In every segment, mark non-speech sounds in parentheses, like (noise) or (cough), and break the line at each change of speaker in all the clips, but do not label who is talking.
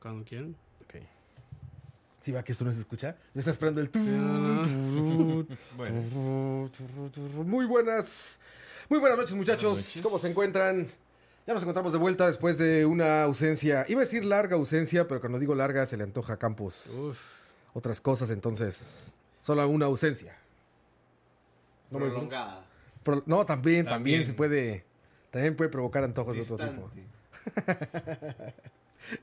Cuando quieran.
Ok. Sí, va, que esto no se escucha. Me está esperando el... turun, (laughs) turun, turun, turun, turun. Muy buenas. Muy buenas noches, muchachos. ¿Cómo se encuentran? Ya nos encontramos de vuelta después de una ausencia. Iba a decir larga ausencia, pero cuando digo larga se le antoja a Campos.
Uf.
Otras cosas, entonces. Solo una ausencia. No, me-
prolongada.
pro- no, también, también,
También.
se puede... También puede provocar antojos
Pues
de otro tipo.
Distante.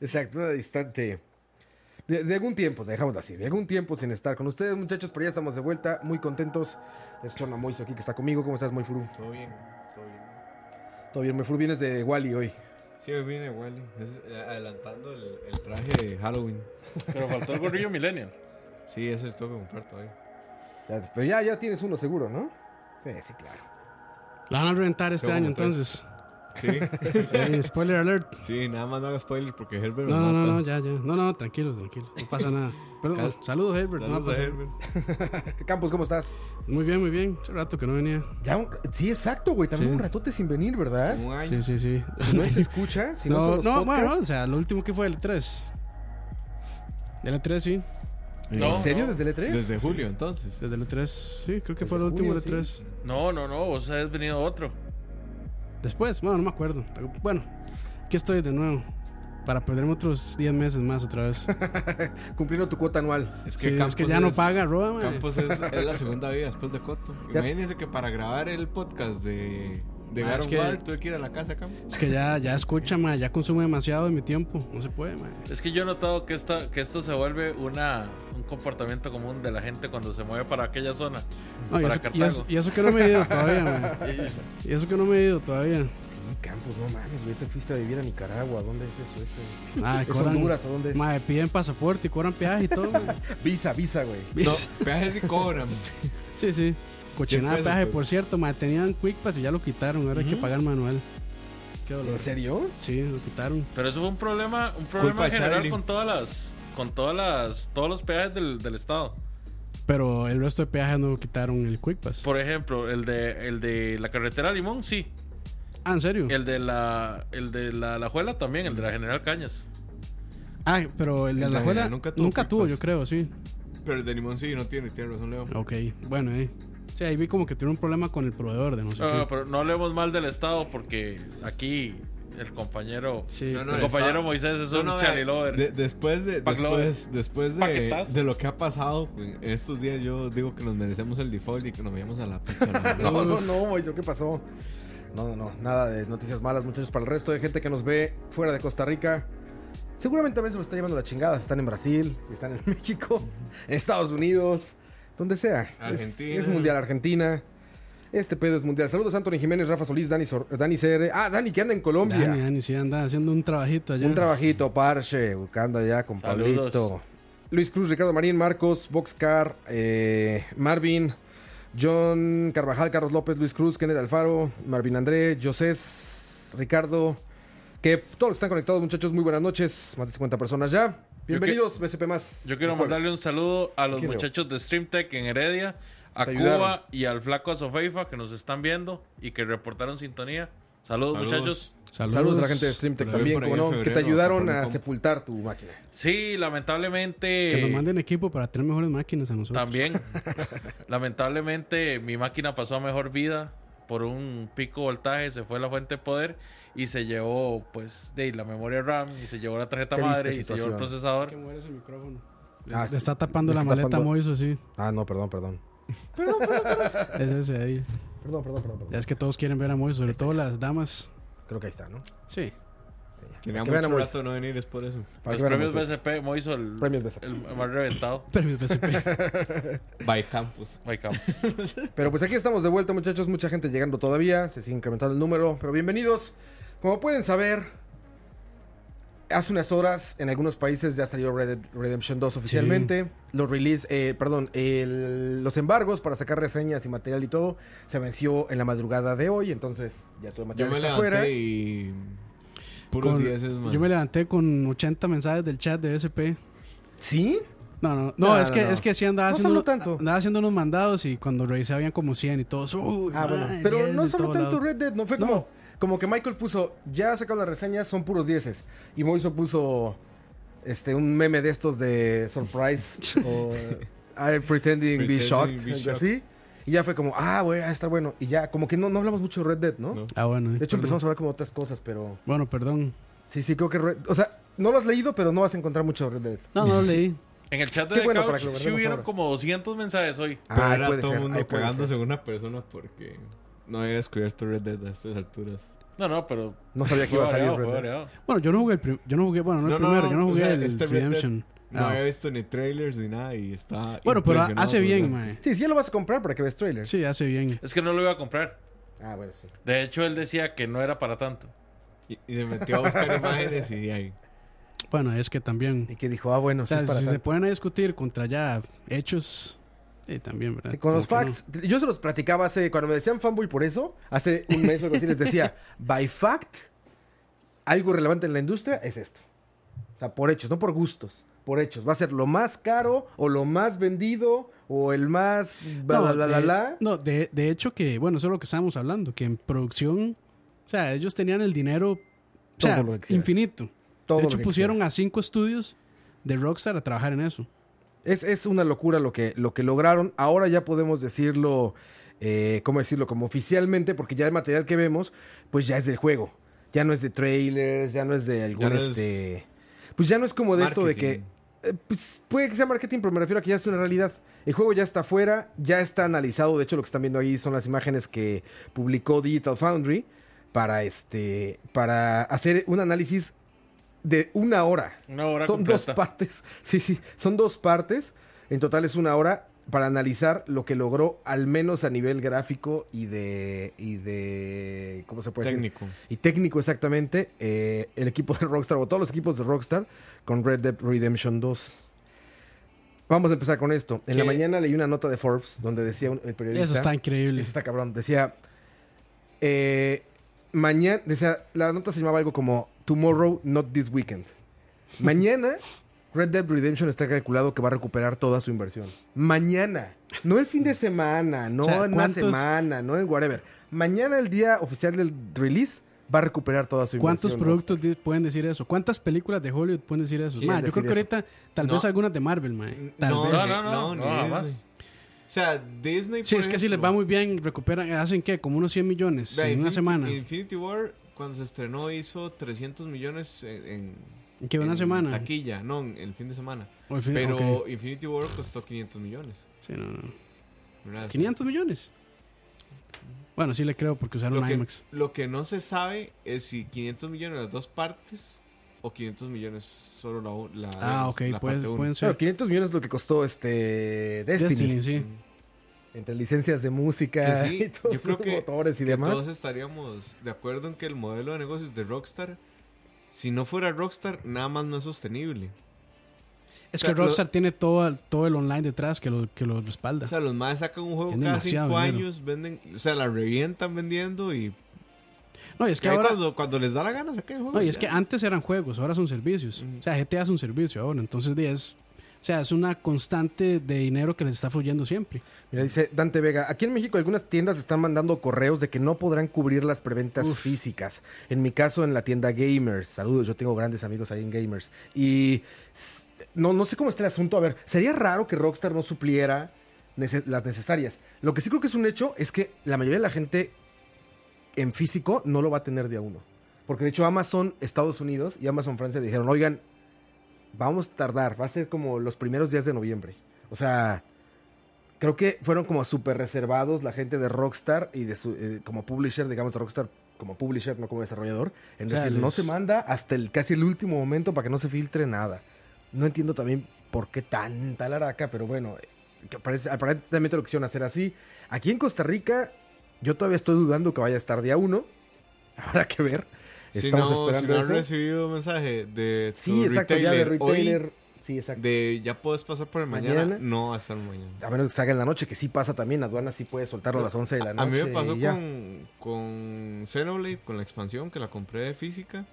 Exacto, una distante. De, de algún tiempo, dejámoslo así, de algún tiempo sin estar con ustedes, muchachos, pero ya estamos de vuelta, muy contentos. Ya escucharon a Moiso aquí que está conmigo. ¿Cómo estás, Moifuru?
Todo bien, todo bien.
Todo bien, Moifuru, vienes de Wally hoy.
Sí, hoy viene Wally. Es, eh, adelantando el, el traje de Halloween.
Pero faltó el gorrillo millennial.
Sí, ese lo tengo que comprar todavía.
Ya- pero ya, ya tienes uno seguro, ¿no? Sí, sí, claro.
La van a reventar este
Tengo
año,
como tres.
entonces.
Sí,
Sí, spoiler alert.
(laughs) sí, nada más no haga spoiler porque Herbert
No,
me
no, no,
mata.
no, ya, ya. No, no, tranquilos, tranquilos. No pasa nada. Pero,
Cal-
saludos, Herbert. no pues va a
Saludos a
pasar.
Herbert.
Eh, Campos, ¿cómo estás?
Muy bien, muy bien. Hace rato que no venía.
Ya un- sí, exacto, güey. También
Sí.
un ratote sin venir, ¿verdad?
Un año.
Sí, sí, sí.
Si no se escucha, si no,
No,
son los
no, bueno,
podcasts.
o sea, lo último que fue el 3. Del E3, sí.
No,
¿En serio?
no.
¿Desde el E E3?
Desde julio, entonces.
Desde el E3, sí, creo que
Desde
fue el último del
junio,
E3.
sí.
No, no, no, vos habéis venido otro.
Después, bueno, no me acuerdo. Bueno, aquí estoy de nuevo. Para perderme otros 10 meses más otra vez.
Cumpliendo tu cuota anual.
Es
Sí, es que ya no paga, roba, man.
Campos es, es la segunda vida después de Coto.
Ya-
Imagínense que para grabar el podcast de, de
Ah,
Garon
es que-
Wall tuve que ir a la casa,
(laughs)
Campos.
Es que ya, ya escucha, ma, ya consume demasiado de mi tiempo. No se puede, ma.
Es que yo he notado que, esta, que esto se vuelve una, un comportamiento común de la gente cuando se mueve para aquella zona.
No, y, eso,
para
y,
Cartago.
eso, y eso que no me he ido todavía, ma. Y eso que no me he ido todavía.
Sí, Campos, no mames, güey. Te fuiste a vivir a Nicaragua. ¿Dónde es eso? ese?
Ah,
¿Es Honduras o dónde es?
ma, piden pasaporte y cobran peaje y todo, ma.
Visa, visa, güey.
No, peajes y cobran.
Sí, sí. Cochinada
Cien pesos,
peaje,
pues.
por cierto, ma. Tenían Quick Pass y ya lo quitaron. Ahora hay que pagar manual. Qué dolor.
¿En serio?
Sí, lo quitaron.
Pero eso fue un problema, un problema
de
general
Charlie.
con todas las, con todas las, todos los peajes del, del estado.
Pero el resto de peajes no quitaron el Quick Pass.
Por ejemplo, el de, el de la carretera Limón, sí.
Ah, ¿en serio?
El de la, el de la Alajuela también, el de la General Cañas.
Ah, pero el de
El de
la escuela
nunca
nunca
tuvo
tuvo,
Quick
yo
Pass.
creo, sí.
Pero el de Limón sí, no tiene, tiene razón, Leo.
Ok, bueno, eh. Sí, ahí vi como que tiene un problema con el proveedor de no sé
Ah,
qué.
pero no hablemos mal del estado porque aquí el compañero,
Sí,
No, no,
el
el
compañero
Estado.
Moisés es
No,
un
no, vea,
Charlie Lover.
de- después de,
Pac Lover.
después, después de,
Paquetazo.
de lo que ha pasado en estos días, yo digo que nos merecemos el default y que nos vayamos a
(laughs)
la puta, la verdad.
No, no, no, Moiso, ¿qué pasó? No, no, no, nada de noticias malas, muchachos, para el resto de gente que nos ve fuera de Costa Rica. Seguramente también se lo está llevando la chingada, si están en Brasil, si están en (laughs) México, en Estados Unidos, donde sea. Es-
Argentina.
Es, mundial Argentina. Este pedo es mundial. Saludos Anthony Jiménez, Rafa Solís, Dani, Sor- Dani CR. Ah, Dani que anda en Colombia.
Dani, Dani, sí, anda haciendo un trabajito allá.
Un trabajito, parche, buscando allá con
Saludos.
Pablito. Luis Cruz, Ricardo Marín, Marcos, Boxcar, eh, Marvin, John Carvajal, Carlos López, Luis Cruz, Kenneth Alfaro, Marvin André, Josés, Ricardo. Que todos los que están conectados, muchachos, muy buenas noches. Más de 50 personas ya. Bienvenidos, BCP más.
Yo quiero mandarle un saludo a los
Quiero.
muchachos de StreamTech en Heredia, a
Te
Cuba
ayudaron.
y al flaco Azofeifa que nos están viendo y que reportaron sintonía. Saludos,
Saludos.
muchachos.
Saludos,
Saludos a la gente de StreamTech
Por ahí,
también,
por ahí
como
en
no, que te
febrero,
ayudaron
por
a
un-
sepultar tu máquina.
Sí, lamentablemente
Que nos manden equipo para tener mejores máquinas a nosotros.
(laughs)
también lamentablemente mi máquina pasó a mejor vida por un pico voltaje, se fue la fuente de poder y se llevó pues de ahí la memoria RAM y se llevó la tarjeta
Triste
madre y se
situación.
llevó el procesador.
Que mueres el micrófono.
Ah,
Le
sí.
está tapando
Le
la
está
maleta
tapando-
Moiso, sí.
Ah, no, perdón, perdón.
Es ese ahí.
Perdón, perdón, perdón. perdón.
Ya es que todos quieren ver a Moiso, sobre todo las damas.
Creo que ahí está, ¿no?
Sí.
Sí, ya.
Tenía
Para que vean a
mucho
Moisés.
rato no venir, es por eso.
Para
Los
que vean a
premios
Moisés.
BSP Moiso el,
Premios BSP.
el más reventado.
Premios BCP.
By Campus.
Ay, cabrón.
Pero pues aquí estamos de vuelta, muchachos. Mucha gente llegando todavía. Se sigue incrementando el número. Pero bienvenidos. Como pueden saber, hace unas horas en algunos países ya salió Red Dead Redemption 2 oficialmente. Los release, eh, perdón, el- los embargos para sacar reseñas y material y todo se venció en la madrugada de hoy. Entonces ya todo el
Yo
material
me
está
levanté
afuera.
y. Puros
Con-
dieces, man.
yo me levanté con 80 mensajes del chat de SP.
¿Sí?
No, no, no,
No,
es,
no,
que,
no.
es que sí andaba
No
haciendo,
solo tanto.
andaba haciendo unos mandados y cuando revisé habían como 100 y todos. uy,
Ah, bueno.
madre,
Pero
10
no
de
solo
todo
tanto
lado.
Red Dead, no fue
No.
como, como que Michael puso, ya ha sacado las reseñas, son puros dieces. Y Moiso puso, este, un meme de estos de
(laughs)
Surprise o I pretending be
Pretending
shocked,
be
algo
shocked.
así. Y ya fue como, ah, güey, ah, está bueno. Y ya, como que no, no hablamos mucho de Red Dead, ¿no?
No.
Ah, bueno. eh.
De hecho, empezamos a hablar como de otras cosas, pero
Bueno, perdón.
sí, sí, creo que. Red- O sea, no lo has leído, pero no vas a encontrar mucho de Red Dead.
No, no lo leí.
En el chat
Qué
de
bueno, para
Couch
que lo
sí
guardemos
hubieron
ahora.
como 200 mensajes hoy.
Pero
Ah, ahí
era
puede
todo
ser,
el
ahí
mundo
puede
cagándose
ser.
en una persona porque no había descubierto Red Dead a estas alturas.
No, no, pero
No sabía que
fue
iba a salir
variado, fue
Red Dead.
variado.
Bueno, yo no jugué el primero. Yo no jugué, bueno, no, el primero. yo no
o
jugué
sea,
el
este Red Dead
Redemption.
No
Ah.
había visto ni trailers ni nada y está.
Bueno, pero
impresionado
hace
por Red
bien,
Dead.
mae.
Sí, sí, ya lo vas a comprar para que veas trailers.
Sí, hace bien.
Es que no lo iba a comprar.
Ah, bueno, sí.
De hecho, él decía que no era para tanto.
Y, y se metió
(laughs)
a buscar imágenes y ahí.
Bueno, es que también.
Y que dijo, ah, bueno,
O
sí
sea,
es para
si se
tanto.
ponen a discutir contra ya hechos, eh, también, ¿verdad?
Sí, con los
Como que
facts. Yo se los platicaba hace, cuando me decían fanboy por eso, hace un mes o algo así,
(laughs)
les decía, by fact, algo relevante en la industria es esto. O sea, por hechos, no por gustos, por hechos. Va a ser lo más caro o lo más vendido o el más bla,
No,
bla, bla, bla,
de,
bla.
no, de- de hecho que, bueno, eso es lo que estábamos hablando, que en producción, o sea, ellos tenían el dinero, o sea,
Todo lo que quisieras.
infinito.
Todo
de
lo
hecho,
que
pusieron
quisieras.
a cinco estudios de Rockstar a trabajar en eso.
Es, es una locura lo que, lo que lograron. Ahora ya podemos decirlo, eh, ¿cómo decirlo? Como oficialmente, porque ya el material que vemos, pues ya es del juego. Ya no es de trailers, ya no es de algún
no es
este. Pues ya no es como de esto de que.
marketing.
eh, pues, puede que sea marketing, pero me refiero a que ya es una realidad. El juego ya está afuera, ya está analizado. De hecho, lo que están viendo ahí son las imágenes que publicó Digital Foundry para este. para hacer un análisis de una hora.
Una hora
Son
completa.
dos partes. (laughs) Sí, sí. Son dos partes. En total es una hora para analizar lo que logró, al menos a nivel gráfico y de. y de. ¿Cómo se puede decir?
Técnico.
y técnico exactamente eh, el equipo de Rockstar o todos los equipos de Rockstar con Red Dead Redemption 2. Vamos a empezar con esto. En la
¿Qué?
mañana leí una nota de Forbes donde decía un- el periodista.
Eso está increíble.
Eso está cabrón. Decía. eh, mañana. Decía. La nota se llamaba algo como Tomorrow, not this
(laughs)
weekend. Mañana, Red Dead Redemption está calculado que va a recuperar toda su inversión. Mañana. No el fin de semana, no
O sea,
en una
¿cuántos-
semana, no en whatever. Mañana, el día oficial del release, va a recuperar toda su
¿Cuántos
inversión.
productos di- pueden decir eso? ¿Cuántas películas de Hollywood pueden decir eso?
Quieren
Ma, yo
decir
creo que
eso.
ahorita, tal
No.
vez algunas de Marvel, mae. Tal
no,
vez.
No, no, no,
ni
no,
Disney.
jamás.
O sea, Disney.
Sí,
por
es que si les
ejemplo,
va muy bien, recuperan, hacen que como unos 100 millones
vea,
en una
Infinity-
semana.
Infinity War, cuando se estrenó, hizo 300 millones en. en-
Que una
en
semana.
Taquilla, no, en el fin de semana.
O en fin-
Pero
ok.
Infinity War costó 500 millones.
Sí, no, no. Pues
¿verdad?
500 millones. Bueno, sí le creo porque usaron
Lo que,
IMAX.
lo que no se sabe es si 500 millones las dos partes o 500 millones solo la, u- la,
Ah, ok,
la
puede-
parte uno.
pueden
Claro,
ser.
500 millones es lo que costó este Destiny.
Destiny, sí.
Mm.
Entre licencias de música
Que
(laughs)
sí,
y todos
yo creo
sus
que-
motores y
Que
demás.
Todos estaríamos de acuerdo en que el modelo de negocios de Rockstar, si no fuera Rockstar, nada más no es sostenible.
Es
O sea,
que Rockstar tiene todo, el- todo el online detrás que lo, que lo respalda.
O sea, los más sacan un juego
Tiene
cada
demasiado
5
dinero.
años, venden, o sea, la revientan vendiendo y
no, y es que
ahí
ahora.
cuando, cuando les da la gana sacan el juego.
No, y
ya. Mm.
es que antes eran juegos, ahora son servicios. O sea, GTA es un servicio ahora. Entonces, di, es. O sea, es una constante de dinero que les está fluyendo siempre.
Mira, dice Dante Vega, aquí en México algunas tiendas están mandando correos de que no podrán cubrir las preventas físicas. En mi caso, en la tienda Gamers. Saludos, yo tengo grandes amigos ahí en Gamers. Y s- no, no sé cómo está el asunto. A ver, sería raro que Rockstar no supliera nece- las necesarias. Lo que sí creo que es un hecho es que la mayoría de la gente en físico no lo va a tener de a uno. Porque de hecho Amazon Estados Unidos y Amazon Francia dijeron, oigan, vamos a tardar, va a ser como los primeros días de noviembre. O sea, creo que fueron como súper reservados la gente de Rockstar y de su, eh, como publisher, digamos, de Rockstar como publisher, no como desarrollador. En
O sea,
decir,
les-
no se manda hasta el casi el último momento para que no se filtre nada. No entiendo también por qué tanta laraca, pero bueno, que parece- aparentemente lo quisieron hacer así. Aquí en Costa Rica, yo todavía estoy dudando que vaya a estar día uno. (laughs) Habrá que ver.
si
Estamos
no, si
esperando
no has
eso.
recibido mensaje de tu
Sí, exacto, ya de
hoy,
retailer. sí, exacto.
de ya puedes pasar por el mañana,
Mañana.
no hasta el mañana.
A menos que salga en la noche, que sí pasa también. Aduana sí puede soltarlo a las 11 de la
A
noche.
mí me pasó
y ya.
con, con Xenoblade, con la expansión que la compré de física.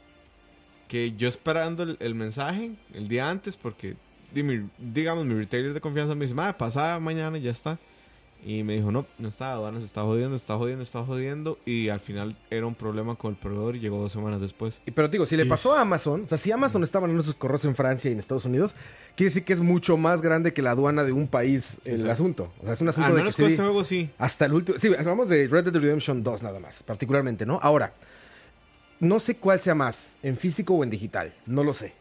Que yo esperando el, el mensaje el día antes, porque di- mi- digamos mi retailer de confianza me dice, "Mae, pasada mañana y ya está. Y me dijo, no, no está, aduanas está jodiendo, está jodiendo, está jodiendo. Y al final era un problema con el proveedor y llegó dos semanas después.
Y- Pero te digo, si le
Y
pasó
es-
a Amazon, o sea, si Amazon está mandando sus correos en Francia y en Estados Unidos, quiere decir que es mucho más grande que la aduana de un país el
Exacto.
asunto. O sea, es un asunto
Al
de que
menos con
sí-
este juego sí.
Hasta el último. Sí, hablamos de Red Dead Redemption 2 nada más, particularmente, ¿no? Ahora, no sé cuál sea más, en físico o en digital, no lo sé.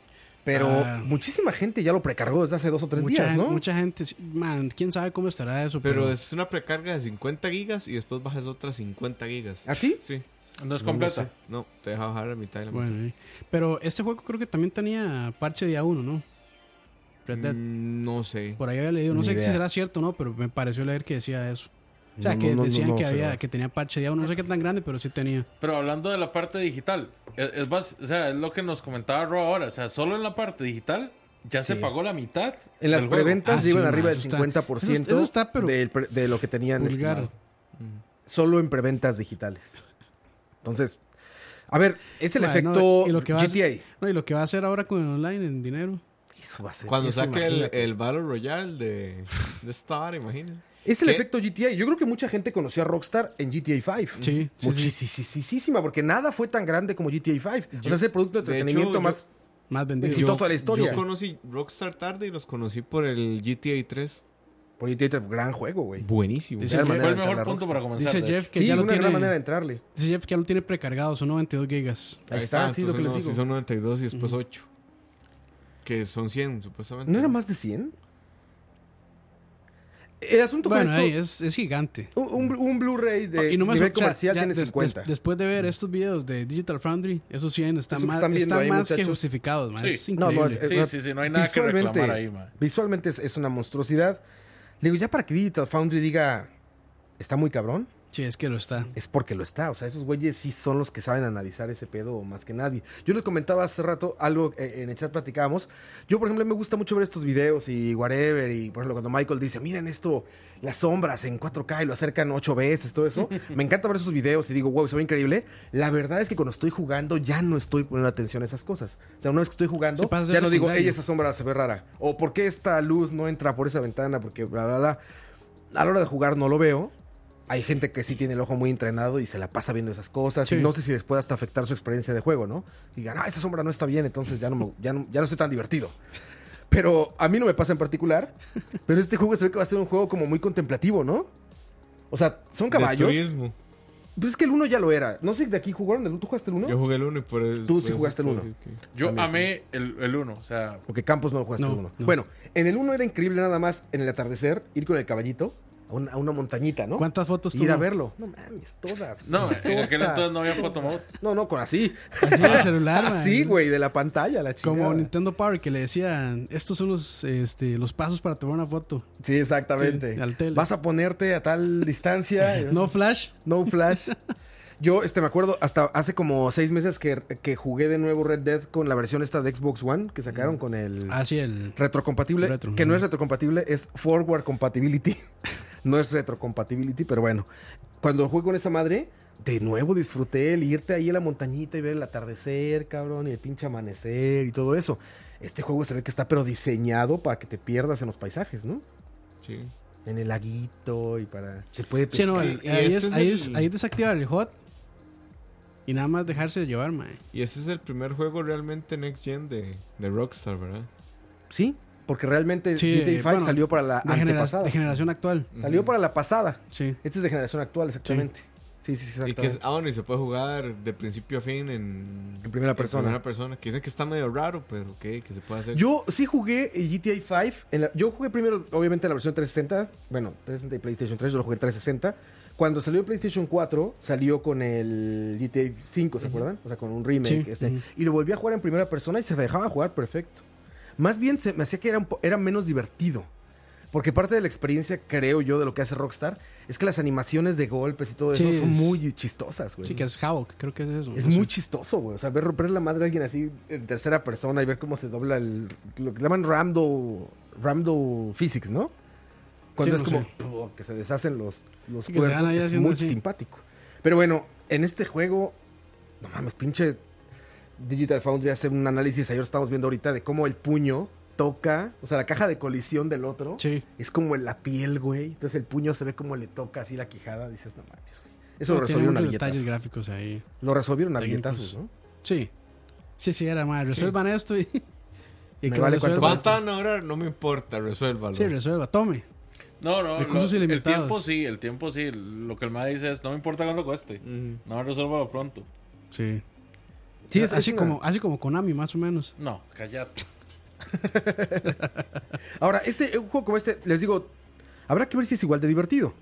Pero
Ah.
muchísima gente ya lo precargó desde hace dos o tres
mucha,
días,
gen-
¿no?
mucha gente, sí, man, quién sabe cómo estará eso, pero,
Pero es una precarga de 50 gigas y después bajas otras 50 gigas.
¿Ah, sí?
Sí.
No es completa.
No, te deja bajar la mitad y la
bueno, eh. pero este juego creo que también tenía parche día 1, ¿no? Red
mitad.
Dead.
Mm, No sé.
Por ahí había leído, no
Ni
sé
idea.
si será cierto o no, pero me pareció leer que decía eso. O sea,
No,
que
no, no,
decían
no,
que,
no,
había,
será.
que tenía parche día 1, no sé qué tan grande, pero sí tenía.
Pero hablando de la parte digital, es, es bas- o sea, es lo que nos comentaba Ro ahora. O sea, solo en la parte digital ya se
Sí.
pagó la mitad.
En las
del juego.
preventas
Ah,
llevan
sí,
arriba
ma,
del
eso está-
50%
eso está, pero
del pre- de lo que tenían
Pulgar.
estimado. Solo en preventas digitales. Entonces, a ver, es el
Ma, no,
efecto
y lo que va a
GTA.
No, y lo que va a hacer ahora con el online en dinero.
Eso va a ser.
Cuando
eso
saque el,
imagínate.
el Battle Royale de, de Star, imagínense.
Es el
¿Qué?
efecto GTA. Yo creo que mucha gente conoció a Rockstar en GTA 5.
Sí, sí,
Muchísima, porque nada fue tan grande como GTA 5. o sea, es el producto de
de hecho,
entretenimiento
yo-
más.
Más vendido.
Exitoso. Exitosa la historia.
Yo conocí Rockstar tarde y los conocí por el GTA 3.
Por GTA 5, gran juego, güey.
Buenísimo.
Dice
Era
Jeff-
manera
Fue el
de entrar
mejor
a
punto
Rockstar.
para comenzar.
Dice
de
Jeff
hecho.
que
Sí,
ya lo
una gran manera de
tiene.
entrarle.
Dice Jeff que ya lo tiene precargado, son 92 gigas.
Ahí está, sí, lo que les
entonces no,
digo.
Si son 92 y después 8. Que son 100, supuestamente.
¿No era más de 100? El asunto
Bueno,
con esto.
ahí es, es gigante.
Un, un- un Blu-ray de
y no me
nivel
aso- o sea,
comercial
ya
tiene
des- des-
50.
después de ver estos videos de Digital Foundry, esos 100 están
Eso que
más,
están viendo
están
ahí,
más que
muchachos.
justificados. man,
Sí.
Es
No,
increíble.
no, es-
Sí, sí, sí, no hay nada que
Visualmente-
reclamar ahí, ma.
Visualmente es, es una monstruosidad. Le digo, ya para que Digital Foundry diga, está muy cabrón,
sí, es que lo está.
es porque lo está. O sea, esos güeyes sí son los que saben analizar ese pedo más que nadie. Yo les comentaba hace rato algo eh, en el chat platicábamos. Yo, por ejemplo, me gusta mucho ver estos videos y whatever. Y, por ejemplo, cuando Michael dice, miren esto, las sombras en 4K y lo acercan 8 veces, todo
(laughs)
eso. me encanta ver esos videos y digo, wow, se ve increíble. La verdad es que cuando estoy jugando ya no estoy poniendo atención a esas cosas. O sea, una vez que estoy jugando,
Sí, pasas de
ya no digo,
secundario.
ella esa sombra se ve rara. O por qué esta luz no entra por esa ventana, porque bla, bla, bla. A la hora de jugar no lo veo. Hay gente que sí tiene el ojo muy entrenado y se la pasa viendo esas cosas. Y
Sí.
no sé si les puede hasta afectar su experiencia de juego, ¿no? Digan, ah, esa sombra no está bien, entonces ya no, me- ya no, ya no estoy tan divertido. Pero a mí no me pasa en particular. Pero este juego se ve que va a ser un juego como muy contemplativo, ¿no? O sea, son
De
caballos.
turismo.
Pues es que el uno ya lo era. No sé, de aquí jugaron el ¿Tú jugaste el uno?
Yo jugué el 1 y por eso.
Tú sí
por eso
jugaste el
puedo
uno.
decir que-
Yo amé el, el uno, o sea,
Porque Campos no lo jugaste
No,
el uno.
no.
Bueno, en el uno era increíble nada más en el atardecer ir con el caballito a una, a una montañita, ¿no?
¿Cuántas fotos
Y ir
tuvo?
a verlo. No mames, todas.
no, en aquel
Todas.
entonces no había fotomod.
No, no, con así.
Así de celular, man.
Así, Ah, güey, de la pantalla, la chingada.
Como Nintendo Power que le decían, estos son los, este, los pasos para tomar una foto.
Sí, exactamente.
Sí, al tele.
Vas a ponerte a
(laughs)
tal distancia.
No flash. (laughs)
No flash. Yo este, me acuerdo hasta hace como seis meses que, que jugué de nuevo Red Dead con la versión esta de Xbox One que
Mm.
sacaron con el
Así el...
retrocompatible.
Retro,
que no
ajá.
es retrocompatible, es forward compatibility. (laughs) no es retrocompatibility, pero bueno. Cuando jugué con esa madre, de nuevo disfruté el irte ahí a la montañita y ver el atardecer, cabrón, y el pinche amanecer y todo eso. Este juego se ve que está pero diseñado para que te pierdas en los paisajes, ¿no?
Sí.
En el laguito y para... Se puede
Sí,
pescar.
no,
que-
ahí,
y
ahí
este
es,
es
ahí
el-
es- ahí es desactivar el hot y nada más dejarse llevar, man.
Y ese es el primer juego realmente Next Gen de, de Rockstar, ¿verdad?
Sí, porque realmente
Sí,
GTA V
bueno,
salió para la
De, genera-
antepasada.
de generación actual.
Salió para la pasada.
Sí.
Este es de generación actual, exactamente. Sí, sí, sí,
Y que es,
exactamente.
ah, bueno, y se puede jugar de principio a fin en,
En primera persona.
primera persona. Que dicen que está medio raro, pero ok, que se puede hacer.
Yo sí jugué el GTA V. en la- yo jugué primero, obviamente, la versión 360. Bueno, 360 y PlayStation 3, yo lo jugué en 360. Cuando salió el PlayStation 4, salió con el GTA V, ¿se acuerdan? O sea, con un remake.
Sí,
este.
ujú.
Y lo volví a jugar en primera persona y se dejaba jugar perfecto. Más bien se me hacía que era, un po- era menos divertido. Porque parte de la experiencia, creo yo, de lo que hace Rockstar es que las animaciones de golpes y todo eso
Sí,
son
es-
muy chistosas, güey.
Sí, que es Havoc, creo que es eso.
Es
no pues sé.
muy chistoso, güey. O sea, ver romper la madre a alguien así en tercera persona y ver cómo se dobla el. Lo que llaman Ramdo. Ramdo Physics, ¿no? Cuando
Sí,
es
no
como. ¡pum! que se deshacen los, los
Sí, que se van
cuerpos.
ahí
Es
haciendo
muy
así.
simpático. Pero bueno, en este juego. No mames, pinche. Digital Foundry hace un análisis. Ayer estamos viendo ahorita de cómo el puño toca, o sea, la caja de colisión del otro,
Sí.
es como la piel, güey. Entonces el puño se ve como le toca así la quijada. Dices, no mames, güey. Eso lo
Sí, tiene
resolvieron a
muchos detalles
billetazos.
gráficos ahí.
Lo resolvieron a
Técnicos.
billetazos, ¿no?
Sí. Sí, sí, era madre. Resuelvan esto y. (laughs) y
Me
lo
vale cuánto
resuelvan.
¿Cuántan ahora? No me importa, resuélvalo.
Sí, resuelva, tome.
No, no,
Recursos
lo- el
ilimitados.
tiempo sí, el tiempo sí. Lo que el MAD dice es, no me importa cuánto cueste.
Mm.
No, resuélvalo pronto.
Sí.
Sí, es,
así,
es una-
como, así como Konami, más o menos.
No, callate.
Ahora, este, un juego como este, les digo, habrá que ver si es igual de divertido.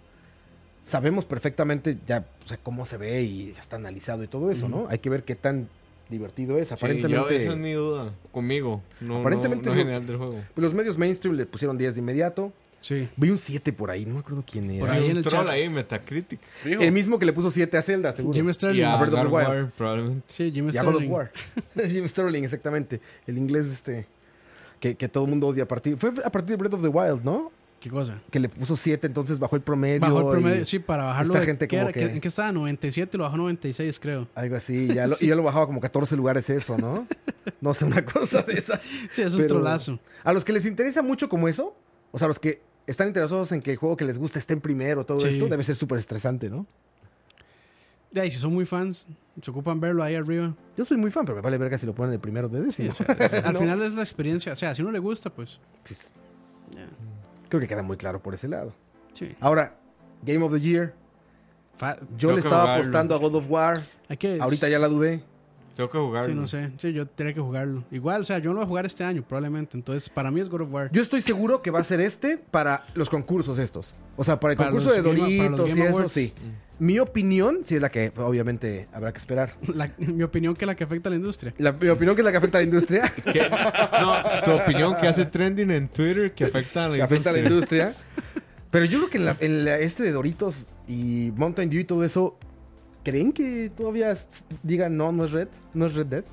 Sabemos perfectamente ya o sea, cómo se ve y ya está analizado y todo eso, ¿no? Hay que ver qué tan divertido es.
Sí,
Aparentemente,
yo- esa es mi duda. Conmigo. No,
Aparentemente
no,
lo-
no general del juego.
los medios mainstream le pusieron 10 de inmediato.
Sí.
Vi un 7 por ahí, no me acuerdo quién era.
Por
Sí,
ahí
un
en el
troll
chat.
ahí, Metacritic.
Fijo.
El mismo que le puso 7 a Zelda, seguro.
Jim
Y
Sterling. pues,
a
Breath of the
God of
Wild.
War, probablemente.
Sí, Jim
Ya God of
Sterling.
War. (laughs) Jim Sterling, exactamente. El inglés este que, que todo el mundo odia a partir. Fue a partir de Breath of the Wild, ¿no?
¿Qué cosa?
Que le puso 7, entonces bajó el promedio.
Bajó el
y-
promedio, sí, para bajarlo.
esta
de-
gente
¿qué
como
era?
que-
¿Qué- ¿En qué estaba? 97, lo bajó a 96, creo.
Algo
(laughs)
así, ya lo, y ya lo bajaba como 14 lugares eso, ¿no? No sé, una cosa de esas.
Sí, es un
Pero
trolazo.
A los que les interesa mucho como eso, o sea, los que están interesados en que el juego que les gusta esté en primero, todo
Sí.
esto, debe ser súper estresante, ¿no?
De ahí, si son muy fans, se ocupan verlo ahí arriba.
Yo soy muy fan, pero me vale verga si lo ponen de primero de
Sí,
décimo.
o
(laughs)
sea, al
No,
final es la experiencia. O sea, si uno le gusta, pues.
pues, Creo que queda muy claro por ese lado.
Sí.
Ahora, Game of the Year.
Fa-
Yo
Tengo
le
que
estaba
jugarlo.
apostando a God of War.
hay que-
Ahorita ya la dudé.
Tengo que jugarlo.
Sí, no sé. Sí, yo tendría que jugarlo. Igual, o sea, yo no lo voy a jugar este año, probablemente. Entonces, para mí es God of War.
Yo estoy seguro que va a ser este para los concursos estos. O sea, para el
Para
concurso
los
de
Game- para los
Doritos y
Game
eso,
Awards. Mm.
sí. Mi opinión, sí es la que obviamente habrá que esperar.
(laughs) La- mi opinión que la que afecta a la industria.
La- mi opinión que es la que afecta a
(laughs)
la industria.
¿Qué? No, tu opinión que hace trending en Twitter que afecta a
(laughs)
la
que afecta a la industria. Pero yo creo que en, la- en la- este de Doritos y Mountain Dew y todo eso, ¿creen que todavía s- digan no, no es Red? ¿No es Red Dead?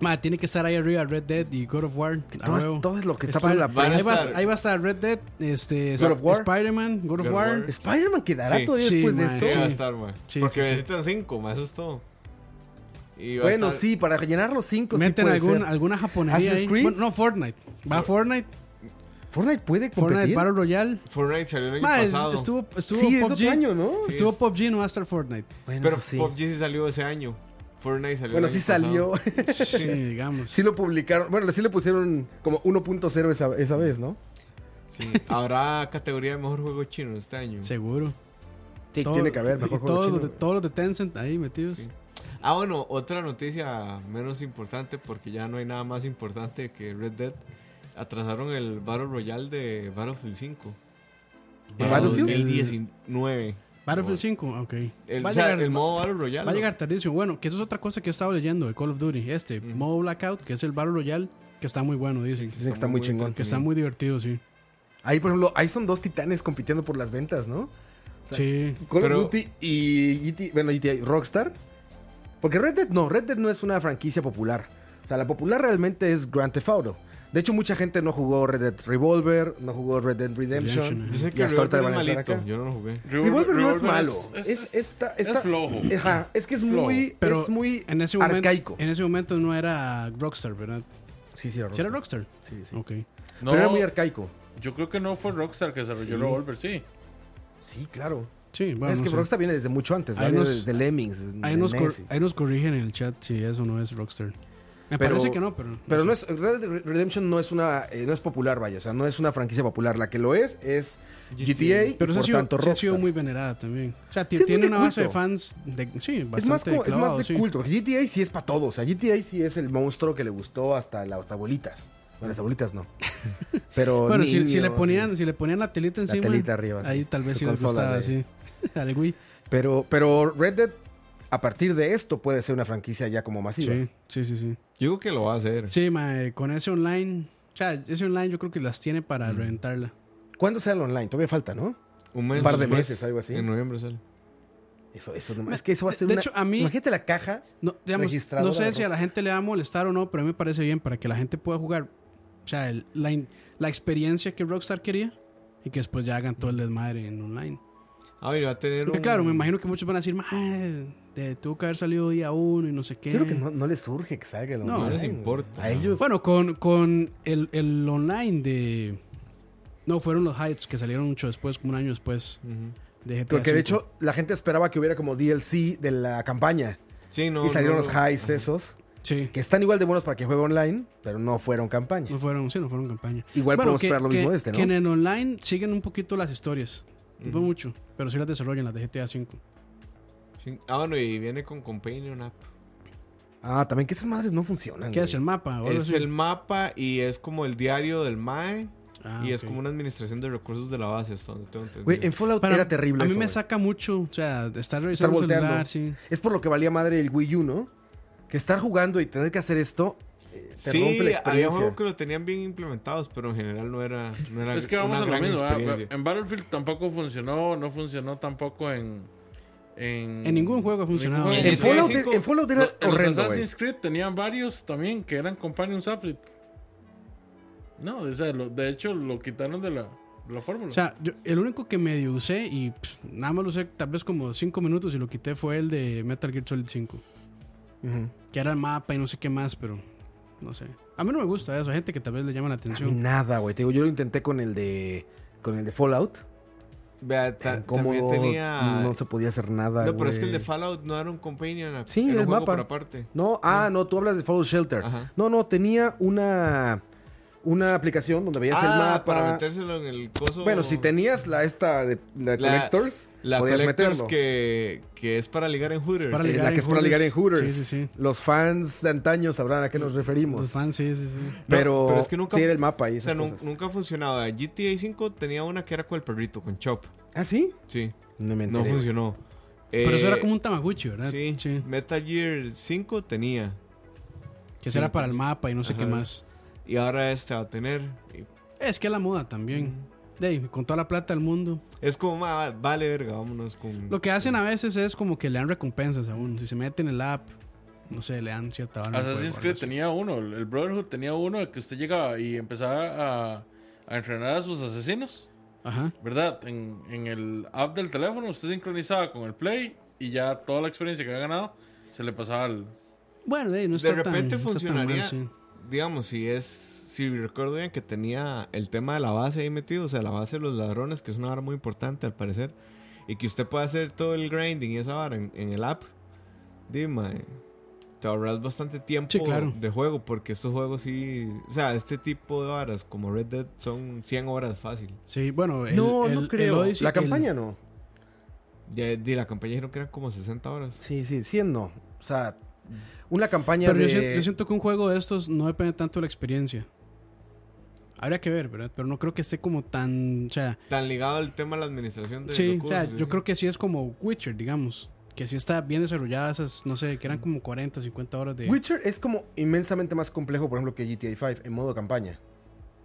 Ma, tiene que estar ahí arriba Red Dead y God of War. a
Todo es,
Ah, huevo.
todo es lo que está
Spider-
para la
Van a
ahí, va,
estar-
ahí va a estar Red Dead, este,
God of War.
Spider-Man, God of
God of
War.
War.
¿Spider-Man quedará
Sí.
todavía
Sí,
después de
man.
esto?
Sí, va a
Sí.
estar, ma.
Sí,
Porque
sí, sí.
necesitan cinco, ma, eso es todo. Y va a
Bueno,
estar-
sí, para llenar los cinco sí
Meten
puede
algún-
ser.
alguna japonería
¿Assassin's
ahí.
Creed?
Bueno, no, Fortnite. Va Fortnite,
¿Fortnite puede
Fortnite
competir?
Battle Royale.
Fortnite salió el año
Ma, es-
pasado.
estuvo, estuvo
sí, es
PUBG.
otro año, ¿no?
Sí,
Estuvo
es-
PUBG, no va a estar Fortnite.
(laughs)
Bueno,
Pero
eso sí.
PUBG sí salió ese año. Fortnite salió
Bueno,
el
sí
año pasado.
salió. (laughs)
Sí, digamos.
sí lo publicaron. Bueno, sí le pusieron como 1.0 esa, esa vez, ¿no?
Sí. Habrá categoría de mejor juego chino este año.
Seguro.
Sí,
Todo-
tiene que haber
y
mejor juego
todos,
chino,
los de,
güey.
todos los de Tencent ahí metidos.
Sí. Ah, bueno, otra noticia menos importante porque ya no hay nada más importante que Red Dead. Atrasaron el Battle Royale de Battlefield 5.
¿El
Para
Battlefield?
2019.
Battlefield 5, ok.
El,
va,
o
a
sea,
llegar,
el modo Battle Royale.
va a llegar tardísimo. Bueno, que eso es otra cosa que he estado leyendo de Call of Duty. Este, modo Blackout, que es el Battle Royale, que está muy bueno, dicen.
Dicen que está muy chingón.
que está muy divertido, sí.
Ahí, por ejemplo, ahí son dos titanes compitiendo por las ventas, ¿no? sea,
Sí.
Call
Pero-
of Duty y GT, bueno, GTA, Rockstar. Porque Red Dead no, Red Dead no es una franquicia popular. O sea, la popular realmente es Grand Theft Auto. De hecho, mucha gente no jugó Ted Revolver, no jugó Red Dead Redemption.
Redemption,
Dice
Y
que
hasta ahorita
Revolver
le van
es
a entrar
malito.
acá.
Yo no lo jugué.
Revolver no es
Revolver
malo.
es-
Es,
es-
está- está- eh,
es flojo.
Ajá, es que es
Flojo.
muy,
Pero
es muy
en ese momento,
arcaico.
En ese momento no era Rockstar, ¿verdad?
Sí, sí, era
¿Sí era
Rockstar.
Rockstar?
Sí, sí.
Ok.
No,
Pero era muy arcaico.
yo creo que no fue Rockstar que desarrolló
Sí.
Revolver, sí.
Sí, claro.
Sí, bueno.
es
no
que
sé.
Rockstar viene desde mucho antes,
Ahí
viene
nos-
desde Lemmings.
ahí,
de
nos cor-
NES.
ahí nos corrigen en el chat si eso no es Rockstar. Me
Pero-
parece que no, pero.
Pero
sé.
no es, Red Dead Redemption no es una eh, no es popular, vaya, o sea, no es una franquicia popular. La que lo es es GTA, y
Pero sí ha
por
sido,
tanto
sí ha sido
Rockstar.
muy venerada también. O sea, ti-
Sí, es
tiene
muy de
una base de
culto.
fans de, sí, bastante
es más, como- es más
clavados,
de
sí.
culto, porque GTA sí es para todos, o sea, GTA sí es el monstruo que le gustó hasta las abuelitas. Bueno, las abuelitas
(laughs)
no. Pero
Bueno, si,
niños,
si le ponían,
sí.
si le ponían la telita encima,
telita arriba, sí.
ahí tal vez
Su
sí les
consola
gustaba,
de-
sí. (laughs) Al Wii.
Pero pero Red Dead a partir de esto puede ser una franquicia ya como masiva.
Sí, sí, sí, sí.
Yo digo que lo va a hacer.
Sí, mae, con ese online, o sea, ese online yo creo que las tiene para reventarla.
¿Cuándo sale online? Todavía falta, ¿no?
Un mes
Un par de
después,
meses, algo así.
En noviembre sale.
Eso eso no- es que eso va a ser
De
una-
hecho, a mí-
Imagínate la caja.
No, digamos,
Registradora
no sé
de
si a la
Rockstar.
gente le va a molestar o no, pero a mí me parece bien para que la gente pueda jugar, o sea, el- la, in- la experiencia que Rockstar quería y que después ya hagan todo el desmadre en online.
A ver, Ah, va a tener
Aunque
un-
claro, me imagino que muchos van a decir, "Mae, de- tuvo que haber salido día uno y no sé qué.
Creo que no, no les surge que salga el
No,
no
online,
les
güey.
importa.
A ellos.
Bueno, con, con el, el online de... No, fueron los Heights que salieron mucho después, como un año después
Ujú.
de GTA
porque de
V.
hecho la gente esperaba que hubiera como DLC de la campaña.
Sí, no,
y salieron
no,
los
no.
highs esos,
Sí,
que están igual de buenos para que juegue online, pero no fueron campaña.
no fueron, sí, no fueron campaña.
Igual podemos
que-
esperar lo mismo
que-
de este, ¿no?
Que en el online siguen un poquito las historias. No mucho, pero sí las desarrollan las de GTA V.
Sí. Ah, bueno, y viene con Companion App.
Ah, también que esas madres no funcionan.
¿Qué
güey.
es el mapa? O algo
Es
así.
el mapa y es como el diario del MAE.
Ah,
y es
ok.
como una administración de recursos de la base, hasta donde tengo entendido.
Güey, en Fallout
Para-
era terrible.
A mí
eso,
me
güey.
saca mucho, o sea, de estar revisando el
volteando.
celular, sí.
Es por lo que valía madre el Wii U, ¿no? Que estar jugando y tener que hacer esto eh, te
sí,
rompe la
había
experiencia.
juegos que lo tenían bien implementados, pero en general no era, no era
Es que
una
vamos a lo
gran
mismo. ¿verdad?
experiencia.
En Battlefield tampoco funcionó, no funcionó tampoco en. En,
En ningún juego ha funcionado.
ningún
En
En
Sí,
Fallout,
sí,
en Fallout era
Lo- en los
horrendo, güey.
Assassin's Creed tenían varios también que eran Companions Applet. No, o sea, lo- de hecho lo quitaron de la, de la fórmula.
O sea, yo- el único que medio usé y pss, nada más lo usé tal vez como 5 minutos y lo quité fue el de Metal Gear Solid 5.
Ujú.
Que era el mapa y no sé qué más, pero no sé. A mí no me gusta eso. Hay gente que tal vez le llama la
A mí
atención.
nada, güey. Te digo, yo lo intenté con el de con el de Fallout.
em-
Vea, ta-
Tan cómodo.
también tenía.
No se podía hacer nada.
No, pero es que el de
güey.
Fallout no era un Companion App.
Sí,
era un
el
juego
mapa.
por aparte.
No, ah, no, tú hablas de Fallout Shelter.
Ajá.
No, no, tenía una una aplicación donde veías el
Ah,
mapa.
para metérselo en el coso.
Bueno, si tenías la esta de, la de
La-
Collectors,
La
podías
Collectors
meterlo.
que, que es para ligar en Hooters.
para
Eh,
ligar
la
en
que es para
Hooters.
ligar en Hooters.
Sí, sí, sí.
Los fans de antaño sabrán a qué nos referimos.
Los fans, sí, sí, sí.
No,
pero,
pero es que nunca-
sí era el mapa y
O sea,
esas
nun-
cosas.
nunca funcionaba. GTA V tenía una que era con el perrito, con Chop.
¿Ah, sí?
Sí,
No me
no
enteré.
funcionó.
Pero eso
Eh,
era como un Tamaguchi, ¿verdad?
Sí, Metal Gear 5 tenía.
Que será para el mapa y no sé
Ajá.
qué más.
Y ahora este va a tener. Y
Es que es la moda también. De ahí, con toda la plata del mundo.
Es como, "Ma, vale, verga, vámonos con.
Lo que hacen a veces es como que le dan recompensas a uno. Si se meten en el app, no sé, le dan cierta vara.
Assassin's Creed tenía uno, el el Brotherhood tenía uno que usted llegaba y empezaba a, a entrenar a sus asesinos,
Ajá.
¿verdad? En, en el app del teléfono usted sincronizaba con el Play y ya toda la experiencia que había ganado se le pasaba al...
Bueno, de, ahí, no
de
está
repente
tan, no está tan mal,
funcionaría.
sí.
Digamos, si es. Si recuerdo bien que tenía el tema de la base ahí metido, o sea, la base de los ladrones, que es una vara muy importante al parecer. Y que usted pueda hacer todo el grinding y esa vara en, en el app. Dime, te ahorras bastante tiempo
Sí, claro.
de juego, porque estos juegos sí. O sea, este tipo de varas como Red Dead son 100 horas fácil.
Sí, bueno, el,
no,
el-
no
el
creo.
Odyssey-
la
el-
campaña no.
Ya de la campaña dijeron que eran como 60 horas.
Sí, sí, 100 no. O sea, una campaña
pero
de...
yo, siento, yo siento que un juego de estos no depende tanto de la experiencia. Habría que ver, ¿verdad? Pero no creo que esté como tan. O sea,
Tan ligado al tema de la administración de
sí, o
recursos.
sea yo creo que sí es como Witcher, digamos. Que sí está bien desarrollada esas, no sé, que eran como 40, 50 horas de.
Witcher es como inmensamente más complejo, por ejemplo, que GTA V en modo campaña.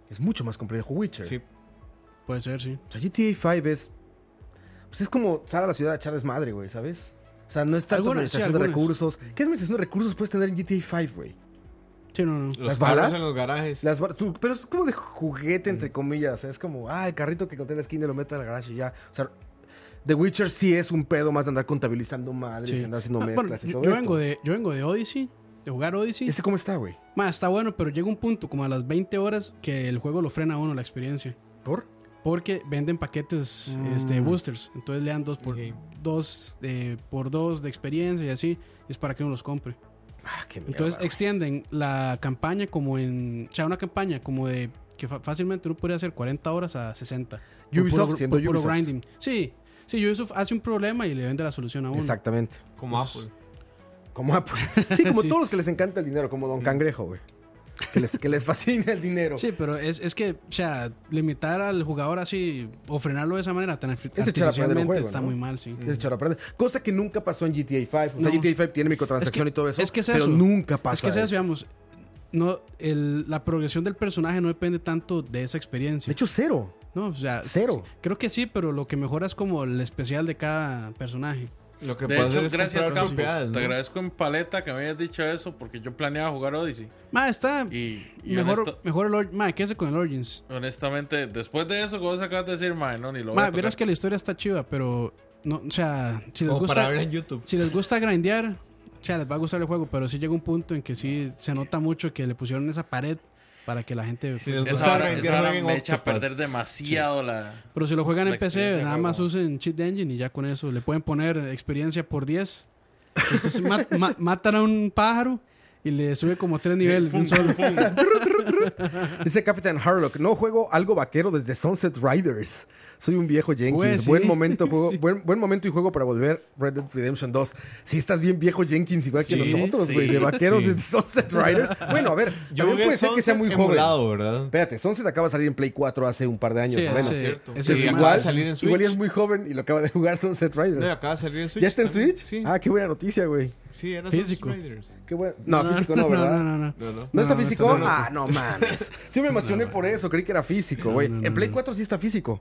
Es mucho más complejo Witcher.
Sí,
Puede ser, sí.
O sea, GTA V es. Pues es como sal a la ciudad a echar desmadre, güey, ¿sabes? O sea, no es tanto
Algunas, sí,
administración de
algunas.
recursos. ¿Qué administración de recursos puedes tener en GTA V, güey?
Sí, no, no.
los
¿Las
carros
balas?
en los garajes.
Las bar- tú- pero es como de juguete, entre comillas. Es como, ah, el carrito que encontré en la esquina lo mete al garage y ya. O sea, The Witcher sí es un pedo más de andar contabilizando madres
Sí.
y andar haciendo
Ah,
mezclas
bueno,
y
yo,
todo
yo
esto.
vengo de, yo vengo de Odyssey, de jugar Odyssey.
¿Ese cómo está, güey?
Ma, está bueno, pero llega un punto, como a las 20 horas, que el juego lo frena a uno la experiencia.
¿Por?
Porque venden paquetes este, de boosters. Entonces le dan dos por,
Ok.
dos, eh, por dos de experiencia y así. Es para que uno los compre.
Ah, qué mierda.
Entonces extienden la campaña como en. O sea, una campaña como de. Que fa- fácilmente uno podría hacer 40 horas a 60. Por
Ubisoft,
puro-
siendo
por puro
Ubisoft.
grinding. Sí, sí, Ubisoft hace un problema y le vende la solución a uno.
Exactamente.
Como
pues,
Apple.
(laughs)
Como Apple. Sí, como
Sí.
todos los que les encanta el dinero, como Don Cangrejo, güey. Que les, que les fascina el dinero.
Sí, pero es, es que, o sea, limitar al jugador así o frenarlo de esa manera tan arti-
Es echar a perder el
artificialmente
juego,
está
¿no? Mm.
muy mal, sí.
Es echar a perder. Cosa que nunca pasó en GTA V. O sea,
No.
GTA V tiene microtransacción y todo eso.
es que es
pero
eso.
nunca pasa.
es que es eso, digamos, no, el- la progresión del personaje no depende tanto de esa
De
experiencia.
hecho, cero.
no, o sea,
cero.
s- Creo que sí, pero lo que mejora es como el especial de cada personaje.
Lo que
De
puede
hecho,
hacer es
gracias
comprar
Campos,
propiedades,
te
¿no?
agradezco en paleta que me hayas dicho eso porque yo planeaba jugar Odyssey.
Ma, está
Y, y
mejor,
honesta-
mejor el Or- ma, ¿qué hace con el Origins?
honestamente, después de eso que vos acabas de decir, mae, no, ni lo voy
Ma,
a tocar.
verás que la historia está chiva, pero no, o sea, si les
O
gusta.
para ver en YouTube.
Si
(laughs)
les gusta grindear, o sea, les va a gustar el juego, pero sí llega un punto en que sí se nota mucho que le pusieron esa pared para que la gente. pues,
Sí, les
Esa
gusta
hora,
grindear,
esa hora
jueguen
me echa a
Octopad.
perder demasiado la.
Pero si lo juegan
La
en PC,
experiencia
nada
de
más
juego.
usen Cheat Engine y ya con eso le pueden poner experiencia por 10. Entonces ma- ma- matan a un pájaro y le sube como
Eh,
3 niveles. de un solo.
Dice Captain Harlock, no juego algo vaquero desde Sunset Riders. Soy un viejo Jenkins.
Güey, Pues sí. (laughs)
Buen momento juego, buen, buen momento y juego para volver Red Dead Redemption 2. Si estás bien viejo Jenkins, igual que
Sí,
nosotros,
sí.
güey, de vaqueros
Sí.
desde
(laughs)
Sunset Riders. Bueno, a ver,
Yo
también puede ser que sea muy joven.
emulado, ¿verdad?
Espérate, Sunset acaba de salir en Play 4 hace un par de años
Sí,
o menos.
hace-
cierto.
ese
Sí,
Entonces,
es
acaba
más-
igual,
de salir en Switch.
igual y es muy joven y lo acaba de jugar Sunset Riders.
No, acaba de salir en Switch.
¿Ya está en
también.
Switch?
Sí.
Ah, qué buena noticia, güey.
sí, era
Físico.
Sunset Riders.
Qué bueno. No, (laughs) físico no, ¿verdad?
No, no, no.
No, no.
¿No
No,
está
no
físico?
está- no, no.
ah, no (laughs) mames. Sí me emocioné por eso, creí que era físico, güey. en Play 4 sí está físico.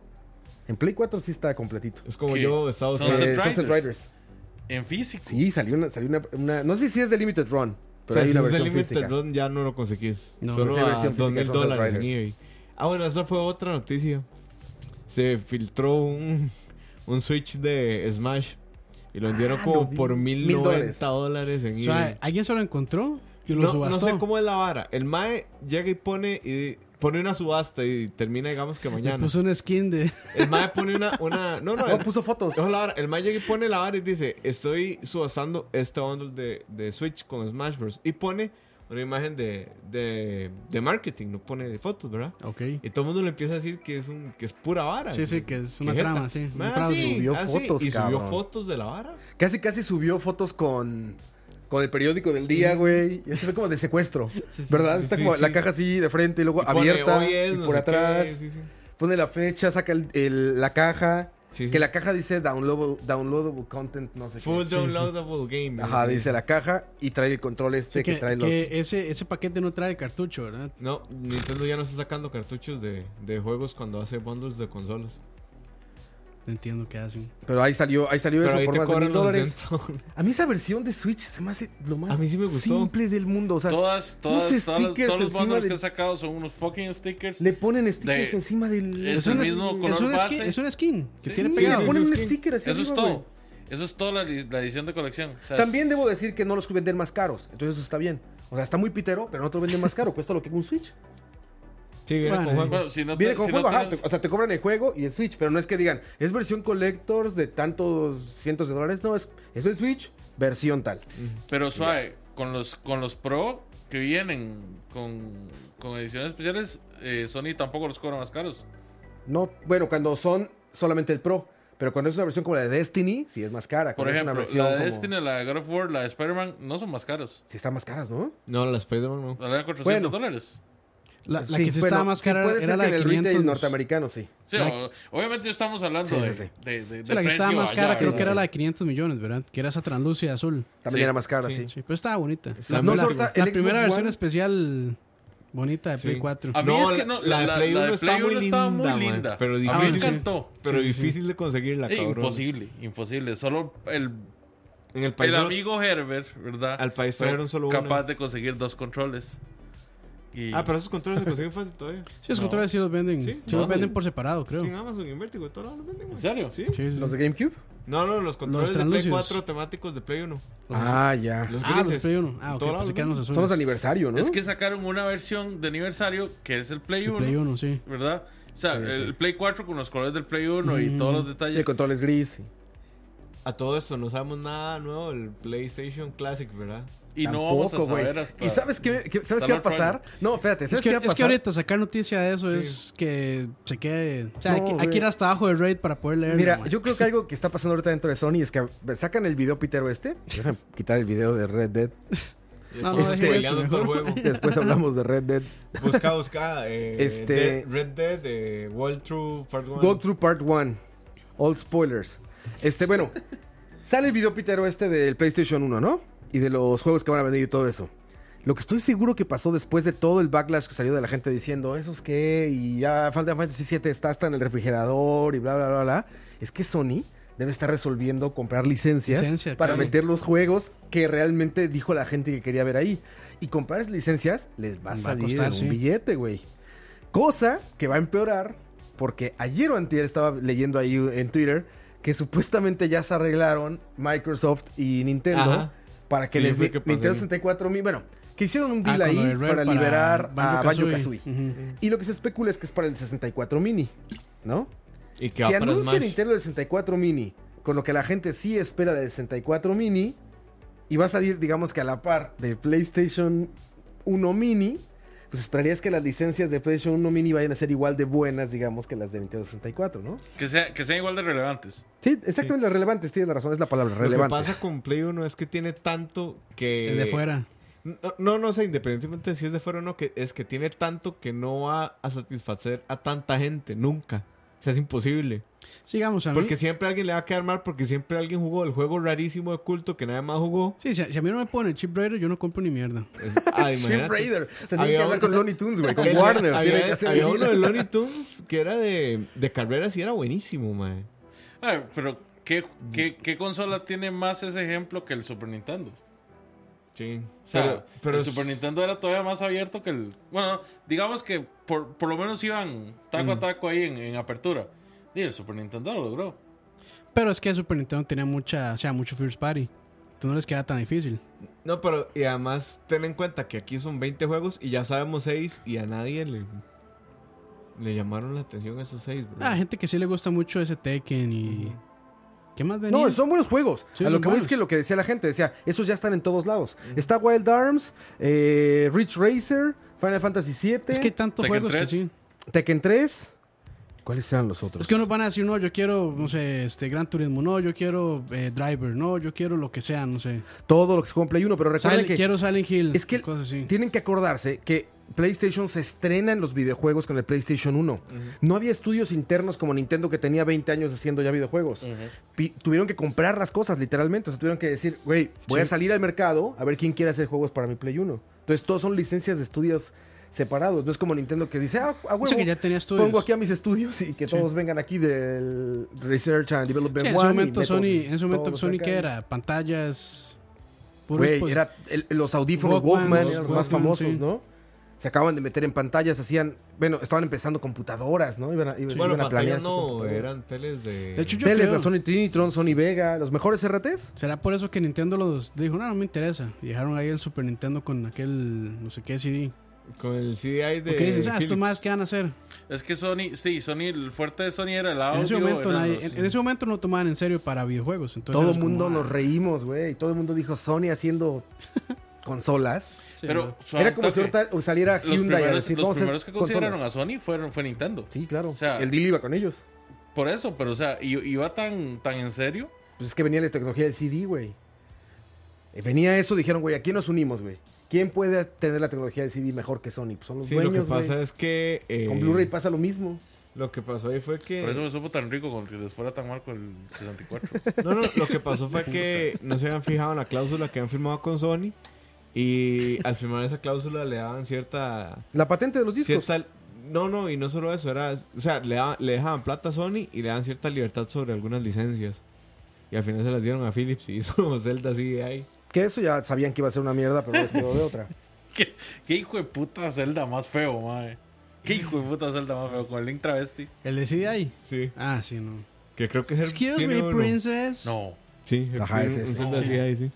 En Play 4 sí está completito.
Es como
¿Qué?
yo estaba
Son-
buscando.
Sunset
Eh,
Riders.
Sunset Riders.
(laughs) En físico.
Sí, salió una, salió una, una- No sé si es de Limited Run,
O
pero
sea,
hay
si
una
es de
versión
Limited
física.
Run ya no lo conseguís.
No,
Solo
esa
a
versión física
dos mil
es Sunset
dólares en
Riders.
eBay. Ah, bueno, esa fue otra noticia. Se filtró un, un Switch de Smash y lo vendieron
Ah,
como
lo vi.
por
Mil dólares.
1090 dólares en
O
eBay.
sea, alguien se lo encontró y lo
no, no
subastó.
sé cómo es la vara. El Mae llega y pone y pone una subasta y termina, digamos que
Le
mañana.
puso un skin de. (laughs)
El Mae pone una, una.
(laughs)
No, no,
No,
el-
puso fotos.
Ojo la vara. El Mae llega y pone la vara y dice: Estoy subastando este bundle de, de Switch con Smash Bros. Y pone una imagen de, de, de marketing, no pone de fotos, ¿verdad?
Ok.
Y todo el mundo le empieza a decir que es, un, que es pura vara.
Sí, sí, que es una
jeta.
trama, sí, un
Ah,
fraude.
sí,
Subió
ah, sí,
fotos,
Y subió
cabrón.
fotos de la vara.
Casi, casi subió fotos con. Con el periódico del día, güey. Ya se ve como de secuestro.
Sí, sí,
¿Verdad?
sí,
Está
sí,
como
sí.
la caja así de frente y luego
Y pone,
abierta.
"Hoy es",
y
no
por
sé qué,
atrás.
sí, sí.
Pone la fecha, saca el- el- la caja.
Sí, sí.
Que la caja dice downloadable, downloadable content, no sé qué.
Full downloadable game.
Ajá,
¿verdad?
dice la caja y trae el control este
Sí,
que,
que,
trae los.
que ese, ese paquete no trae el cartucho, ¿verdad?
No, Nintendo ya no está sacando cartuchos de, de juegos cuando hace bundles de consolas.
Entiendo qué hacen.
Pero ahí salió, ahí salió
Pero
eso
ahí
por
te
más de
cobran
mil
los
dólares.
60.
A mí esa versión de Switch se me hace lo más
A mí sí me gustó.
simple del mundo. O sea,
Todas, todas,
unos
todas las-
stickers
todos los
encima
bundles que
del-
he sacado son unos fucking stickers.
le ponen stickers
De-
encima del.
Es el
un
mismo
skin-
color
es un
base.
skin, es un skin que
Sí,
tiene
Sí,
pegado.
le
pegado.
ponen
Sí,
un
sí, sí.
sticker así.
Eso es
arriba,
todo.
güey.
Eso es toda la, li- la edición de colección. O sea,
También
es-
debo decir que no los venden más caros. Entonces eso está bien. O sea, está muy pitero, pero no te lo venden más caro. (laughs) Cuesta lo que un Switch.
(laughs) Sí, viene
Bueno,
con juego.
Bueno, si no
Viene
te-
con
si no
juego, ajá,
tienes-
te- o sea, te cobran el juego y el Switch, pero no es que digan, es versión collectors de tantos cientos de dólares, no, es, es el Switch, versión tal.
Pero suave, con los, con los Pro que vienen con, con ediciones especiales, eh, Sony tampoco los cobra más caros.
No, bueno, cuando son solamente el Pro, pero cuando es una versión como la de Destiny, sí es más cara.
Por
cuando es una
ejemplo,
versión
la de
como-
Destiny, la de God of War, la de Spider-Man, no son más caros.
Sí están más caras, ¿no?
No, la Spider-Man no.
Valen 400
Bueno.
dólares.
La, la
Sí,
que se
bueno,
estaba más
sí
cara
puede
era
ser
la
que
de
en el retail
500.
norteamericano, sí.
Sí,
La-
o- obviamente estamos hablando
Sí,
de,
sí, sí.
de- de- de
la que estaba
precio
más
allá,
cara creo
¿verdad?
que era la de 500 millones, ¿verdad? Que era esa translúcida azul.
También
Sí,
era más cara, sí.
sí.
Sí, pero estaba bonita.
Está
la
muy
la-
bonita.
la
El
primera
Xbox
versión
One. Ah,
especial bonita de
Sí.
Play 4.
A mí
No,
es que no, la, la- la de Play 1
está muy
estaba muy
linda, man,
linda.
pero
a mí me
difícil.
encantó.
Pero
Sí, sí, sí.
difícil de conseguirla,
Eh,
cabrón.
imposible, imposible. Solo el,
En el país
el
solo-
amigo Herbert, ¿verdad?
Al país
Fue
trajeron solo una.
Capaz de conseguir dos controles. Y
Ah, pero esos controles se consiguen fácil todavía.
Sí, los
No.
controles sí los venden. Sí,
Sí,
los
no.
venden por separado, creo.
Sí,
Sí,
en Amazon y en Vertigo, y todos lados los venden.
¿En
güey.
serio?
Sí.
sí, sí.
¿Los de GameCube?
No, no, los controles de Play
translúcidos.
4 temáticos de Play 1.
Ah, ya.
Los
Ah, los
grises.
Play 1. Ah,
En
ok.
todos
Pensé
lados
que eran los azules.
Son los de aniversario, ¿no?
Es que sacaron una versión de aniversario que es el Play
El
1,
Play 1, sí.
¿verdad? O sea,
Sí,
el Play 4 con los colores del Play 1 y todos los
Mm. Sí,
detalles.
el control es gris. sí.
A todo esto no sabemos nada nuevo del PlayStation Classic, ¿verdad?
y no vamos a
Tampoco, güey.
saber hasta.
¿Y sabes qué, qué- sabes
hasta
qué va
la
a pasar? No, espérate, ¿sabes
Es que,
qué va a
es que
pasar?
ahorita sacar noticia de eso es que se quede. O sea, hay,
No,
que- hay
güey.
que ir hasta abajo de Raid para poder leerlo. Ah,
Mira,
man.
yo creo que algo que está pasando ahorita dentro de Sony es que sacan el video
(laughs)
pitero este. Déjame quitar el video de Red Dead.
Y
Ah, No,
estamos
no,
deje
spoileando
eso,
todo el
mejor.
juego.
Después hablamos de Red Dead.
Busca, busca. eh,
Este-
Dead- Red Dead, eh, World True Part 1.
Walkthrough Part 1. All spoilers.
(laughs)
Este, bueno, sale el video pitero este del PlayStation 1, ¿no? Y de los juegos que van a venir y todo eso. Lo que estoy seguro que pasó después de todo el backlash que salió de la gente diciendo, ¿esos qué? Y ya Final Fantasy VII está hasta en el refrigerador y bla, bla, bla, bla. Es que Sony debe estar resolviendo comprar licencias
Licencia,
para
claro.
meter los juegos que realmente dijo la gente que quería ver ahí. Y comprar esas licencias les va
Va
a
a
salir
costar,
un
sí.
billete, güey. Cosa que va a empeorar porque ayer o antier estaba leyendo ahí en Twitter que supuestamente ya se arreglaron Microsoft y Nintendo
Ajá.
para que
Sí,
les
fue
di-
que pasó.
Nintendo 64 mil, bueno, que hicieron un
Ah,
deal
con lo
ahí
de Rare
para, liberar a
Banjo-Kazooie.
Banjo-Kazooie.
Ujú.
Y lo que se especula es que es para el 64 mini, ¿no?
Y que
Si
va para
anuncia
Smash.
Nintendo el 64 mini, con lo que la gente sí espera del 64 mini, y va a salir, digamos que a la par del PlayStation 1 mini, pues esperarías que las licencias de PlayStation 1 mini vayan a ser igual de buenas, digamos, que las de Nintendo 64, ¿no?
Que, sea, que sean igual de relevantes.
Sí, exactamente, las relevantes, tienes la razón, es la palabra,
Lo que
relevantes. (laughs)
pasa con Play 1 es que tiene tanto que...
Eh,
El de fuera.
No, no, no sé, independientemente de si es de fuera o no, que es que tiene tanto que no va a satisfacer a tanta gente, nunca. O sea, es imposible.
Sigamos a mí.
Porque siempre a alguien le va a quedar mal porque siempre alguien jugó el juego rarísimo de culto que nadie más jugó.
Sí, si a, si a mí no me pone Chip Raider, yo no compro ni mierda.
(laughs)
Es- ah,
Chip
imagínate.
Raider. O sea, tienen
Había
que hablar
un-
con Looney Tunes, güey, con
(laughs) Había-
Warner.
había-
tienen que hacer
había
el
uno de
deal.
Looney Tunes que era de, de carreras y era buenísimo, mae.
Ah, pero, ¿qué, qué, qué consola tiene más ese ejemplo que el Super Nintendo?
Sí.
O sea,
Pero, pero
el Super
es-
Nintendo era todavía más abierto que el. Bueno, digamos que por, por lo menos iban taco a taco ahí en, en apertura. Y el Super Nintendo lo logró.
Pero es que Super Nintendo tenía mucha, o sea, mucho First Party. Entonces no les queda tan difícil.
No, pero y además ten en cuenta que aquí son 20 juegos y ya sabemos 6 y a nadie le, le llamaron la atención esos 6, bro.
Ah, gente que sí le gusta mucho ese Tekken y. ¿Qué más venía?
No, son buenos juegos.
Sí,
a lo
son
que voy es
buenos. Mm.
que lo que decía la gente, decía, esos ya están en todos lados. Está Wild Arms, eh, Rich Racer, Final Fantasy VII,
Es que hay tantos
Tekken
juegos
3.
que sí.
Tekken 3. ¿Cuáles eran los otros?
Es que unos van a decir, no, yo quiero, no sé, este Gran Turismo, no, yo quiero eh, Driver, no, yo quiero lo que sea, no sé.
Todo lo que se juega en Play 1, pero recuerden
Silent-
que
quiero Silent Hill.
es que
cosas así.
tienen que acordarse que PlayStation se estrena en los videojuegos con el PlayStation 1. No había estudios internos como Nintendo que tenía 20 años haciendo ya videojuegos. Pi- Tuvieron que comprar las cosas literalmente. O sea, tuvieron que decir, güey, voy a salir al mercado a ver quién quiere hacer juegos para mi Play 1. Entonces, todos son licencias de estudios separados. No es como Nintendo que dice, ah, a huevo,
Sí, que ya tenía estudios.
pongo aquí a mis estudios y que todos vengan aquí del Research and Development
Sí, en su
One y
momento
meto
Sony, en su momento
todos
Sony
acá.
¿qué era? Pantallas. puros,
Güey,
pues,
era el- los audífonos Walkman,
Walkman,
eran los
Walkman,
más famosos,
sí.
¿no? Se acaban de meter en pantallas, hacían, bueno, estaban empezando computadoras, ¿no? Iban a, iban,
bueno,
iban a planear
pantallas
sus
no,
computadoras.
eran teles de...
De hecho, yo
Teles,
creo-
la Sony Trinitron, Sony Vega, los mejores RTs.
¿Será por eso que Nintendo los dijo, no, no me interesa? Y dejaron ahí el Super Nintendo con aquel, no sé qué CD.
con el CDI de...
este,
Porque dices, ah, estos
Philips.
más, ¿qué van a hacer?
Es que Sony, sí, Sony, el fuerte de Sony era el audio.
en, ese momento,
eran
nadie-
los-
en, en ese momento no tomaban en serio para videojuegos. Entonces
Todo
era
el mundo
como,
"Ah".
"Ah,
nos reímos, güey. Todo el mundo dijo
(laughs)
Sony haciendo consolas.
ah, sí,
Pero
no.
suave
Era como
toque.
si ahorita saliera
los
Hyundai a
primeros,
decir,
los
vamos a hacer
primeros que consideraron
consolas.
a Sony fueron, fue Nintendo.
Sí, claro.
sea,
el deal iba con ellos.
Por eso, pero o sea, i- iba tan, tan en serio.
Pues es que venía la tecnología del CD, güey. Eh, Venía eso, dijeron, güey, ¿a quién nos unimos, güey? ¿Quién puede tener la tecnología del CD mejor que Sony? Pues son los
Sí,
dueños,
lo que
güey.
pasa es que... eh,
Con Blu-ray pasa lo mismo.
Lo que pasó ahí fue que...
Por eso me supo tan rico con que les fuera tan mal con el 64.
No, no, lo que pasó fue que no se habían fijado en la cláusula que habían firmado con Sony y al firmar esa cláusula le daban cierta...
La patente de los discos.
cierta- no, no, y no solo eso, era, o sea, le, da- le dejaban plata a Sony y le dan cierta libertad sobre algunas licencias. Y al final se las dieron a Philips y (laughs) hizo Zelda así ahí.
Que eso ya sabían que iba a ser una mierda, pero les quedó de
(laughs)
otra.
(laughs) ¿Qué, qué hijo de puta Zelda más feo, madre. Qué hijo de puta Zelda más feo con el Link Travesti.
¿El de CD ahí?
Sí.
Ah, sí, no.
Que creo que es el
Excuse
tiene
me,
uno.
princess.
No.
Sí, el-
Ajá,
un-
ese,
un
ese.
Zelda CDI, sí.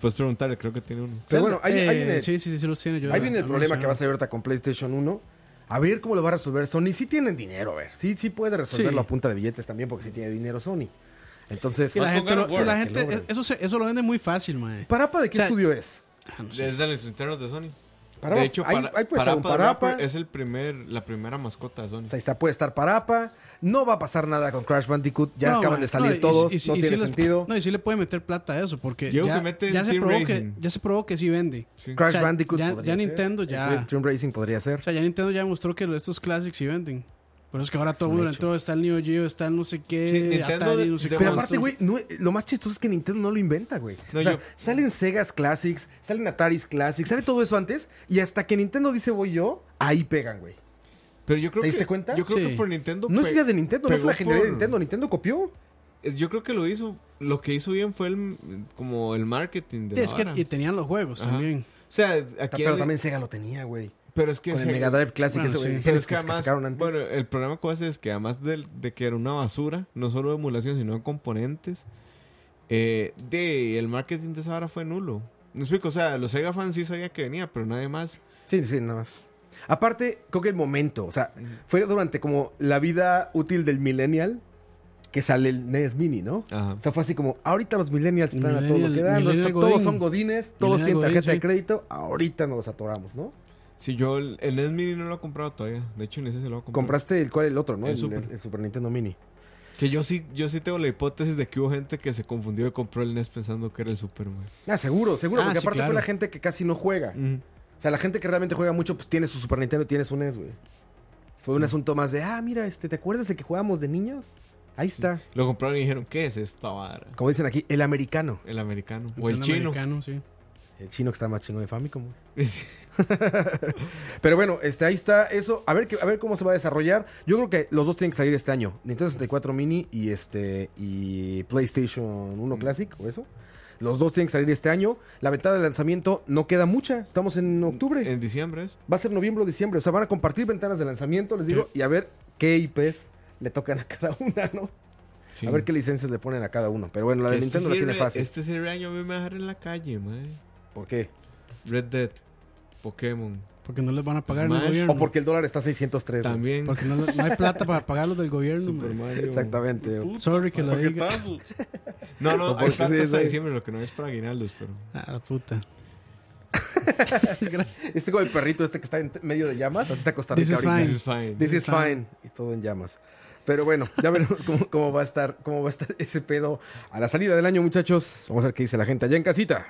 Puedes preguntarle, creo que tiene uno.
Pero
Zelda-
bueno, ahí- ahí
eh,
viene-
Sí, sí, sí, sí los tiene yo.
Ahí viene el
Ah,
problema
sí,
que va a salir ahorita con PlayStation 1. A ver cómo lo va a resolver Sony. Sí tienen dinero, a ver. Sí, sí puede resolverlo
Sí.
a punta de billetes también, porque sí tiene dinero Sony. Entonces,
Y la
Más
gente,
con
lo-
God of War,
la
que
gente-
logren.
eso, se- eso lo vende muy fácil, mae.
¿Parapa de qué
O sea,
estudio es?
Ah, no sé.
Desde los internos de Sony.
Parapa.
De hecho,
Ahí-
para,
ahí puede estar un
Parappa the
Parappa.
Rapper es el primer, la primera mascota de Sony.
O sea, ahí está, puede estar Parapa. No va a pasar nada con Crash Bandicoot. Ya
No,
acaban
man,
de
no,
salir
y-
todos.
y- y-
no
y sí
tiene
les-
sentido.
No, y sí le puede meter plata a eso, porque
Yo
ya,
que meten
ya se
Team
probó
Racing.
que, ya se probó que sí vende.
Sí.
Crash
o sea,
Bandicoot
ya-
podría
ya
ser.
Nintendo ya-
El Dream Racing podría ser.
O sea, ya Nintendo ya mostró que estos classics sí venden. Por eso es que ahora
Es
todo el
un
mundo
hecho.
entró, está el Neo Geo, está el no sé qué,
Sí, Nintendo
Atari, no sé
de-
qué.
Pero
Como
aparte,
estos-
güey, no- lo más chistoso es que Nintendo no lo inventa, güey.
No,
O sea,
yo-
Salen Segas Classics, salen Ataris Classics, sale todo eso antes. Y hasta que Nintendo dice voy yo, ahí pegan, güey.
Pero yo creo
¿Te diste
que,
cuenta?
Yo creo
Sí.
que por Nintendo.
No es
pe-
idea de Nintendo, no
pegó
fue la genialidad de
por-
Nintendo. Nintendo copió.
es- Yo creo que lo hizo. Lo que hizo bien fue el, como el marketing
Sí,
de la
es que
vara.
y tenían los juegos
Ajá.
también.
O sea, aquí.
Pero también Sega lo tenía, güey.
Pero es que...
Con el
se-
Mega Drive Classic,
Bueno,
ese
sí.
güey,
Pero
que
es que además,
sacaron antes.
bueno, el problema que pasa es que además del- de, que era una basura, no solo de emulación, sino de componentes, eh, de, el marketing de esa hora fue nulo. No explico, o sea, los Sega fans sí sabían que venía, pero nadie más.
Sí, sí, nada más. Aparte, creo que el momento, o sea, fue durante como la vida útil del millennial que sale el NES Mini, ¿no?
Ajá.
O sea, fue así como, ahorita los millennials están a todo lo
Millennial-
que dan, los-
millennial
todos
Godín.
son godines, todos
Millennial
tienen
Godín,
tarjeta de
sí.
crédito, ahorita nos los atoramos, ¿no?
Si yo el, el NES Mini no lo he comprado todavía. De hecho, en ese se lo voy a comprar.
Compraste el cual el otro, ¿no?
El
El,
Super.
el- el Super Nintendo Mini.
Que yo sí, yo sí tengo la hipótesis de que hubo gente que se confundió y compró el NES pensando que era el Superman.
Ah, seguro, seguro,
Ah,
porque
sí,
aparte
claro.
fue la gente que casi no juega. O sea, la gente que realmente juega mucho, pues tiene su Super Nintendo y tiene su NES, güey. Fue un asunto más de, ah, mira, este, ¿te acuerdas de que jugábamos de niños? Ahí está.
Lo compraron y dijeron, ¿qué es esta vara?
Como dicen aquí, el americano.
El americano. O el chino. (laughs)
americano, sí.
El chino que está más chino de Famicom. güey. Pero bueno, este, ahí está eso. A ver, qué- a ver cómo se va a desarrollar. Yo creo que los dos tienen que salir este año. Nintendo 64 Mini y este y PlayStation 1
Mm.
Classic o eso. Los dos tienen que salir este año. La ventana de lanzamiento no queda mucha. Estamos en octubre.
Mm, En diciembre es.
Va a ser noviembre o diciembre. O sea, van a compartir ventanas de lanzamiento, les digo. Y a ver qué IPs le tocan a cada una, ¿no?
Sí.
A ver qué licencias le ponen a cada uno. Pero bueno, la de
Este
Nintendo la tiene
cierre-
fácil.
Este cierre de año a mí me va a dejar en la calle, madre.
¿Por qué?
Red Dead, Pokémon,
Porque no les van a pagar en el
Smash.
gobierno.
O porque el dólar está a 603. güey.
Mm. también
Porque no, no hay plata para pagar los del gobierno.
Super
man.
Mario.
Exactamente. güey.
Sorry que lo diga. (laughs)
Paquetazo.
No, no,
Porque
hay plata
sí,
hasta
sí.
diciembre, lo que no es para aguinaldos, pero.
Ah, la puta. Gracias.
Este como el perrito este que está en t- medio de llamas, así está Costa
This
Rica
is
ahorita.
This is fine.
This is fine. Y todo en llamas. Pero bueno, ya veremos (laughs) cómo, cómo va a estar, cómo va a estar ese pedo a la salida del año, muchachos. Vamos a ver qué dice la gente allá en casita.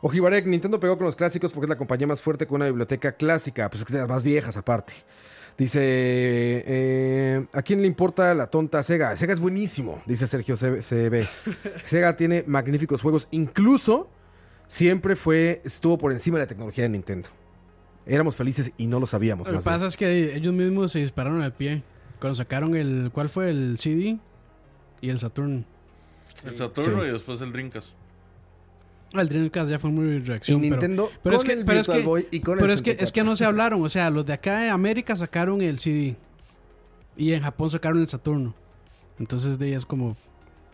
Ojibarek, Nintendo pegó con los clásicos porque es la compañía más fuerte con una biblioteca clásica, pues es que de las más viejas aparte. Dice, eh, ¿a quién le importa la tonta Sega? Sega es buenísimo, dice Sergio C- CB. Sega tiene magníficos juegos, incluso siempre fue, estuvo por encima de la tecnología de Nintendo. Éramos felices y no lo sabíamos.
Pues
Lo que
más bien.
pasa es que ellos mismos se dispararon al pie. Cuando sacaron el. ¿Cuál fue el CD? Y el Saturn.
El Saturno
Sí.
y después el Drinkas.
Ah, El Dreamcast ya fue muy
Y
reacción. pero-
Nintendo
pero es
con
que-
el
pero es
Virtual
que-
Boy y con el
Pero es que, es que
64.
no se hablaron. O sea, los de acá de América sacaron el CD. Y en Japón sacaron el Saturno. Entonces de ahí es como.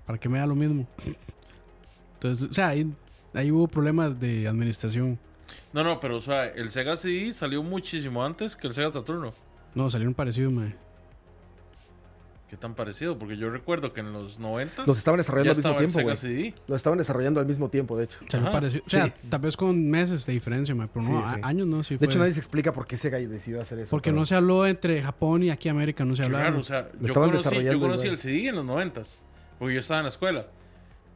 Para que me da lo mismo. (laughs) Entonces, o sea, ahí, ahí hubo problemas de administración.
No, no, pero o sea, el Sega CD salió muchísimo antes que el Sega Saturno.
No, salieron parecidos, mae.
¿Qué tan parecido? Porque yo recuerdo que en los 90
Los estaban
ya
desarrollando al mismo
estaba el
tiempo,
Sega
güey.
CD.
Los estaban desarrollando al mismo tiempo, de hecho.
Salió
Ajá.
parecido. O sea,
Sí.
tal vez con meses de diferencia, mae, Pero no,
Sí,
a-
sí.
años no. Sí
De hecho,
fue.
nadie se explica por qué Sega decidió hacer eso.
Porque
pero-
no se habló entre Japón y aquí América, no se
Qué
hablaron.
raro, o sea, yo
estaban
conocí,
desarrollando
yo
el
conocí
dueño.
el CD en los 90 porque yo estaba en la escuela.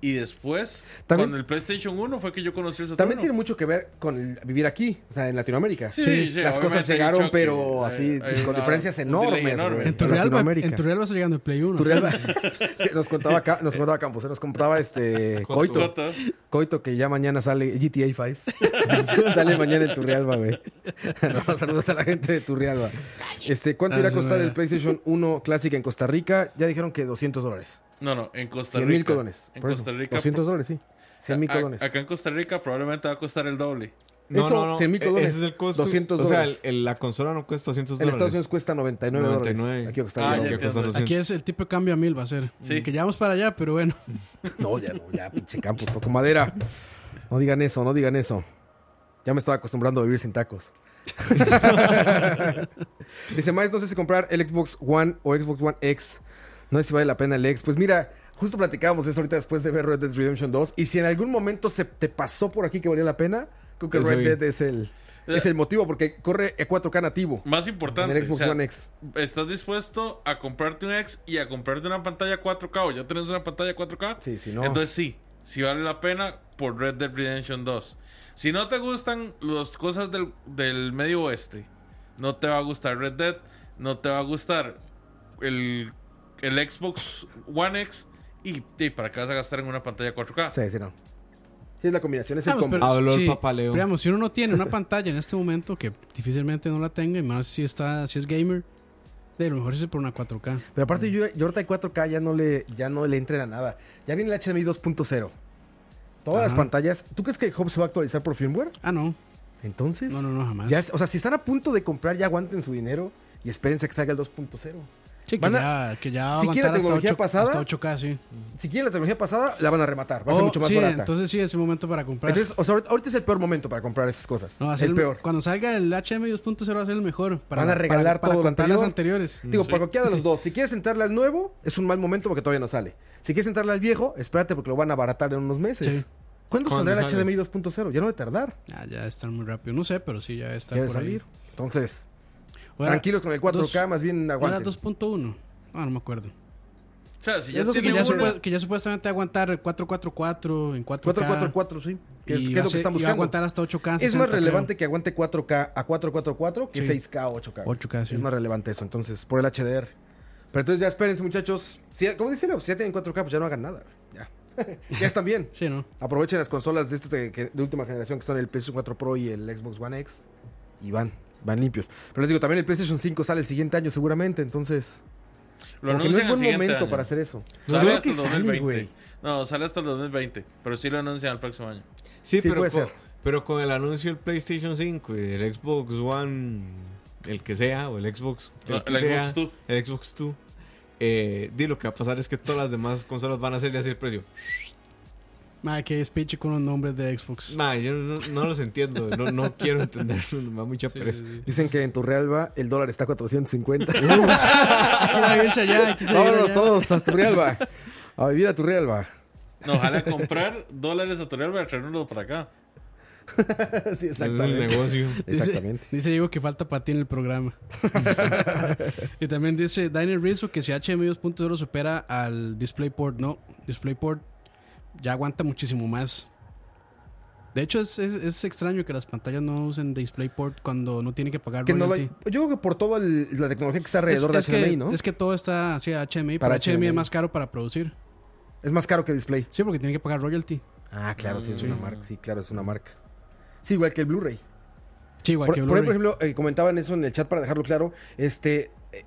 Y después,
También-
con el PlayStation 1 fue que yo conocí el Saturno.
También tiene mucho que ver con el vivir aquí, o sea, en Latinoamérica.
Sí, sí, sí,
Las cosas
obviamente hay
llegaron,
choque,
pero
hay-
así,
hay
con
una-
diferencias
un delay
enormes,
enorme.
güey.
En
En
Turrialba, en
Latinoamérica.
Turrialba se llegan el Play 1.
Turrialba. (laughs) que nos contaba acá, nos contaba Campos, nos contaba este Coito,
Cota.
Coito que ya mañana sale GTA 5. (laughs) sale mañana en Turrialba, güey. No, saludos a la gente de Turrialba. Este, ¿cuánto
Ah,
irá a
sí,
costar
mira.
el PlayStation 1 Classic en Costa Rica? Ya dijeron que 200 dólares.
No, no, en Costa
100
Rica.
mil colones.
En
Por eso,
Costa Rica. pues,
200 dólares, sí. 100 mil
a-
colones.
Acá en Costa Rica probablemente va a costar el doble.
No,
Eso,
no, no.
100 mil
e-
dólares,
Ese es el costo.
200
o sea,
dólares.
el- el- la consola no cuesta 200
En Estados Unidos
dólares.
cuesta 99 dólares.
99.
Aquí cuesta
Ah,
el
ya
doble.
Que cuesta
entiendo.
200.
Aquí es el tipo de cambio a mil, va a ser.
Sí.
Que ya vamos para allá, pero bueno.
No, ya no, ya, pinche campos, toco madera. No digan eso, no digan eso. Ya me estaba acostumbrando a vivir sin tacos. (laughs) Dice, Maes, no sé si comprar el Xbox One o Xbox One X. No sé si vale la pena el X. Pues mira, justo platicábamos eso ahorita después de ver Red Dead Redemption 2. Y si en algún momento se te pasó por aquí que valía la pena, creo que
Eso
Red
vi.
Dead es el, es el motivo porque corre a 4K nativo
Más
en
Eh. importante,
el Xbox
o sea,
One X.
¿estás dispuesto a comprarte un X y a comprarte una pantalla 4K o ya tenés una pantalla 4K?
Sí, sí, no.
Entonces sí, si vale la pena por Red Dead Redemption 2. Si no te gustan las cosas del, del medio oeste, no te va a gustar Red Dead, no te va a gustar el, el Xbox One X y, y para qué vas a gastar en una pantalla 4K.
Sí, sí, no. Sí, es la combinación, es el
Vamos,
combo.
pero
Habló el
sí,
Papa Leo.
pero digamos, si uno no tiene una pantalla en este momento, que difícilmente no la tenga, y más si, está, si es gamer, de lo mejor es por una 4K.
Pero aparte yo, yo ahorita el 4K ya no le ya no le entren a nada. Ya viene el HDMI 2.0. Todas las
Ajá.
pantallas. ¿Tú crees que Hub se va a actualizar por firmware?
Ah, no.
Entonces,
No, no, no, jamás.
ya es- o sea, si están a punto de comprar, ya aguanten su dinero y espérense a que salga el 2.0.
Sí, que,
Van a-
ya, que ya va a
si quiere
aguantar hasta,
tecnología
8,
pasada,
hasta 8K, sí.
Si quieren la tecnología pasada, la van a rematar. Va a ser
Oh,
mucho más
sí,
barata. Entonces,
entonces sí, es el momento para comprar.
o sea, ahorita, ahorita es el peor momento para comprar esas cosas.
No, va a ser
el
el-
peor.
Cuando salga el HM 2.0 va a ser el mejor.
Van a regalar
para,
todo lo
contar las
anterior.
anteriores.
Digo, para cualquiera de
(laughs)
los dos. Si quieres entrarle al nuevo, es un mal momento porque todavía no sale. Si quieres entrarle al viejo, espérate porque lo van a abaratar en unos meses.
Sí.
¿Cuándo,
¿Cuándo
saldrá
sale?
el HDMI 2.0? Ya no de tardar.
Ah, ya está muy rápido. No sé, pero sí, ya está
Ya debe
por ahí.
salir. Entonces,
O era
tranquilos con el 4K,
dos-
más bien
o era
aguanten.
2.1. Ah, no me acuerdo.
O sea, si
Es
ya
lo que,
tiene
ya
uno,
supue- que ya supuestamente va a aguantar el 444 en 4K.
444, sí. Que es,
y
que es
va a
lo que
ser-
están
y va a
buscando.
aguantar hasta 8K.
Es más relevante que aguante 4K a 444 que 6K a 8K.
8K, sí.
Es más relevante eso, entonces, por el HDR. Pero entonces ya espérense, muchachos. Si, como dice Leo, si ya tienen 4K, pues ya no hagan nada. Ya. (laughs) ya están bien.
Sí, ¿no?
Aprovechen las consolas de, estas de, que- de última generación, que son el PlayStation 4 Pro y el Xbox One X. Y van, van limpios. Pero les digo, también el PlayStation 5 sale el siguiente año seguramente, entonces...
lo
como que no
anuncian
es
el
buen
siguiente
momento
año.
para hacer eso.
Sale
Creo
hasta el
que sale,
2020.
güey.
no, sale hasta el 2020, pero sí lo anuncian el próximo año.
Sí,
Sí,
pero,
puede
con,
ser.
pero con el anuncio del PlayStation 5 y del Xbox One, el que sea, o el Xbox, el
No,
que
el
sea,
Xbox Two.
el Xbox Two, eh, di lo que va a pasar es que todas las demás consolas van a ser de así el precio.
Madre, Ah, que es pinche con los nombres de Xbox.
Ma, yo no, no los entiendo, no, (laughs) no quiero entenderlo, me da mucha pereza.
Dicen que en Turrialba el dólar está a (laughs) 450.
Hay que irse allá, hay que irse
Vámonos
allá.
todos a Turrialba. A vivir a Turrialba.
No, ojalá comprar dólares a Torreal para traernos para acá.
sí,
Es el
exactamente. (laughs)
(laughs) negocio.
Dice-
Exactamente.
Dice, Diego que falta para ti en el programa. (laughs) y también dice Daniel Rizzo que si HDMI 2.0 supera al DisplayPort, no. DisplayPort ya aguanta muchísimo más. De hecho, es, es- es extraño que las pantallas no usen DisplayPort cuando no tienen que pagar
Que no lo hay-
royalty.
yo creo que por toda el- la tecnología que está alrededor
es, es
de HDMI,
que,
¿no?
es
Es,
que todo está así HDMI,
Para
pero HDMI, es
HDMI.
más caro para producir.
más caro que display.
Sí, porque tienen que pagar royalty.
Ah, claro, sí, es una marca. Sí, claro, es una marca. Sí, igual que el Blu-ray.
Sí, igual
Por,
que
por ahí,
Blu-ray.
por ejemplo, eh, comentaban eso en el chat para dejarlo claro. Este, eh,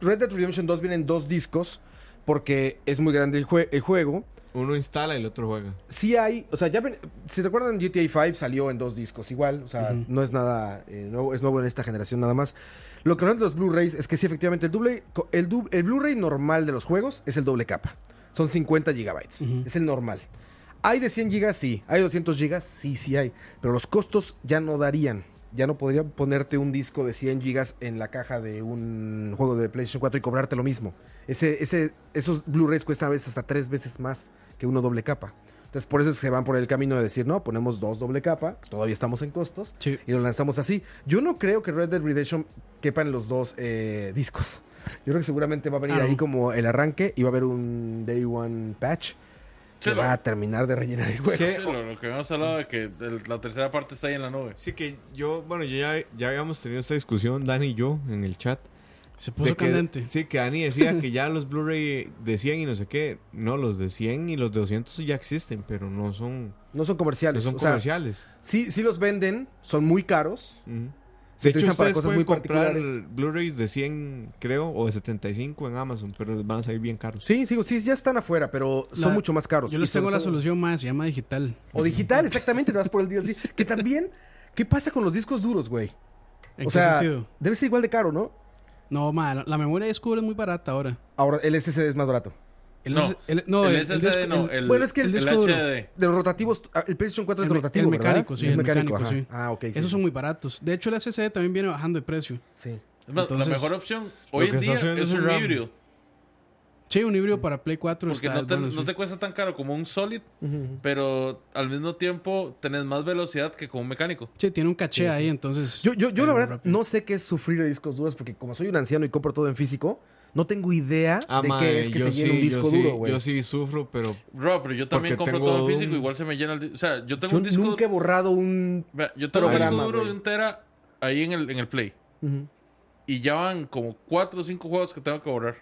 Red Dead Redemption 2 vienen dos discos porque es muy grande el, jue- el juego.
Uno instala y el otro juega.
Sí hay, o sea, ya ven- si se acuerdan, GTA V salió en dos discos igual, o sea, no es nada eh, nuevo, es nuevo en esta generación nada más. Lo que no es de los Blu-rays es que sí, efectivamente, el, doble, co- el, du- el Blu-ray normal de los juegos es el doble capa. Son 50 gigabytes, es el normal. Hay de 100 gigas, sí. Hay 200 gigas, sí, sí hay. Pero los costos ya no darían. Ya no podrían ponerte un disco de 100 gigas en la caja de un juego de PlayStation 4 y cobrarte lo mismo. Ese, ese, esos Blu-rays cuestan a veces hasta tres veces más que uno doble capa. Entonces por eso es que se van por el camino de decir, no, ponemos dos doble capa, todavía estamos en costos,
Sí.
y lo lanzamos así. Yo no creo que Red Dead Redemption quepan los dos eh, discos. Yo creo que seguramente va a venir
Ah,
ahí
no.
como el arranque y va a haber un Day One Patch que
Sí,
va
lo-
a terminar de rellenar el juego.
¿Qué?
Sí, lo, lo que habíamos hablado de que el- la tercera parte está ahí en la nube.
Sí que yo, bueno, yo ya, ya habíamos tenido esta discusión, Dani y yo, en el chat.
Se
de
puso
que-
candente.
Sí, que Dani
(laughs)
decía que ya los Blu-ray de 100 y no sé qué. No, los de 100 y los de 200 ya existen, pero no son,
No son
no
comerciales.
son
o sea,
comerciales.
sí, sí los venden, son muy caros.
Ujú.
se
De
utilizan
hecho,
para
ustedes
cosas
pueden
muy
comprar
particulares.
Blu-rays de 100, creo, o de 75 en Amazon, pero les van a salir bien caros.
Sí, sí, sí, ya están afuera, pero son
La-
mucho más caros.
Yo
Y
les
sobre
tengo la
todo-
solución más, se llama digital.
O digital, exactamente, te vas por
(laughs)
el DLC. Que también, ¿qué pasa con los discos duros, güey?
¿En
O
qué
sea,
sentido?
debe ser igual de caro, ¿no?
No, ma, la, la memoria de disco es muy barata ahora.
Ahora, el SSD es más barato.
El,
no,
S-
el,
no, el- el
SSD
disco-
no.
el-
El,
bueno, es que
el,
el
disco duro.
HD.
De los rotativos, ah, el PlayStation 4 es
El me-
rotativo,
el
¿verdad?
mecánico, sí,
Es
el mecánico,
ajá.
sí.
Ah, ok. sí,
Esos
sí,
son muy baratos. De hecho, el SSD también viene bajando de precio.
sí.
Es más,
Entonces,
la mejor opción hoy
lo que está
en día
haciendo
es
es un
un
RAM.
híbrido.
Sí, un híbrido para Play 4
Porque
está
no te,
bueno,
no
sí.
te cuesta tan caro como un Solid, pero al mismo tiempo tenés más velocidad que con un mecánico.
Sí, tiene un caché ahí, entonces...
Yo, yo, yo la verdad no sé qué es sufrir de discos duros porque como soy un anciano y compro todo en físico, no tengo idea
Ah,
de
mae,
qué es que
yo
se llene
sí,
un disco
yo sí-
duro, güey.
yo sí sufro, pero
Bro, pero yo también
Porque
compro
tengo
todo en
un-
físico, igual se me llena el disco. O sea, yo tengo
Yo
un disco.
nunca he borrado un...
Vea, Yo
Ah,
tengo un disco
programa,
duro
güey.
de un tera ahí en el, en el Play.
Ujú.
Y ya van como 4 o 5 juegos que tengo que borrar.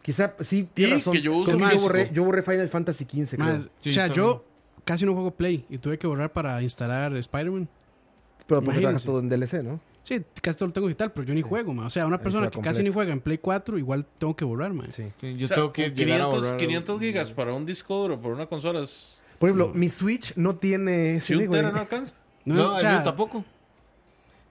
Quizá, sí, tienes
Y
razón.
que yo uso
Creo que
físico.
borré, yo borré Final Fantasy XV, creo.
Más,
Sí,
o sea,
también.
yo casi no juego Play y tuve que borrar para instalar Spider-Man.
Pero porque trabajas
imagínense.
todo en DLC, ¿no?
Sí, casi todo lo tengo digital, pero yo ni juego, ma. O sea, una persona
está
que casi
completo.
ni juega en Play 4, igual tengo que borrar, ma.
Sí.
sí, yo
O sea,
tengo que
con
llegar a
500,
borrar-
500 gigas para un disco duro, por una consola, es...
Por ejemplo, mi Switch no tiene
si
ese
un
güey.
tera no alcanza.
No,
o
el
sea,
mío tampoco.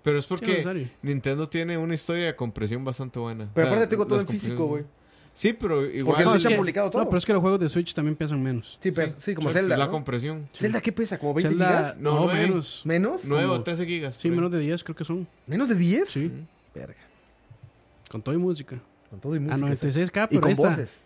Pero es
Sí, no
porque
es necesario.
Nintendo tiene una historia de compresión bastante buena.
Pero
O sea,
aparte tengo todo
las
en físico, güey.
compresiones- Sí, pero igual.
Porque
No,
se
es
echa
que-
publicado todo.
No, pero es que los juegos de Switch también pesan menos.
Sí, pero- sí, como
exacto,
Zelda.
es La
¿no?
compresión.
¿Zelda qué pesa? ¿Como 20
Zelda-
gigas?
No,
no,
güey.
menos.
¿Menos?
9 o
No.
13 gigas.
Sí,
por ahí.
menos de 10 creo que son.
¿Menos de 10?
Sí.
Verga.
Con todo y música.
Con todo y
a 96K,
música. y
este ah, pero
con
esta.
voces.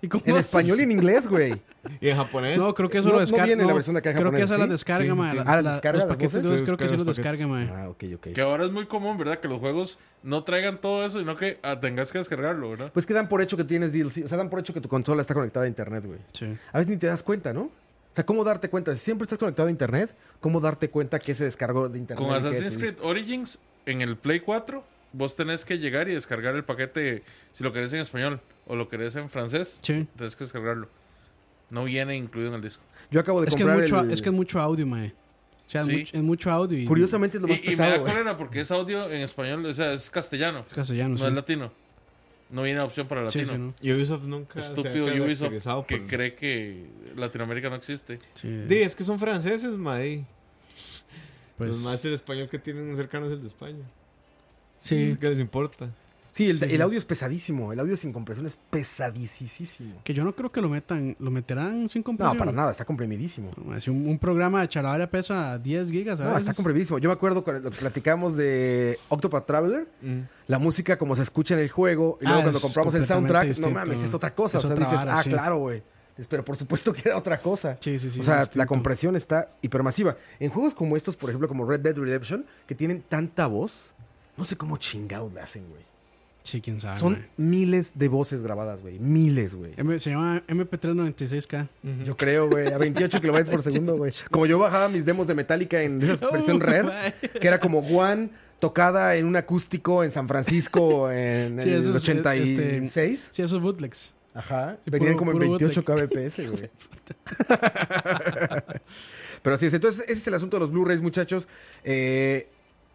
Y con
En
voces.
español y en inglés, güey.
Y en japonés.
No, creo que eso
No-
lo
no
descarga.
viene la versión de acá en
creo que
japonés,
esa
¿sí?
la descarga,
Sí,
ma,
sí.
la-
Ah, ¿la
la-
descarga
Los
las
paquetes de
voces?
voz creo que
Sí,
sí los
descarga los
descarga, ma.
Ah, ok, ok.
Que ahora es muy común, ¿verdad? Que los juegos no traigan todo eso, sino que ah, tengas que descargarlo, ¿verdad?
Pues que dan por hecho que tienes DLC. O sea, dan por hecho que tu consola está conectada a internet, güey.
Sí.
A veces ni te das cuenta, ¿no? O sea, ¿cómo darte cuenta? Si siempre estás conectado a internet, ¿cómo darte cuenta que se descargó de internet?
Con
y que
Assassin's
te-
Creed Origins en el Play 4, vos tenés que llegar y descargar el paquete, si lo querés en español o lo querés en francés,
Sí.
tenés que descargarlo. No viene incluido en el disco.
Yo acabo de
Es que es
comprar
mucho,
el...
es que es mucho audio, mae. O sea, es,
Sí.
mucho, es mucho audio. Y,
Curiosamente es lo más
Y, y me
pesado,
da
güey.
cólera porque es audio en español, o sea, es castellano,
Es castellano,
no
sí.
es latino. No viene opción para
Sí,
latino.
sí, ¿no?
Ubisoft nunca. se ha
Estúpido Ubisoft
caracterizado
que
por-
cree que Latinoamérica no existe.
Sí,
Di, es que son franceses, madre. Los
pues,
más del español que tienen cercano es el de España.
sí.
¿Qué les importa?
Sí, el,
Sí,
el
sí.
audio es pesadísimo. El audio sin compresión es pesadísimo.
Que yo no creo que lo metan, lo meterán sin
No,
compresión.
para nada, está comprimidísimo.
No, mae, si un, un programa de charabia pesa 10 gigas,
No, está comprimidísimo. Yo me acuerdo cuando platicamos de Octopath Traveler,
Mm.
la música como se escucha en el juego, y luego
Ah,
cuando
es
compramos el
completamente
soundtrack, no
distinto.
mames, es otra cosa.
Es
o sea,
otra
dices,
vara,
ah,
sí.
claro, güey. Es- Pero por supuesto que era otra cosa.
Sí, sí, este, sí,
O sea, la
distinto.
compresión está hipermasiva. En juegos como estos, por ejemplo, como Red Dead Redemption, que tienen tanta voz, no sé cómo chingados la hacen, güey.
Sí, quién sabe.
Son
mae.
miles de voces grabadas, güey. Miles, güey.
M- se llama MP396K.
Yo creo, güey, a 28
(laughs)
kilobytes por segundo, güey. Como yo bajaba mis demos de Metallica en esa versión
Oh,
rare,
man.
que era como One tocada en un acústico en San
(laughs)
Francisco en
Sí, eso
el
es,
86.
(laughs) Sí, esos bootlegs.
Ajá.
Sí,
Venían
puro-
como en
puro (laughs)
28 kbps, güey. Pero así es. Entonces, ese es el asunto de los Blu-rays, muchachos. Eh,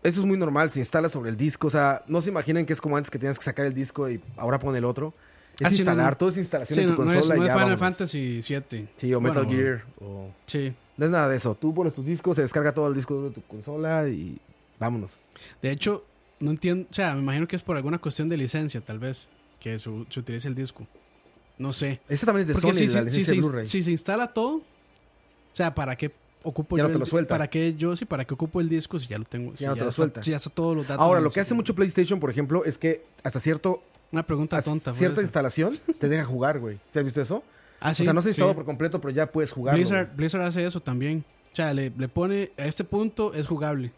Eso es muy normal, se instala sobre el disco. O sea, no se imaginen que es como antes que tenías que sacar el disco y ahora pon el otro. Es
Ah, sí, no,
instalar,
no.
todo es instalación
Sí,
en
no,
tu
no es,
consola y
no es
ya
Final
vámonos.
Fantasy 7.
Sí, o Metal
Bueno,
Gear. o-
Sí.
No es nada de eso. Tú pones tus discos, se descarga todo el disco duro de tu consola y vámonos.
De hecho, no entiendo. O sea, me imagino que es por alguna cuestión de licencia, tal vez. Que su- se utilice el disco. No sé.
Este también es de
si,
Sony, la
se- si
licencia
se,
de
ins-
Blu-ray.
si se instala todo, o sea, ¿para qué ocupo yo
Ya no te
el
lo
di-
suelta.
¿Para qué yo sí? ¿Para qué ocupo el disco si ya lo tengo? si
no te lo
está-
suelta.
si ya está todos los datos.
Ahora,
en
lo
el
que hace
sistema.
mucho PlayStation, por ejemplo, es que hasta cierto
Una pregunta
hasta
tonta. fue
cierta
esa.
instalación te deja jugar, güey. ¿Se has visto eso?
Ah, sí.
o sea, no se ha instalado
sí.
por completo, pero ya puedes jugar.
Blizzard, Blizzard hace eso también. O sea, le, le pone a este punto es jugable.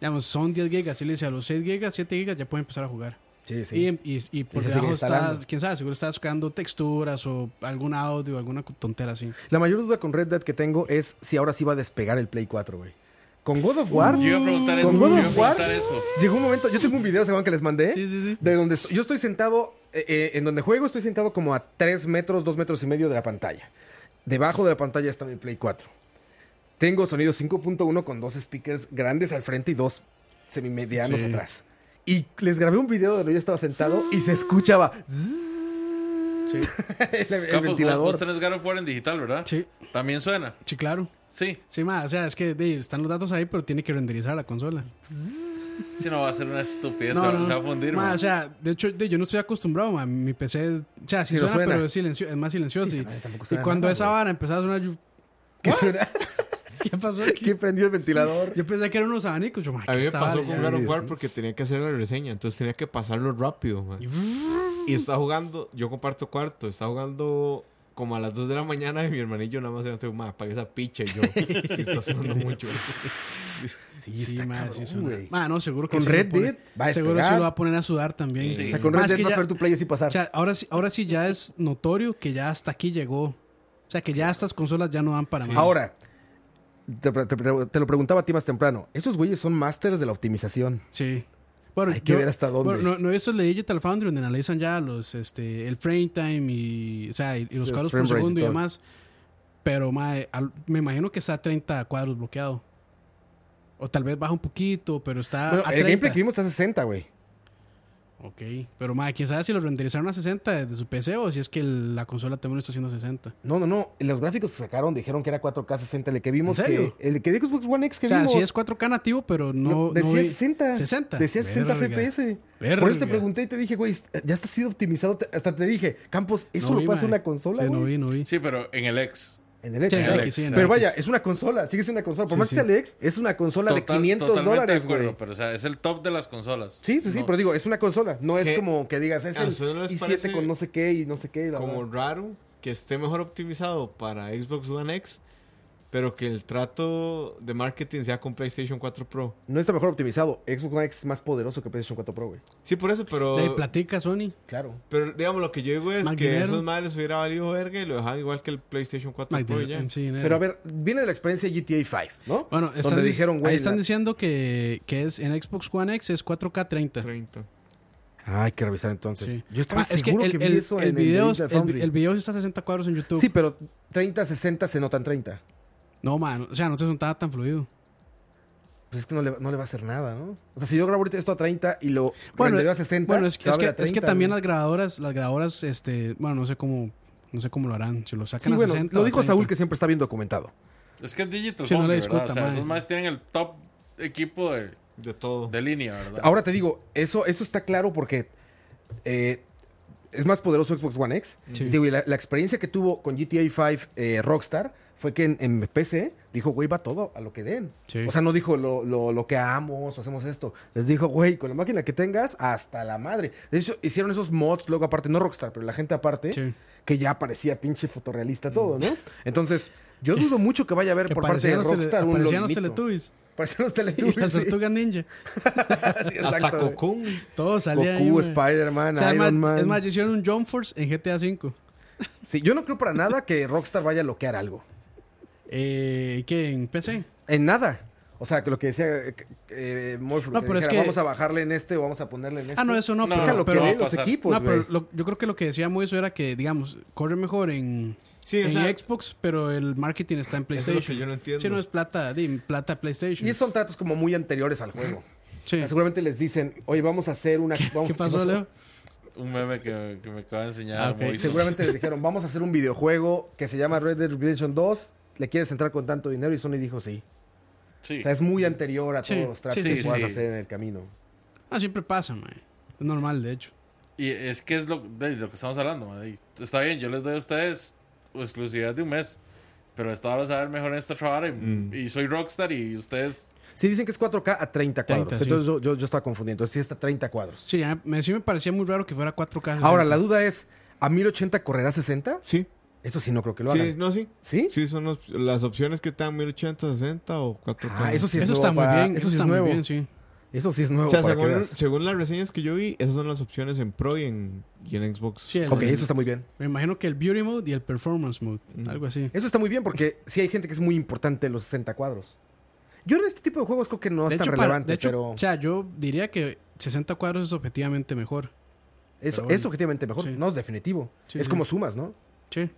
Digamos, son 10 gigas. Y le dice a los 6 gigas, 7 gigas ya puede empezar a jugar.
Sí,
Y, y, y por
Y se sigue
debajo está,
instalando.
quién sabe, seguro estás creando texturas o algún audio, alguna cu- tontera así.
La mayor duda con Red Dead que tengo es si ahora sí va a despegar el Play 4, güey. Con God of War.
Yo iba a preguntar eso.
con
yo
God
iba a
of War.
preguntar eso.
Llegó un momento. Yo tengo un video, ¿se acuerdan que les mandé?
Sí, sí, sí.
De donde estoy- yo estoy sentado, eh, eh, en donde juego, estoy sentado como a 3 metros, 2 metros y medio de la pantalla. Debajo de la pantalla está mi Play 4. Tengo sonido 5.1 con dos speakers grandes al frente y dos semimedianos
Sí.
atrás. Y les grabé un video donde yo estaba sentado y se escuchaba zzzz. (laughs) el, el
Capo, vos- Vos,
ventilador.
tenés God of War en digital, ¿verdad?
Sí,
También suena.
sí, claro.
Sí.
Sí, ma, o sea, es que de, están los datos ahí, pero tiene que renderizar la consola.
Si no va a ser una estupidez, se va- se va a fundir.
Ma,
man.
o sea, de hecho, de- yo no estoy acostumbrado, ma. Mi PC es. O sea, sí,
Sí, no
suena,
suena.
pero es, silencio, es más silencioso.
Sí,
y-
también tampoco
y,
suena
cuando
nada,
esa
güey.
vara empezaba a sonar, yo, (laughs)
¿Qué suena?
¿qué pasó aquí?
¿Quién prendió el ventilador?
Yo pensé que eran unos abanicos. Yo, ma,
A
¿qué
mí me
estaba
pasó
diciendo?
con God
sí,
of War
sí.
porque tenía que hacer la reseña, entonces tenía que pasarlo rápido, man. Y estaba jugando, yo comparto cuarto, estaba jugando como a las 2 de la mañana y mi hermanillo nada más era tipo, "Ma, apague esa picha y
(laughs)
yo, sí, está sonando mucho.
Sí,
Sí,
está
ma,
cabrón,
sí suena.
güey.
Ma, no, seguro que
Con
sí lo
Red
pone-
Dead va a
Seguro
despegar.
se lo va a poner a sudar también.
Sí.
O sea, con
Ma,
Red
es
Dead
que
vas a
ya-
ver tu Play así pasar.
O sea, ahora sí, ahora sí ya es notorio que ya hasta aquí llegó. O sea, que ya estas consolas ya no dan para más.
Ahora, te, pre- te pre- te lo preguntaba a ti más temprano. Esos güeyes son masters de la optimización.
Sí. Bueno,
Hay que ver hasta dónde.
bueno, no, no he visto el de Digital Foundry donde analizan ya los, este, el frame time y, o sea, y, y los
Sí,
cuadros
frame
por
rate y
segundo y,
todo.
demás. Pero, mae, al- me imagino que está a 30 cuadros bloqueado. O tal vez baja un poquito, pero está
Bueno,
a
el
30.
gameplay que vimos está a 60, güey.
Ok, pero madre, quién sabe si lo renderizaron a 60 desde su PC o si es que el- la consola también lo está haciendo a 60.
No, no, no. Los gráficos que sacaron dijeron que era 4K 60. El que vimos
¿En serio?
que. El que de Xbox One X que
o sea,
vimos.
sí es 4K nativo, pero no.
decía
no vi-
60.
60.
Decía 60
Verga.
FPS. Por eso
Verga.
te pregunté y te dije, güey, ya está sido optimizado. Te- Hasta te dije, Campos, eso
No
lo
vi,
pasa
mae.
una consola,
Sí,
güey.
no vi, no vi.
Sí, pero en el ex.
En el X.
Sí, en
¿no?
el X, sí, en el
pero
X.
vaya, es una consola, sigue siendo una consola. Por
Sí,
más
sí.
que sea el X, es una consola
Total-
de 500
totalmente
dólares,
de acuerdo,
güey.
pero o sea, es el top de las consolas.
Sí, sí, sí,
No.
pero digo, es una consola. No es
¿Qué?
como que digas, es
¿A
el
ustedes no les
i7
parece
con no sé qué y no sé qué. y la
como
verdad.
raro que esté mejor optimizado para Xbox One X, pero que el trato de marketing sea con PlayStation 4 Pro.
No está mejor optimizado. Xbox One X es más poderoso que PlayStation 4 Pro, güey.
Sí, por eso, pero.
De ahí platica Sony.
Claro.
Pero digamos, lo que yo digo es
Más
que
dinero.
esos males hubiera valido verga y lo dejaban igual que el PlayStation 4
Mike,
Pro
de-
y Pues, ya.
en sí, dinero.
Pero a ver, viene de la experiencia GTA 5, ¿no?
Bueno, están
Donde
dic-
dijeron, güey.
ahí están
la-
diciendo que, que es en Xbox One X es 4K 30.
30.
Ah, hay que revisar entonces.
Sí.
Yo estaba
Ah, es
seguro que,
el,
vi
el-
eso
el
en
video,
el, de
el,
Foundry.
el video sí está a 60 cuadros en YouTube.
Sí, pero 30, 60 se notan 30.
No, man, o sea, no se notaba tan fluido.
Pues es que no le, no le va a hacer nada, ¿no? O sea, si yo grabo ahorita esto a 30 y lo renderizo a 60,
bueno, es,
se
es
abre
que,
a 30,
es que también
güey.
las grabadoras, las grabadoras, este, bueno, no sé cómo, no sé cómo lo harán, si lo sacan
Sí,
a
bueno,
60
lo
o
dijo Saúl
30.
que siempre está bien documentado.
Es que es Digital
Sí, no
Foundry,
la discuta,
¿verdad? O sea,
madre.
esos más tienen el top equipo de,
De todo.
de línea, ¿verdad?
Ahora te digo, eso, eso está claro porque eh, es más poderoso Xbox One X.
Sí.
Y digo, y la, la experiencia que tuvo con GTA V eh, Rockstar fue que en, en PC dijo, güey, va todo a lo que den.
Sí.
O sea, no dijo lo, lo, lo que hagamos o hacemos esto. Les dijo, güey, con la máquina que tengas, hasta la madre. De hecho, hicieron esos mods, luego aparte, no Rockstar, pero la gente aparte,
Sí. Mm.
que ya parecía pinche fotorrealista todo, ¿no? Entonces, yo dudo mucho que vaya a haber
que
por parte de
parecían los tele-
Rockstar un
parecían los
loguito.
Teletubbies
Parecían
(laughs)
los
y las
(laughs) Teletubbies. sí.
Tortugas Ninja.
(laughs) Sí,
Hasta
exacto, güey.
Cocoon.
Todo salía ahí,
Goku,
mae.
Spider-Man,
O sea, es
Iron
más-
Man.
Es más, hicieron un Jump Force en GTA V.
Sí, yo no creo para nada que Rockstar vaya a bloquear algo.
Eh, ¿Qué? ¿En PC?
En nada. O sea, que lo que decía eh, eh, Moy,
No,
que
pero es
dijera,
que-
vamos a bajarle en este o vamos a ponerle en este.
Ah, no, eso no,
No,
es a
pero,
lo que
pero-
ven
va a
los
pasar.
equipos,
no,
Pues, güey.
pero lo- yo creo que lo que decía Moiso era que, digamos, corre mejor en,
Sí, o
en
sea,
Xbox, pero el marketing está en
Eso es lo
PlayStation.
que yo no entiendo.
Sí, no es plata, di, plata PlayStation.
Y esos son tratos como muy anteriores al juego.
Sí.
O sea, seguramente les dicen, oye, vamos a hacer una... vamos-
¿Qué pasó, Leo?
Un meme que, que me acaba de enseñar
Ah, ok.
Moisés.
Seguramente les dijeron, vamos a hacer un videojuego que se llama Red Dead Redemption 2. ¿Le quieres entrar con tanto dinero? Y Sony dijo sí.
Sí.
O sea, es muy anterior a
Sí,
todos los tratos
sí,
que
sí,
puedas
sí.
hacer en el camino.
Ah, siempre pasa, man. Es normal, de hecho.
Y es que es lo, de lo que estamos hablando. ma, y Está bien, yo les doy a ustedes exclusividad de un mes. Pero esta hora se va a ver mejor en esta otra hora. Y,
Mm.
y soy Rockstar y ustedes.
Sí, dicen que es 4K a 30 cuadros.
30, sí.
Entonces yo, yo, yo estaba confundiendo. Sí, está a 30 cuadros.
Sí, ya me, sí me parecía muy raro que fuera 4K.
Ahora, la duda es, ¿a 1080 correrá 60?
Sí.
Eso sí no creo que lo hagan.
Sí, no, sí.
¿Sí?
Sí, son los- las opciones que están 1080, 60 o 4K.
Ah, eso sí es
Eso
nuevo.
está muy
para-
bien,
Eso
eso
sí es
está muy
nuevo.
bien, sí.
Eso sí es nuevo.
O sea,
para que
según,
veas.
según las reseñas que yo vi, esas son las opciones en Pro y en, y en Xbox.
Sí, el-
Ok, eso está muy bien. Mm.
Me imagino que el Beauty Mode y el Performance Mode, algo así.
Eso está muy bien porque sí hay gente que es muy importante en los 60 cuadros. Yo en este tipo de juegos creo que no es tan
hecho, para-
relevante,
de hecho,
pero
O sea, yo diría que 60 cuadros es objetivamente mejor.
es,
pero bueno.
es objetivamente mejor.
Sí.
No, es definitivo.
Sí,
es
sí.
como sumas, ¿no?
Sí.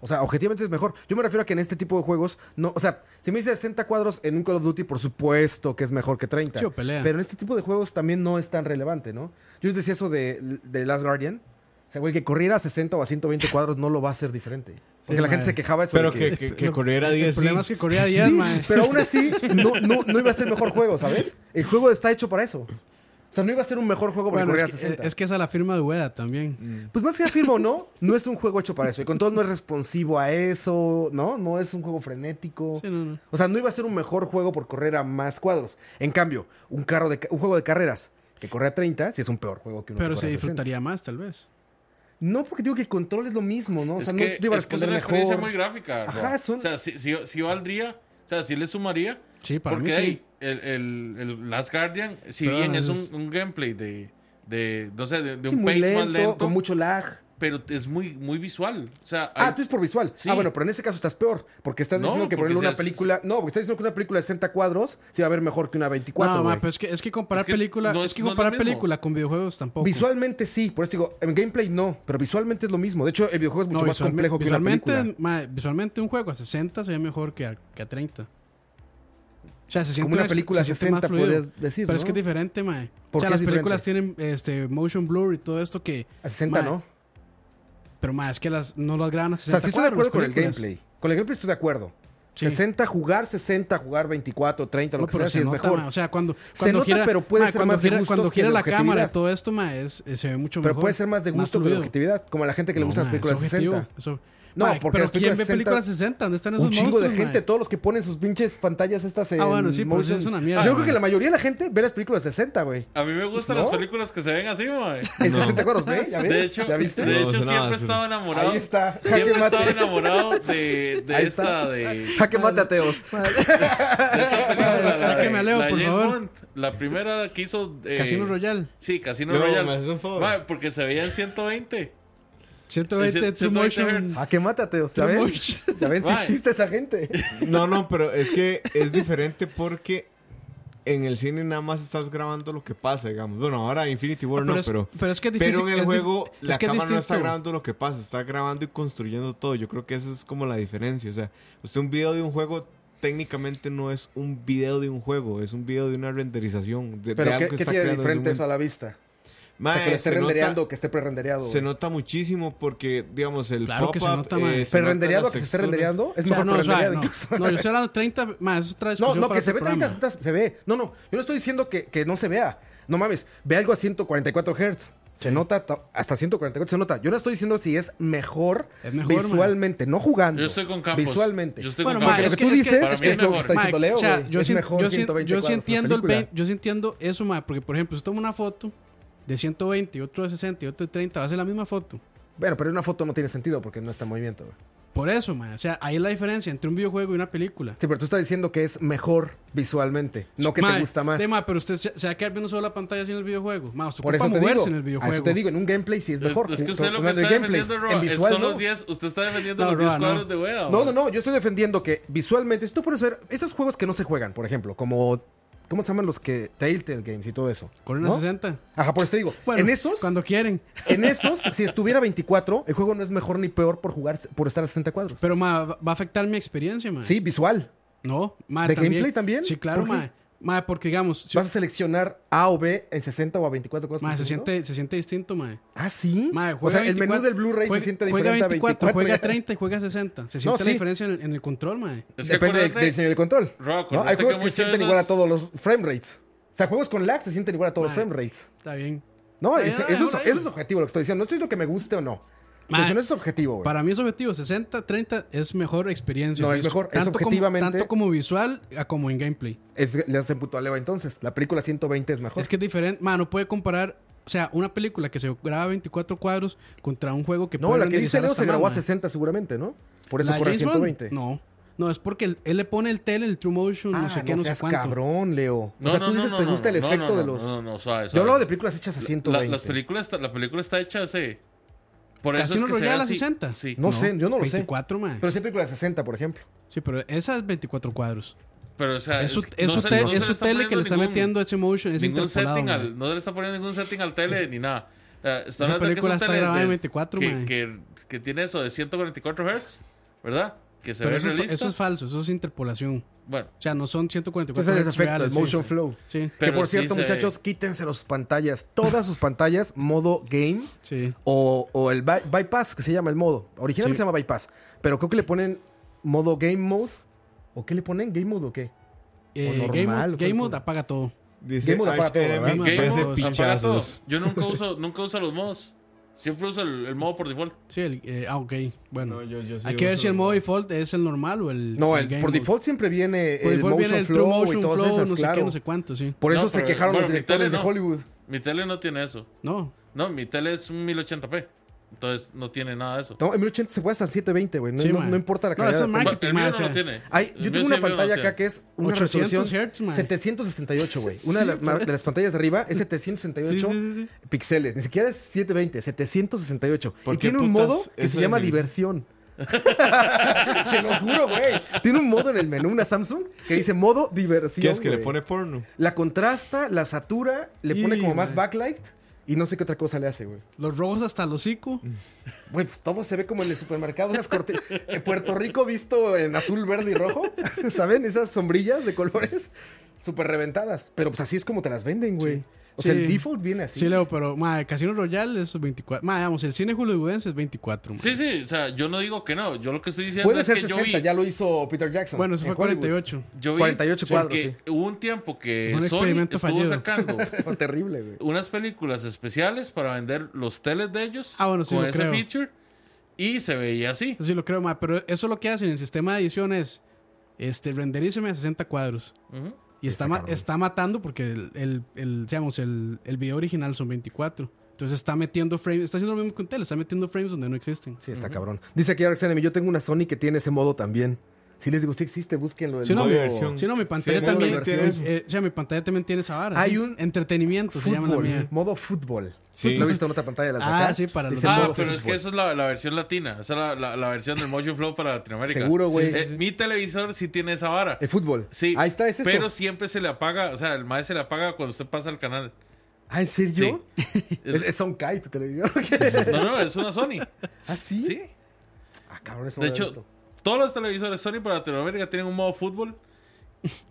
O sea, objetivamente es mejor. Yo me refiero a que en este tipo de juegos, no, o sea, si me dice 60 cuadros en un Call of Duty, por supuesto que es mejor que 30.
Sí, o pelea.
Pero en este tipo de juegos también no es tan relevante, ¿no? Yo les decía eso de, de Last Guardian. O sea, güey, que corriera a 60 o a 120 cuadros no lo va a hacer diferente. Porque la
madre.
gente se quejaba de eso
Pero
de
(laughs)
que, que, que corriera
El
10.
problema es
sí.
que corría 10,
sí,
mae.
pero aún así no, no, no iba a ser mejor juego, ¿sabes? El juego está hecho para eso. O sea, no iba a ser un mejor juego porque
Bueno,
corriera
es,
a
que, eh,
60.
es que esa es la firma de Ueda también.
Pues más que afirmo o no, no es un juego hecho para eso. Y con todo no es responsivo a eso, ¿no? No es un juego frenético.
Sí, no, no.
O sea, no iba a ser un mejor juego por correr a más cuadros. En cambio, un, carro de, ca- un juego de carreras que corre a 30, sí es un peor juego que uno que
Pero
corre
se
a 60.
disfrutaría más, tal vez.
No, porque digo que el control es lo mismo, ¿no? O
es,
sea, no
que,
te iba a
es que es
responder
una experiencia
mejor.
muy gráfica.
Ajá,
Rob.
son-
O sea, si, si, si valdría. O sea, si le sumaría.
Sí, para
porque
mí sí.
hey, el, el, el Last Guardian, si
Pero
bien
no,
es
eso es-
un, un gameplay de, de. No sé, de, de
Sí,
un
muy
pace
lento,
más lento.
con mucho lag.
Pero es muy, muy visual. O sea, hay-
Ah, tú es por visual.
Sí.
Ah, bueno, pero en ese caso estás peor. Porque estás
No,
diciendo que
porque
ponerle una
si es-
película. No, porque estás diciendo que una película de 60 cuadros se va a ver mejor que una 24.
no, ma,
güey.
pero es que, es que comparar
Es que
película,
no
es
es-
que
no es lo
comparar
mismo.
película con videojuegos tampoco.
Visualmente sí, por eso digo, en gameplay no, pero visualmente es lo mismo. De hecho, el videojuego es mucho
No,
más
visualme-
complejo que una
visualmente, mm,
película.
ma, visualmente un juego a 60 se ve mejor que a, que a 30. O sea, se siente
Como una
ex-
película
se siente más
60,
fluido.
podrías decir,
Pero es
¿no?
que es diferente, mae.
¿Por
O sea,
qué es
las películas tienen este, motion blur y todo esto que.
A 60,
mae,
¿no?
Pero mae, es que las, no las graban a
O
60.
sea, sí estoy de acuerdo
cuadros,
con el
películas.
gameplay. Con el gameplay estoy de acuerdo.
Sí.
60, jugar 60, jugar 24, 30, lo
No,
que
pero
sea,
se
sí es
nota,
mejor.
mae, O sea, cuando,
Se
cuando
nota,
gira,
pero puede
mae,
ser
cuando
más de
gira,
gustos
cuando
que
gira
de
la cámara
objetividad.
y todo esto, mae, es- eh, se ve mucho
pero
mejor.
puede ser más de gusto que de
fluido.
objetividad. Como a la gente que
No,
le gustan las
mae, es
películas 60.
objetivo, eso-
No,
Mae,
porque
pero
las
¿quién
películas
ve
60,
películas 60? ¿Dónde están esos
Un chingo de
monstruos,
gente,
mae?
todos los que ponen sus pinches pantallas estas en
Ah, bueno, sí, pero eso
motion.
es una mierda,
Yo creo
güey.
que la mayoría de la gente ve las películas
(laughs)
60, güey.
A mí me gustan
¿No?
las películas que se ven así,
(laughs)
mae.
En
No.
60 cuadros, ¿ve? ¿Ya ves?
De hecho,
¿Ya viste?
de
No,
hecho
es una
siempre he
basura.
estado enamorado.
Ahí está. Jaque
Siempre he estado
mate.
enamorado de, de
Ahí
esta
está.
de
Jaque mate ateos. (laughs)
película, la
Sáqueme
de-
a Leo,
la
por
James
favor.
Bond, la primera que hizo. eh,
(laughs) Casino Royale.
Sí, Casino
Leo,
Royale.
me haces un favor.
Ma, porque se veía en 120. Ese-
120 True
120
Motion.
hertz.
Jaque mate ateos, ¿ya
True
ven?
Motion.
¿Ya ven si
Mae.
existe esa gente?
No, no, pero es que es diferente porque en el cine nada más estás grabando lo que pasa, digamos. Bueno, ahora Infinity War
Ah,
no,
pero es-
pero.
pero es que es difícil-
pero en el
es dif-
juego
es
la
que es
cámara no está
distinto.
grabando lo que pasa, está grabando y construyendo todo. Yo creo que esa es como la diferencia. O sea, usted un video de un juego técnicamente no es un video de un juego, es un video de una renderización de, de
Pero
algo
¿qué,
que
qué
está
tiene de
creando en ese
diferente eso a
momento.
la vista? O
Mae,
sea, que lo esté
se nota-
rendereando o que esté prerendereado.
Se
güey.
nota muchísimo porque, digamos, el
Claro que se
pop-up,
nota, mae.
eh, se
¿Prerendereado
notan
a que
las
se esté
texturas.
rendereando? Es
O sea,
mejor
no, o sea, no,
prerendereado.
no, yo estoy hablando 30, más es otra
No,
discusión
no,
para
que se ve
otro programa.
30, se ve. No, no, yo no estoy diciendo que, que no se vea. No mames, ve algo a 144 Hz. Se nota ta- hasta 144, se nota. Yo no estoy diciendo si es mejor,
Es mejor,
visualmente, no jugando.
Yo estoy con Campos.
Visualmente.
Yo estoy
Bueno,
con
ma,
Porque
Campos.
lo
es que-
que, tú
es que-
dices
para
es,
mí es
lo que
mejor.
está diciendo
Mae,
Leo,
o sea,
güey.
yo
es
sí-
mejor
yo sí-
120
yo sí
cuadros la
entiendo el
película.
20 yo sí entiendo eso, mae, porque por ejemplo, si toma una foto de 120, y otro de 60 y otro de 30, va a ser la misma foto.
Bueno, pero una foto no tiene sentido porque no está en movimiento. güey.
Por eso, mae, o sea, ahí es la diferencia entre un videojuego y una película.
Sí, pero tú estás diciendo que es mejor visualmente, no que
Mae,
te gusta más.
sí, mae, pero usted se, se va a quedar viendo solo la pantalla así en el videojuego. Mae, usted
Por
ocupa
eso te
moverse
digo,
en el
a
videojuego.
eso te digo, en un gameplay sí es (laughs) mejor.
Es que usted lo que
Hablando
está
de gameplay,
defendiendo, Roa,
en
es-
visual
son
no.
los 10. Usted está defendiendo
No,
los 10
Roa, no.
cuadros de wea.
No, no, no, yo estoy defendiendo que visualmente, si tú puedes ver, esos juegos que no se juegan, por ejemplo, como, ¿cómo se llaman los que Telltale Games y todo eso?
Con una
¿no?
60.
Ajá, por eso te digo,
Bueno,
en esos,
cuando quieren.
en esos, si estuviera 24, el juego no es mejor ni peor por jugar, por estar a 60 cuadros.
Pero ma, va va a afectar mi experiencia, ma.
Sí, visual.
No, ma,
¿De
también.
gameplay también?
Sí, claro,
¿Por qué?
ma. Ma, porque digamos, si-
Vas a seleccionar A o B en 60 o a 24 cuadros.
ma,
por
se
segundo.
siente, se siente distinto, ma.
Ah, sí.
Ma,
o
juega
sea, el
24,
menú del Blu-ray se
juega-
siente
juega
diferente a 24.
Juega 30 y juega 60. Se siente la
sí.
diferencia en el, en el control, ma.
Es que
Depende del,
acuérdate-
del diseño del control.
Ro,
¿no?
acuérdate
Hay juegos
que
que se
muchos de
sienten igual a
esos-
todos los frame rates. O sea, juegos con lag se sienten igual a todos los
Ma.
frame rates.
Está bien.
No,
Ay,
ese-
ay,
eso, es,
ahora
eso
eso.
es objetivo lo que estoy diciendo. No estoy diciendo que me guste o no.
Ma,
Pero eso no es objetivo, güey.
Para mí es objetivo. 60, 30 es mejor experiencia.
No, es
Vis-
mejor, es
Tanto
objetivamente-
Como, tanto como visual a como en gameplay.
Es- le hacen puto a Leo entonces. La película 120 es mejor.
Es que es diferente. Ma, no puede comparar... O sea, una película que se graba 24 cuadros contra un juego que
no,
puede
la que dice
renderizar
Leo
hasta
se
más,
grabó a
ma.
60 seguramente, ¿no? Por eso
¿La
corre a
James Bond?
120.
No. No, es porque el- él le pone el tele, el True Motion,
Ah,
no sé qué, no, sé
seas
cuánto.
cabrón, Leo.
No,
o sea,
no,
tú
no,
dices
no,
te
no,
gusta el
no,
efecto
no,
de
no,
los...
No, no, suave,
Yo
suave.
hablo de películas hechas a 120.
La, las películas, está- la película está hecha así. Por eso
Casino
es que se ve
Royale a
así.
60.
Sí.
No sé, yo no lo sé.
24, mae.
Pero sí hay películas de 60, por ejemplo.
Sí, pero esa es 24 cuadros.
Pero, o sea,
Es su,
es-
es
no
su
se-
te-
no se
es su tele que le está
poniendo
metiendo ese motion, ese
ningún
interpolado,
setting
mae.
al, no le está poniendo ningún setting al tele ni nada. O sea, está
Esa
hablando de que es un
película está
tele
grabada en
de-
24,
que,
mae.
que, que tiene eso de 144 Hz, ¿verdad? Que se
Pero
ve
eso, es fa-
realista.
eso es falso, eso es interpolación.
bueno,
O sea, no son 144
Ese es el
hertz
efecto, el
reales, sí,
motion
sí.
flow.
Sí,
Pero
que por
sí
cierto,
se ve.
muchachos, quítense las pantallas. Todas sus pantallas, modo game.
sí.
O, o el by- bypass, que se llama el modo. Originalmente
Sí.
se llama bypass. Pero creo que le ponen modo game mode. ¿O qué le ponen? ¿Game mode o qué?
Eh,
normal,
Game
¿cuál
Mode-
es
Game
el-
Mode apaga todo.
Dice
Game Mode apaga todo,
Arch Enemy,
¿verdad?
Game
Parece
ese
Mode, apaga todo.
pinchazos.
Yo
(laughs)
nunca uso, nunca uso los modos. Siempre uso el, el modo por default.
Sí, el, eh, ah, ok. Bueno,
No, yo- yo sí
hay que ver
uso
si el
el
modo
modo.
default es el normal o el.
No, el,
Game
por
Mode.
default siempre viene
Por
el
default
motion
viene el True
flow
Motion
y todas
Flow,
esas,
no sé
claro.
qué, no sé cuánto, sí.
Por
No,
eso se
pero-
quejaron
bueno,
los
mi
directores
tele
de
no.
Hollywood.
Mi tele no tiene eso.
No,
No, mi tele es un 1080p. Entonces no tiene nada de eso.
No, en 1080 se puede hasta 720, güey. No,
Sí,
no-
man.
no importa la
No,
calidad.
eso
de
es
la
Bueno,
marketing,
el mío
ma,
no
o sea,
lo tiene.
tele. Ay,
El
yo
mío
tengo
sí,
una
el mío no
pantalla
lo
acá
tiene.
que es una
800
resolución
hertz, man.
768, güey. Una de, la- de las pantallas de arriba es 768
Sí, sí, sí,
píxeles. Ni siquiera es 720, 768.
¿Por
Y
qué
tiene un
putas
modo que
eso
se
de
llama
mi-
diversión. (laughs) Se lo juro, güey. Tiene un modo en el menú, una Samsung, que dice modo diversión.
¿Qué es que le
güey.
pone porno?
La contrasta, la satura, le pone
Y,
como más
güey.
backlight. Y no sé qué otra cosa le hace, güey.
Los robos hasta el hocico.
Güey, pues todo se ve como en el supermercado. Unas corte... En Puerto Rico visto en azul, verde y rojo. (laughs) ¿Saben? Esas sombrillas de colores súper reventadas. Pero pues así es como te las venden, güey. O sea,
Sí.
el default viene así.
Sí, Leo, pero madre, Casino Royale es 24. Madre, digamos, el cine hollywoodense es 24. madre.
Sí, sí, o sea, yo no digo que no. Yo lo que estoy diciendo
Puede
es
ser
que
60,
yo vi.
ya lo hizo Peter Jackson.
Bueno, eso
en
fue
Hollywood.
48.
Yo vi
48 cuadros,
porque Hubo un tiempo que
Fue un
Sony
experimento
estuvo
fallido. (laughs)
sacando
(laughs) Fue terrible, güey.
unas películas especiales para vender los teles de ellos
Ah, bueno, sí,
con
lo
ese
creo.
feature y se veía así.
Eso sí lo creo, madre, pero eso lo que hacen en el sistema de edición es este, renderíseme a 60 cuadros.
Ujú.
Y está,
Está
ma-
cabrón.
está matando porque el, el, el, digamos, el, el video original son 24. Entonces está metiendo frames, está haciendo lo mismo con tele, está metiendo frames donde no existen.
Sí, está cabrón. Dice aquí Arx Enemy, yo tengo una Sony que tiene ese modo también. Si les digo, sí existe, búsquenlo. el
Sí, no,
modo-
mi-
diversión.
sí, no, mi pantalla
Sí, modo
también.
diversión.
tiene eso. Eh, o sea, mi pantalla también tiene esa vara.
Hay
¿sí?
un
entretenimiento, se llama la
Fútbol,
mía.
modo fútbol.
Sí.
Lo he visto en otra pantalla de las de
Ah,
acá.
sí, para los-
Dice
el
Ah,
modo
modo
pero es
fútbol.
que eso es la, la versión latina. Esa es la, la- la versión del Motion Flow para Latinoamérica.
Seguro, güey.
Eh, Mi televisor sí tiene esa vara.
El fútbol.
Sí,
Ahí está, es eso.
pero siempre se le apaga, o sea, el mae se le apaga cuando usted pasa
(laughs)
al canal.
Ah, ¿en serio?
Es-
(laughs) Es, es Sonkai tu (laughs) televisor.
No, no, es una Sony.
¿Ah, sí?
Sí.
Ah, cabrón, eso
De
no lo he
hecho,
visto.
todos los televisores Sony para Latinoamérica tienen un modo fútbol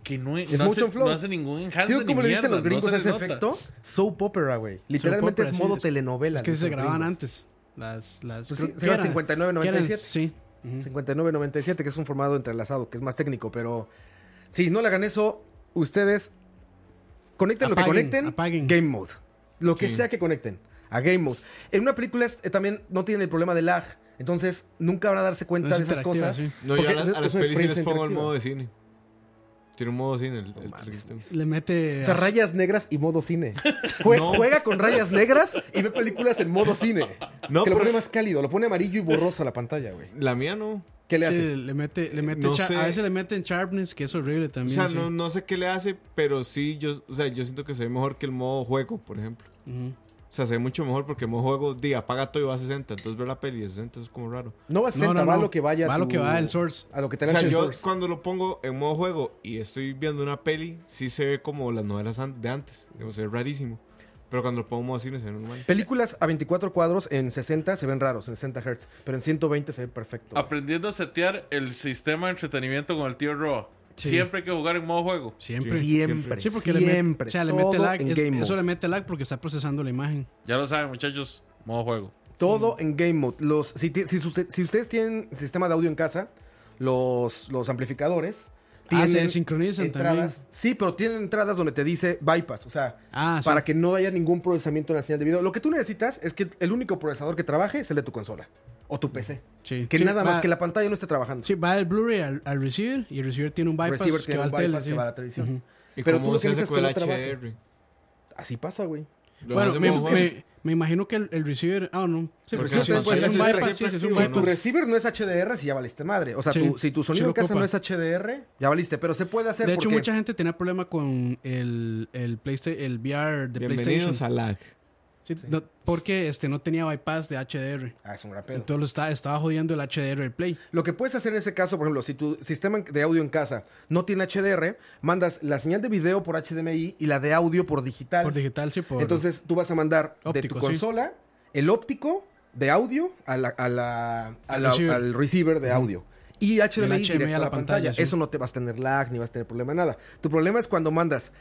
que
(laughs)
no,
Es
no, hace,
motion flow.
no hace ningún enhance
Digo,
ni
¿cómo le dicen
mierda,
los gringos
no se
a ese
le nota.
efecto? Soap opera, güey. Literalmente
Soap opera,
es
sí,
modo
es-
telenovela.
Es que
dicen
se
los
grababan
gringos.
antes. Las, las,
Pues
creo
sí,
que
se llama
era-
59,
que eran-
97.
Sí.
59.97, que es un formato entrelazado, que es más técnico, pero si no le hagan eso, ustedes conecten lo que
Apaguen,
conecten,
apaguen.
game mode. Lo que
Sí.
sea que conecten a game mode. En una película es- eh, también no tienen el problema de lag, entonces nunca van a darse cuenta
No es
de esas
interactiva,
cosas.
sí.
No, yo
porque
a las,
es-
a
es
las
una
pelis sí les
experiencia
pongo el modo
interactiva.
de cine. Tiene un modo cine el, el
mames,
Trick Team.
Le mete.
O sea, rayas negras y modo
(laughs)
cine. Jue-
No.
Juega con rayas negras y ve películas en modo cine.
No,
que lo
pero-
pone más cálido, lo pone amarillo y borroso a la pantalla, güey.
La mía no.
¿Qué le
sí,
hace? Eh,
le mete, le mete
No
cha-
sé.
a veces le meten sharpness, que es horrible
O
también.
sea,
sí.
no, no sé qué le hace, pero sí, yo, o sea, yo siento que se ve mejor que el modo juego, por ejemplo.
Ujú.
O sea, se ve mucho mejor porque el modo juego, di, apaga todo y va a 60. Entonces ver la peli de 60 es como raro.
No va a 60, va a lo que vaya.
Va a lo
tu-
que va el source.
A lo que te
O
lance
sea,
el
yo
source.
cuando lo pongo en modo juego y estoy viendo una peli, sí se ve como las novelas an- de antes. O sea, es rarísimo. Pero cuando lo pongo en modo cine se ve normal.
Películas a 24 cuadros en 60 se ven raros, en 60 Hz, pero en 120 se ve perfecto. güey.
Aprendiendo a setear el sistema de entretenimiento con el tío Roa.
Sí.
Siempre hay que jugar en modo juego.
Siempre.
Sí.
Siempre,
Sí, porque
siempre.
le mete, o sea, le mete
todo
lag.
en
es-
game
eso
mode.
le mete lag porque está procesando la imagen.
Ya lo saben, muchachos, modo juego.
Todo en game mode. Los, si, ti- si, usted- si ustedes tienen sistema de audio en casa, los, los amplificadores
Ah, se sincronizan
entradas. Sí, pero tienen entradas donde te dice bypass, o sea,
Ah, sí.
para que no haya ningún procesamiento en la señal de video. Lo que tú necesitas es que el único procesador que trabaje sea el de tu consola o tu PC.
Sí.
Que
Sí,
nada más
va-
que la pantalla no esté trabajando.
Sí, va el Blu-ray al, al receiver y el receiver tiene un bypass
receiver
que
tiene
va
un
al tele.
bypass
sí.
que va a la televisión.
¿Y
Pero tú
cómo
lo que
se hace
necesitas
con el
es que no trabaje.
HDR?
Así pasa, güey.
Lo
Bueno,
hace
me,
modo juego.
me- me imagino que el, el receiver. Ah, no. Sí,
Porque
porque
no
si
te
es
puedes
un
hacer
bypass, sí,
tres
sí, es un
Si tu
bypass.
receiver no es HDR, si ya valiste madre. O sea,
Sí,
tu- si tu
sí
sonido en
lo
casa no
ocupa.
es HDR, ya valiste. Pero se puede hacer
De
porque
hecho, mucha gente tenía problema con el, el, Playsta- el VR de PlayStation.
Bienvenidos a lag.
Sí, no, porque este, no tenía bypass de HDR.
Ah, es un gran pedo.
Entonces lo está, estaba jodiendo el HDR del Play.
Lo que puedes hacer en ese caso, por ejemplo, si tu sistema de audio en casa no tiene HDR, mandas la señal de video por HDMI y la de audio por digital.
Por digital, sí, por.
Entonces tú vas a mandar de tu
Óptico, sí.
consola el óptico de audio a la- a la- a la-
receiver.
al receiver de audio. Y HDMI,
Y el HDMI
directo a la, pantalla.
sí.
Eso no te vas a tener lag ni vas a tener problema nada. Tu problema es cuando mandas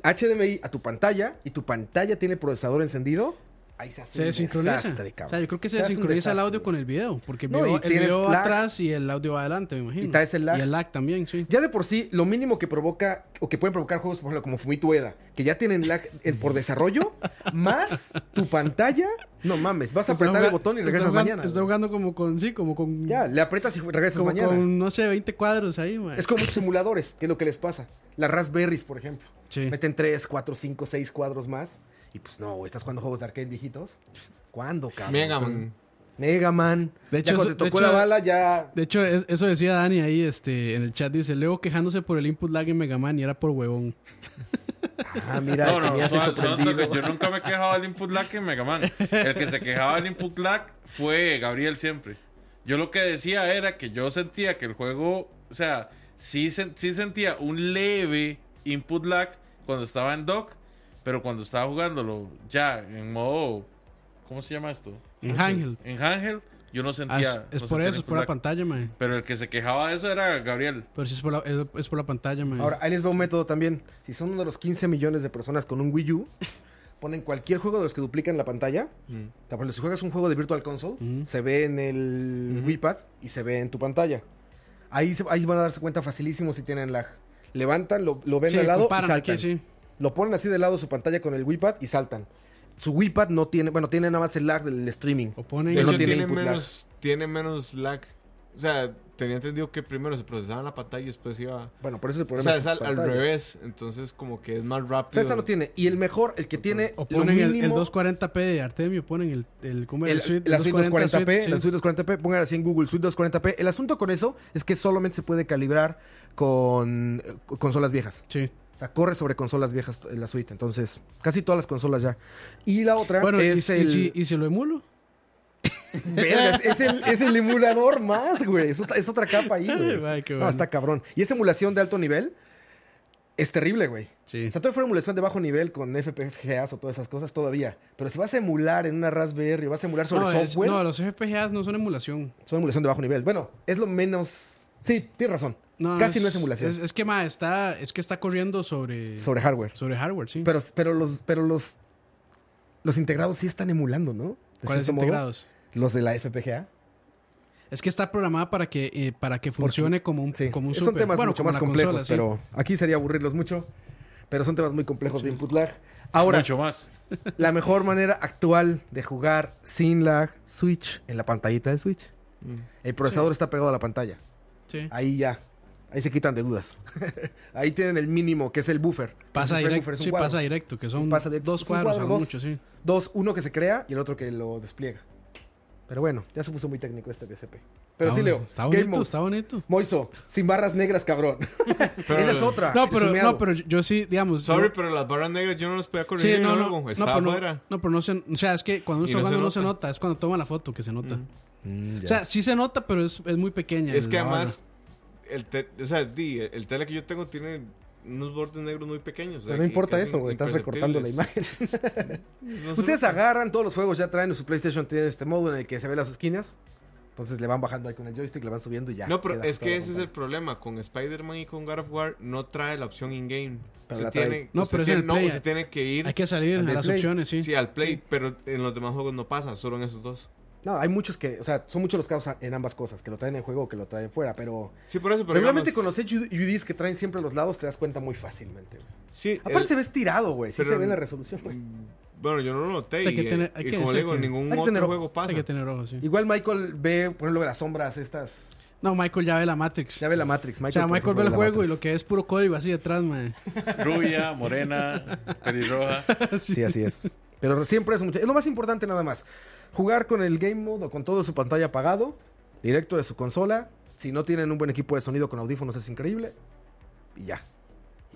HDMI a tu pantalla y tu pantalla tiene el procesador encendido. Ahí se hace
se
un
desincroniza.
desastre, cabrón.
O sea, yo creo que se,
hace un
desincroniza el
desastre,
audio
güey.
con el video. Porque el
No,
video,
y
el
tienes
video
lag.
atrás y el audio va adelante, me imagino.
Y traes el lag.
Y el lag también, sí.
Ya de por sí, lo mínimo que provoca, o que pueden provocar juegos, por ejemplo, como Fumito Ueda, que ya tienen lag en- por desarrollo, más tu pantalla, no mames, vas a
Está
apretar el
juga-
botón y
está
regresas
jugando-
mañana.
Está
güey.
jugando como con, sí, como con.
Ya, le aprietas y regresas
como
mañana.
con, no sé, 20 cuadros ahí, man.
Es como muchos simuladores, que es lo que les pasa. Las Raspberries, por ejemplo.
Sí.
Meten 3, 4, 5, 6 cuadros más. Y pues no, güey, estás jugando juegos de arcade viejitos. ¿Cuándo, cabrón?
Mega Man.
Mega Man.
De
ya
hecho,
cuando te
de
tocó
hecho-
la bala, ya.
De hecho, es- eso decía Dani ahí este, en el chat. Dice, Leo quejándose por el input lag en Mega Man y era por huevón.
Ah, mira,
No, no,
tenías
son-
eso
son
prendido.
toques. yo nunca me he quejado del input lag en Mega Man. El que se quejaba del input lag fue Gabriel siempre. Yo lo que decía era que yo sentía que el juego, o sea, sí, sen- sí sentía un leve input lag cuando estaba en dock, Pero cuando estaba jugándolo ya en modo. ¿Cómo se llama esto?
En Ángel.
En Ángel, yo no sentía.
Ah, es es por
no sentía
eso, es por la
ningún lag.
pantalla, mae.
Pero el que se quejaba de eso era Gabriel.
Pero sí es por la, es, es por la pantalla, mae.
Ahora, ahí les va un método también. Si son uno de los 15 millones de personas con un
(laughs)
Wii U, ponen cualquier juego de los que duplican la pantalla.
Mm.
Por ejemplo, si juegas un juego de Virtual Console, se ve en el Wii Pad y se ve en tu pantalla. Ahí, se- ahí van a darse cuenta facilísimo si tienen lag. Levantan, lo, lo ven
Sí,
de lado y
comparan
saltan.
aquí, sí.
Lo ponen así de lado su pantalla con el Wii Pad y saltan. Su Wii Pad no tiene, bueno, tiene nada más el lag del streaming.
O ponen.
De
no
hecho,
tiene
tiene,
input lag.
menos, tiene menos lag. O sea, tenía entendido que primero se procesaba en la pantalla y después iba.
Bueno, por eso el
O
problema
sea, es
su
al, al
pantalla.
revés. Entonces, como que es más
O
rápido.
sea, esa lo tiene. Y el mejor, el que tiene
o
lo
ponen el, el
mínimo-
240p de Artemio, ponen el, el, ¿cómo era?
El,
el suite,
la
el
suite
240p,
240p,
sí.
la suite 240p, pongan así en Google, suite 240p. El asunto con eso es que solamente se puede calibrar con eh, co- consolas viejas.
Sí.
O sea, corre sobre consolas viejas t- la suite. Entonces, casi todas las consolas ya. Y la otra
Bueno, y,
es
y
el.
si, y si lo emulo.
Vergas, es, el, es el emulador más, güey. Es, otra- es otra capa ahí, güey.
Ay, qué
No,
bueno.
está cabrón. Y esa emulación de alto nivel es terrible, güey.
Sí.
O sea, todavía fuera emulación de bajo nivel con FPGAs o todas esas cosas todavía. Pero si vas a emular en una Raspberry, vas a emular sobre
No, es-
software.
no, los FPGAs no son emulación.
Son emulación de bajo nivel. Bueno, es lo menos. Sí, tienes razón.
No,
Casi no es emulación.
Es, es que ma, está, es que está corriendo sobre, sobre,
sobre hardware.
hardware, sí.
Pero, pero los, pero los. Los integrados sí están emulando, ¿no? De
¿Cuáles
cierto modo,
integrados?
Los de la FPGA.
Es que está programada para que, eh, para que funcione como un,
Sí.
como un
Son
super-
temas
bueno,
mucho
como
más
la
complejos,
consola, sí.
pero aquí sería aburrirlos mucho. Pero son temas muy complejos de input lag. Ahora,
Mucho más.
(laughs) la mejor manera actual de jugar sin lag Switch en la pantallita de Switch. El procesador está pegado a la pantalla.
Sí.
Ahí ya. Ahí se quitan de dudas. (laughs) ahí tienen el mínimo, que es el buffer.
Pasa,
El frame
direct-
buffer es un
sí,
cuadro.
pasa directo, que son
Pasa directo.
dos
Es un
cuadros
cuadro,
a lo
dos.
mucho, sí.
Dos, uno que se crea y el otro que lo despliega. Pero bueno, ya se puso muy técnico este BCP.
Está
Pero sí,
bon-
Leo.
Está
Game
bonito,
Mode.
está bonito.
Moiso, sin barras negras,
(laughs)
cabrón. Esa es otra.
No,
el
pero,
sumeado.
no, pero yo, yo sí, digamos.
Sorry,
yo-
pero las barras negras yo no las podía correr.
sí, no, no, no,
Estaba
pero no,
afuera.
no, pero no se, o sea, es que cuando uno
Y
está
no se
jugando no se
nota.
nota, es cuando toma la foto que se nota.
Mm, ya.
O sea, sí se nota, pero es, es muy pequeña.
Es que
la barra.
además, el, te- o sea, di, el tele que yo tengo tiene unos bordes negros muy pequeños. o sea,
Pero no
que
importa
casi
eso, güey. Estás recortando la
imperceptibles.
imagen.
No sé
Ustedes
por qué.
agarran, todos los juegos ya traen en su PlayStation, tienen este modo en el que se ven las esquinas. Entonces le van bajando ahí con el joystick, le van subiendo y ya.
No, pero
queda
es
toda
que
la
ese es el
pantalla.
problema. Con Spider-Man y con God of War no trae la opción in-game.
Pero
Usted
la trae.
tiene,
No,
usted
pero es en
tiene-
el
no,
Play.
usted tiene que ir
Hay que salir
al
de
de
las
Play.
opciones, sí.
sí, al Play, pero en los demás juegos no pasa, solo en esos dos.
No, hay muchos que, o sea, son muchos los casos en ambas cosas, que lo traen en juego o que lo traen fuera, pero...
Sí, por eso, pero
Regularmente con
digamos,
los HUDs que traen siempre a los lados te das cuenta muy fácilmente. güey.
sí,
Aparte
el-
se ve estirado, güey. Sí
pero-
se ve en la resolución, güey.
Bueno, yo no lo noté.
O sea, hay que
y, eh,
tener- hay
y
que
como
decir
le digo, en
que-
ningún
hay que
otro
tener ojo.
juego pasa.
Hay que tener ojos, sí.
Igual Michael ve, por ejemplo, las sombras estas.
No, Michael ya ve la Matrix.
Ya ve la Matrix.
o sea, Michael
por ejemplo,
ve el
la
juego y
Matrix.
lo que es puro código así detrás, mae. (laughs)
Rubia, morena, pelirroja.
(laughs) Sí, así es. Pero siempre es mucho. Es lo más importante nada más. Jugar con el Game Mode o con todo su pantalla apagado, directo de su consola. Si no tienen un buen equipo de sonido con audífonos es increíble. Y ya.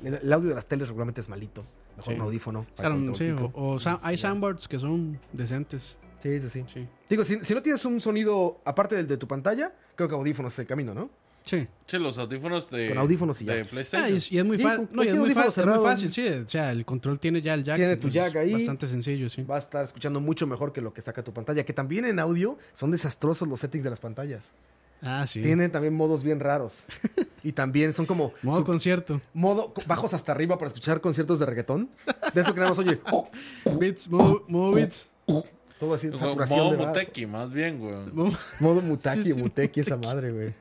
El, el audio de las teles regularmente es malito. Mejor
Sí.
un audífono.
O
para
sea,
el
sí, o,
controlcito.
o sa- hay soundboards que son decentes.
sí, sí, sí.
Sí.
Digo, si, si no tienes un sonido aparte del de tu pantalla, creo que audífonos es el camino, ¿no?
Sí.
Che, los audífonos de,
Con audífonos y ya.
de
Ah,
PlayStation.
y, es, y es muy
Sí,
fácil.
con
No, y es
cualquier
muy
audífono
fácil. Es muy
cerrado.
fácil, sí. O sea, el control tiene ya el jack.
Tiene tu
entonces
jack ahí.
Bastante sencillo, sí.
Va a estar escuchando mucho mejor que lo que saca tu pantalla. Que también en audio son desastrosos los settings de las pantallas.
Ah, sí.
Tienen también modos
(laughs)
bien raros. y también son como
Modo
su-
concierto.
modo co- bajos hasta arriba para escuchar conciertos de reggaetón. De eso que nada más oye. oh,
Beats, modo, modo beats.
todo así, saturación.
Modo
de nada.
Muteki, más bien, güey.
Modo-
Modo mutaki,
Sí, sí,
muteki, esa madre, güey.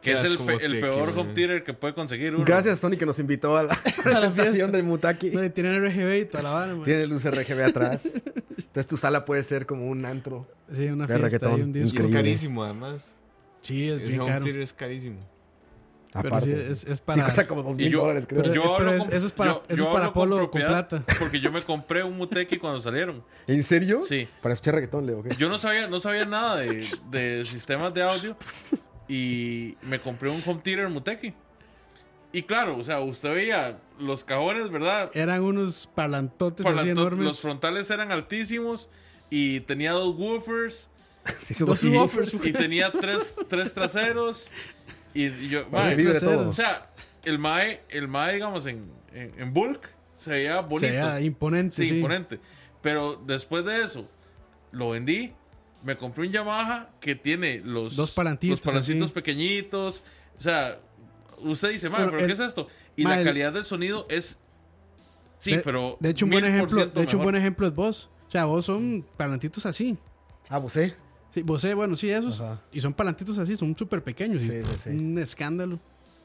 Que es el,
asco,
pe- el
Muteki,
peor
güey.
home theater que puede conseguir uno.
Gracias, Tony, que nos
(laughs)
invitó a la presentación del
(laughs)
mutaki.
No, y tiene RGB y toda la vara, mae.
Tiene luz RGB atrás. Entonces tu sala puede ser como un antro.
Sí, una fiesta
de
y
reggaetón.
un
Y
disco.
es
Increíble.
carísimo, además.
Sí, es
Ese
bien
home
caro.
theater es carísimo.
Pero
Aparte.
sí, es, es
Sí,
para...
cuesta como dos
Y
mil
yo-
dólares, creo.
Pero-
hablo
es-
con-
eso es para-
yo-
eso
yo
es para
hablo con
Polo con
propiedad
plata.
(laughs) Porque yo me compré un Muteki cuando salieron.
¿En serio?
Sí.
Para escuchar reggaetón, Leo. ¿qué?
Yo no sabía, no sabía nada de, de sistemas de audio y me compré un home theater Muteki. Y claro, o sea, usted veía los cajones, ¿verdad?
Eran unos parlantotes
Por la-
así
to-
enormes.
los frontales eran altísimos y tenía dos woofers
(laughs) Sí, son
Dos
sí.
subwoofers, güey.
y tenía tres, tres traseros. Y yo,
Para
mae,
que vibre
traseros.
todo.
o sea, el MAE, el mae digamos, en, en, en bulk se veía bonito.
Se veía ah, imponente.
Sí,
Sí,
imponente. Pero después de eso, lo vendí. Me compré un Yamaha que tiene los
Dos palantitos,
los palantitos
así.
pequeñitos. O sea, usted dice, madre,
Bueno,
¿pero
el-
qué es esto? Y
ma,
la
el-
calidad del sonido es. Sí,
De-
pero.
De hecho, un buen
1000%
ejemplo, de hecho, un
mejor.
buen ejemplo es vos. O sea, vos son palantitos así.
Ah, vos, ¿eh?
Sí, vos, eh, bueno, sí, esos.
Ajá.
Y son palantitos así, son súper pequeños. y
Sí, sí, sí.
Un escándalo.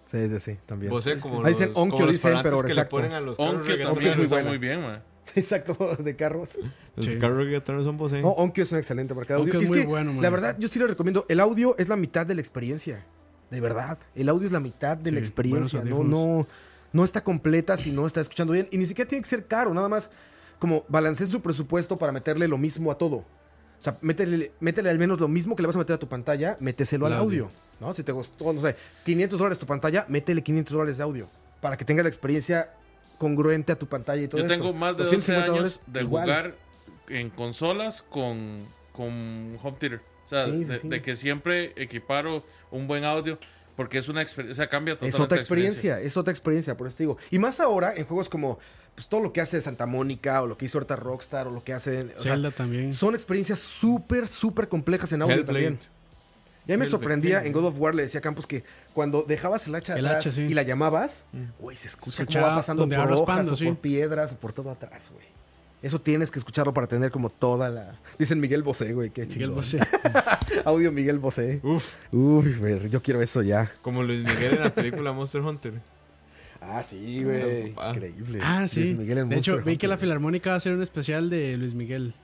Sí, sí, sí, también.
Vos sé, como
Ahí dicen
los,
Onkyo,
como los
dicen,
parlantes
pero
que le
exacto.
ponen a los carros
Onkyo también
reggaetoneros.
muy
está
buena.
muy bien, man.
(laughs) Exacto, de carros.
Los
Sí.
carros reggaetoneros son Bose.
No, Onkyo es un excelente marca de audio.
Onkyo
Y
es
es
muy
que,
bueno, man.
La verdad, yo sí le recomiendo. El audio es la mitad de la experiencia. De verdad. El audio es la mitad de la
Sí,
experiencia.
buenos
No,
audífonos.
no, no está completa si no está escuchando bien. Y ni siquiera tiene que ser caro. Nada más como balanceen su presupuesto para meterle lo mismo a todo. O sea, métele, métele al menos lo mismo que le vas a meter a tu pantalla, méteselo al
El
audio.
audio.
¿no? Si te costó, no sé, 500 dólares tu pantalla, métele 500 dólares de audio. Para que tengas la experiencia congruente a tu pantalla y todo
Yo
esto.
tengo más de 12
250
años
dólares,
de
igual.
jugar en consolas con, con home theater. O sea,
Sí, sí,
de,
sí.
de que siempre equiparo un buen audio porque es una experiencia, o sea, cambia totalmente.
Es otra
la experiencia.
experiencia, es otra experiencia, por eso te digo. Y más ahora en juegos como pues, todo lo que hace Santa Mónica o lo que hizo ahorita Rockstar o lo que hacen. o sea,
Zelda también.
son experiencias súper, súper complejas en audio
Hellblade.
también. Y a mí me
Hellblade.
sorprendía en God of War, le decía a Campos que cuando dejabas el hacha
El
atrás
hacha, sí. Mm.
y la llamabas, güey, se escucha cómo
escuchaba
va pasando
donde
por
va
hojas
raspando,
o
sí.
por piedras o por todo atrás, güey. Eso tienes que escucharlo para tener como toda la. Dicen Miguel Bosé, güey, qué
Miguel
chingón.
Bosé.
Audio Miguel Bosé.
Uf,
Uy, güey, yo quiero eso ya.
como Luis Miguel en la película Monster Hunter.
Ah, sí, güey.
papá.
Increíble.
(laughs) Ah,
Luis
sí.
Miguel en
de hecho,
Monster
vi que la
Hunter.
Filarmónica va a hacer un especial de Luis Miguel.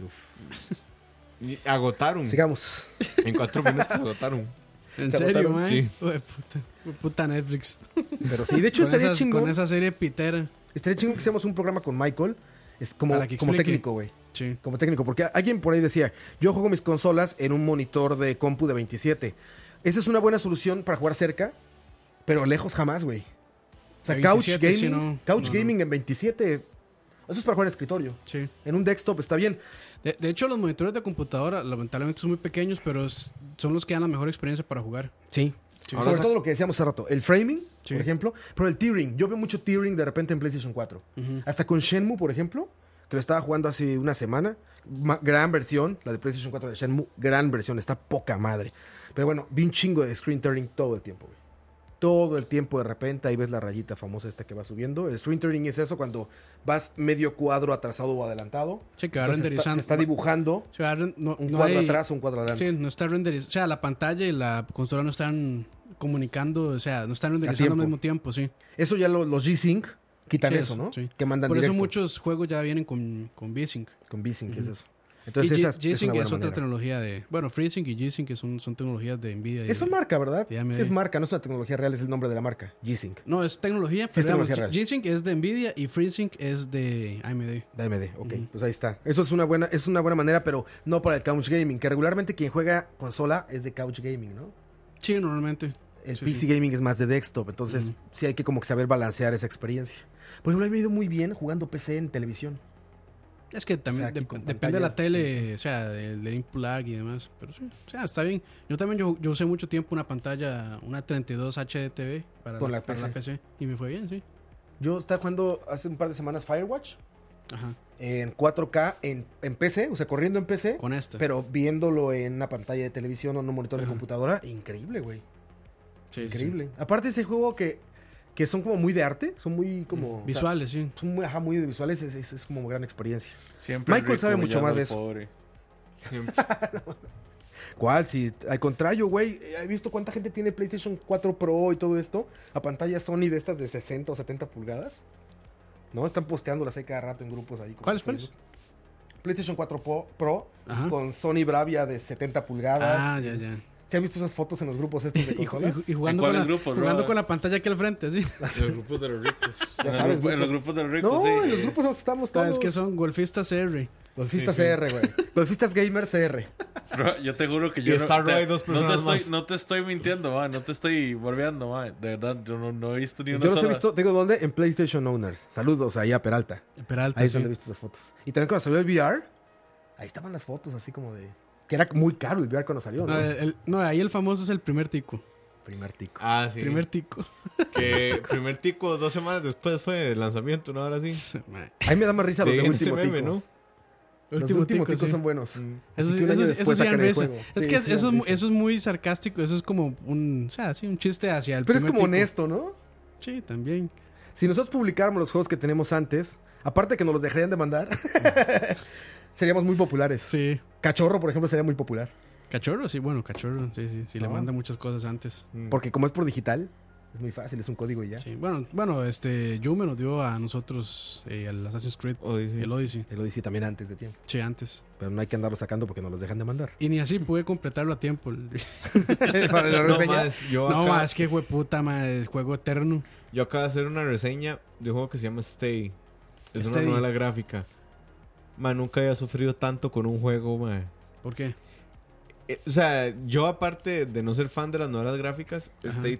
Y agotaron.
Sigamos.
En cuatro minutos agotaron.
¿En
Se
serio,
agotaron.
man?
Sí.
Hue puta, hue puta Netflix.
Pero sí, de
(laughs)
hecho,
con,
estaría
esas-
chingón.
con esa serie pitera.
Estaría chingón que hiciéramos un programa con Michael. Es como,
Para que
como
explique.
técnico, güey.
Sí.
Como técnico. Porque alguien por ahí decía: Yo juego mis consolas en un monitor de compu de 27. Esa es una buena solución para jugar cerca, pero lejos jamás, güey. O sea,
De
couch
27,
gaming.
sí, no.
Couch
No, no.
gaming en 27. Eso es para jugar en escritorio.
Sí.
En un desktop está bien.
De, de hecho, los monitores de computadora, lamentablemente, son muy pequeños, pero es- son los que dan la mejor experiencia para jugar.
Sí.
Ahora
Sobre
sa-
todo lo que decíamos hace rato, el framing,
Sí.
por ejemplo, pero el tearing. Yo veo mucho tearing de repente en PlayStation 4. Hasta con Shenmue, por ejemplo, que lo estaba jugando hace una semana. ma- gran versión, la de PlayStation 4 de Shenmue, gran versión, está poca madre. Pero bueno, vi un chingo de screen tearing todo el tiempo, güey. Todo el tiempo de repente ahí ves la rayita famosa esta que va subiendo. El screen tearing es eso cuando vas medio cuadro atrasado o adelantado.
Sí, que va
Entonces, está-
renderizando.
se está dibujando
O sea, no- no
un cuadro
hay-
atrás o un cuadro adelante.
Sí, no está renderizando. O sea, la pantalla y la consola no están comunicando, o sea, no están renderizando
tiempo.
al mismo tiempo, sí.
Eso ya lo- los G-Sync quitan
Sí,
eso, ¿no?
sí.
Que mandan
Por
directo.
eso muchos juegos ya vienen con, con VSync.
Con V-Sync, es eso.
y
Entonces,
G-
esa es- es, una
G-Sync es,
buena
otra
manera.
tecnología de. Bueno, FreeSync y G-Sync que son, son tecnologías de Nvidia. y
Es
de-
una marca, ¿verdad?
Ya me
Sí, es
di.
marca, no es una tecnología real, es el nombre de la marca, G-Sync,
No, es tecnología,
Sí,
pero
es tecnología
digamos,
real.
G- G-Sync es de Nvidia y FreeSync es de AMD.
de AMD. Ok, pues ahí está. Eso es una, buena, es una buena manera, pero no para el couch gaming, que regularmente quien juega consola es de couch gaming, ¿no?
Sí, normalmente.
El
Sí,
PC
sí.
gaming es más de desktop, entonces sí hay que como que saber balancear esa experiencia. Por ejemplo, a mí me ha ido muy bien jugando PC en televisión.
Es que también
aquí
dep-
con
depende de la
pantallas,
tele, o sea, del del input lag y demás. Pero sí, o sea, está bien. Yo también yo, yo usé mucho tiempo una pantalla, una 32 HDTV para,
Con
la,
la
para la PC y me fue bien, sí.
Yo estaba jugando hace un par de semanas Firewatch
Ajá,
en 4K en, en PC, o sea, corriendo en PC.
con esta.
Pero viéndolo en una pantalla de televisión o en un monitor de computadora, increíble, güey.
Sí, sí, sí.
Increíble. Aparte ese juego que, que son como muy de arte, son muy como... o sea,
Visuales, sí.
son muy, ajá, muy de visuales, es, es- es como gran experiencia.
Siempre
Michael sabe mucho
humillando
más de
al
eso.
pobre.
Siempre.
¿Cuál? Si, al contrario, güey, eh, he visto cuánta gente tiene PlayStation 4 Pro y todo esto, a pantallas Sony de estas de 60 o 70 pulgadas. ¿No? Están posteándolas ahí cada rato en grupos ahí. como
¿Cuáles,
en Facebook. PlayStation 4 Pro, Pro
Ajá.
con Sony Bravia de 70 pulgadas.
Ah, ya, ya.
¿Se han visto esas fotos en los grupos estos (laughs) de
Y, ju-
consolas?
y ju- y jugando, con la,
cuáles grupos,
jugando
Roa?
con la pantalla aquí al frente,
(laughs)
sí.
(laughs) Los grupos de los ricos.
Ya
En,
sabes, pues,
el grupo- en los grupos del rico,
no,
sí.
en los
es-
grupos estamos todos.
Ah, es que son golfistas R.
Golfistas
Sí, sí.
CR, güey. Golfistas Gamer CR.
Ro- Yo te juro que
Y
yo
está
te,
Roy, dos
no, te
personas
estoy,
más.
no te estoy mintiendo, ma, no te estoy volviendo, ma. de verdad, yo no, no he visto ni
Yo
una
los he
sola.
visto, te digo dónde, en PlayStation Owners. Saludos ahí a Peralta.
Peralta,
Ahí es
sí.
donde he visto esas fotos. Y también cuando salió el VR, ahí estaban las fotos así como de. Que era muy caro el VR cuando salió, ¿no?
No, el- el- no, ahí el famoso es el primer tico.
Primer tico.
Ah, sí.
Primer tico.
que primer tico dos semanas después fue el lanzamiento, una hora así.
Mae.
A mí me da más risa los
De
de último
SMM,
tico.
¿no?
Los
Último
últimos último
tico,
tico
sí. Mm,
son buenos.
Mm.
Eso,
Así que
eso-
un año
eso
después
sí dan
sacan el
risa.
juego.
Es
Sí,
que eso,
sí dan
es mu-
risa.
eso es muy sarcástico. Eso es como un. O sea, sí, un chiste hacia el.
Pero es
primer
como
tico.
honesto, ¿no?
Sí, también.
Si nosotros publicáramos los juegos que tenemos antes, aparte que nos los dejarían de mandar, (laughs) seríamos muy populares.
Mm. Sí.
Cachorro, por ejemplo, sería muy popular.
Cachorro, sí, bueno, cachorro. Sí, sí, sí, le
Ah.
manda muchas cosas antes.
Porque como es por digital, es muy fácil, es un código y ya.
Sí, bueno, bueno, este. Yo me lo dio a nosotros, eh, al Assassin's Creed, eh,
Odyssey.
el Odyssey.
Te lo dice también antes de tiempo.
Sí, antes.
Pero no hay que andarlo sacando porque nos los dejan
(laughs)
de mandar.
Y ni así pude completarlo a
(laughs)
tiempo. no,
Para la
No,
reseña.
más, yo, acabo,
más que hueputa, madre, juego eterno.
yo acabo de hacer una reseña de un juego que se llama Stay. Es
Stay.
una novela gráfica. Man, nunca había sufrido tanto con un juego, man.
¿Por qué?
Eh, o sea, yo aparte de no ser fan de las novelas gráficas,
Ajá.
Stay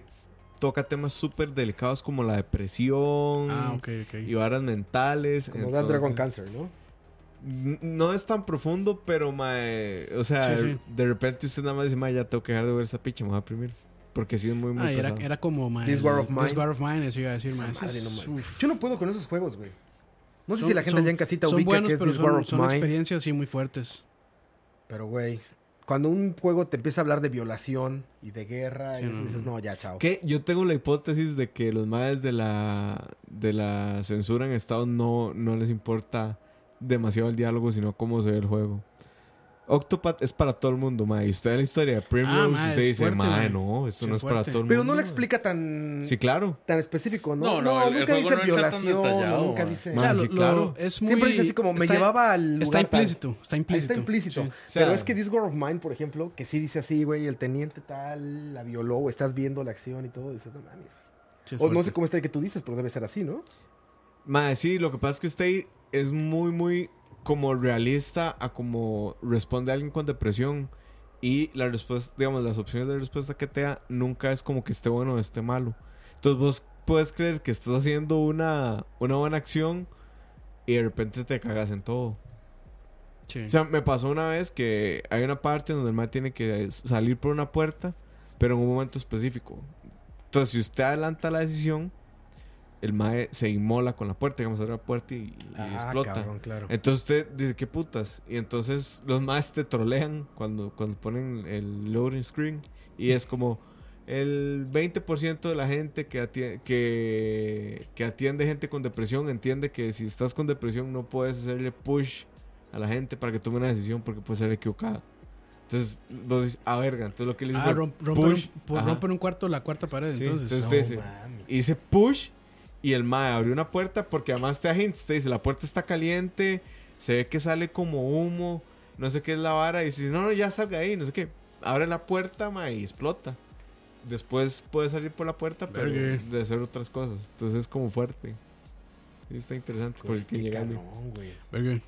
toca temas súper delicados como la depresión
Ah, ok, ok.
y varas mentales.
Como Dan Dragon
entonces-
Cancer, ¿no?
N- No es tan profundo, pero mae, o sea,
Sí, sí.
de repente usted nada más dice, mae, ya tengo que dejar de ver esa picha, me voy a deprimir. Porque sí es muy, muy
Ah, era,
pesado.
era como, mae,
This War of
el-
Mine.
This War of Mine, eso iba a decir,
Esa
mae. Ese
madre,
es-
no mames.
uf.
Yo no puedo con esos juegos, güey. No sé
Son-
si la gente
son-
allá en casita
son
ubica
buenos,
que es
pero
This
son,
War of
son
Mine.
experiencias, sí, muy fuertes.
Pero, güey, cuando un juego te empieza a hablar de violación y de guerra, y eso dices, no, ya, chao.
Que yo tengo la hipótesis de que los madres de la, de la censura en Estados no, no les importa demasiado el diálogo, sino cómo se ve el juego. Octopath es para todo el mundo, mae. Y usted en la historia de Primrose,
Ah, mae,
usted
es
dice,
fuerte,
mae,
mae.
no, esto
Sí,
no es para
fuerte.
todo el
Pero
mundo.
no lo explica tan,
Sí, claro.
tan específico, ¿no?
No, no, el- el
nunca
juego
dice
no está tan
violación,
detallado,
nunca
man.
dice...
O sea,
Man,
lo-
sí,
lo-
claro.
es muy...
Siempre dice así como, me
está-
llevaba al lugar
Está
tal.
implícito, está
Ahí
implícito.
está implícito.
Sí.
sea,
Pero es que This War of Mine, por ejemplo, que sí dice así, güey, el teniente tal la violó, o estás viendo la acción y todo, dices, no mames. güey".
Sí, es
O no
fuerte.
sé cómo está el que tú dices, pero debe ser así, ¿no?
Mae, sí, lo que pasa es que Stay es muy, muy como realista a como responde alguien con depresión. Y la respuesta, digamos, las opciones de respuesta que te da nunca es como que esté bueno o esté malo. Entonces vos puedes creer que estás haciendo una, una buena acción y de repente te cagas en todo.
Sí.
O sea, me pasó una vez que hay una parte donde el man tiene que salir por una puerta, pero en un momento específico. Entonces, si usted adelanta la decisión, el mae se inmola con la puerta, digamos, abre la puerta y, y
Ah,
explota.
claro.
Entonces usted dice, ¿qué putas? Y entonces los más te trolean cuando, cuando ponen el loading screen. Y es como el 20% de la gente que atiende, que, que atiende gente con depresión entiende que si estás con depresión no puedes hacerle push a la gente para que tome una decisión porque puede ser equivocada. Entonces vos dices, ah, verga. Entonces lo que le dice
Ah,
fue
romp- romper, un-
push.
por-
Ajá.
romper un cuarto la cuarta pared,
Sí,
entonces. oh,
entonces
No.
usted dice, y dice push y el mae abrió una puerta porque además te da hints, te dice la puerta está caliente, se ve que sale como humo, no sé qué es la vara y dice no, no, ya salga ahí, no sé qué. Abre la puerta, mae, y explota. Después puede salir por la puerta, pero
Vergue.
de hacer otras cosas. Entonces es como fuerte. Sí, está interesante por el que
Qué
llegando.
cabrón, güey.
Verga.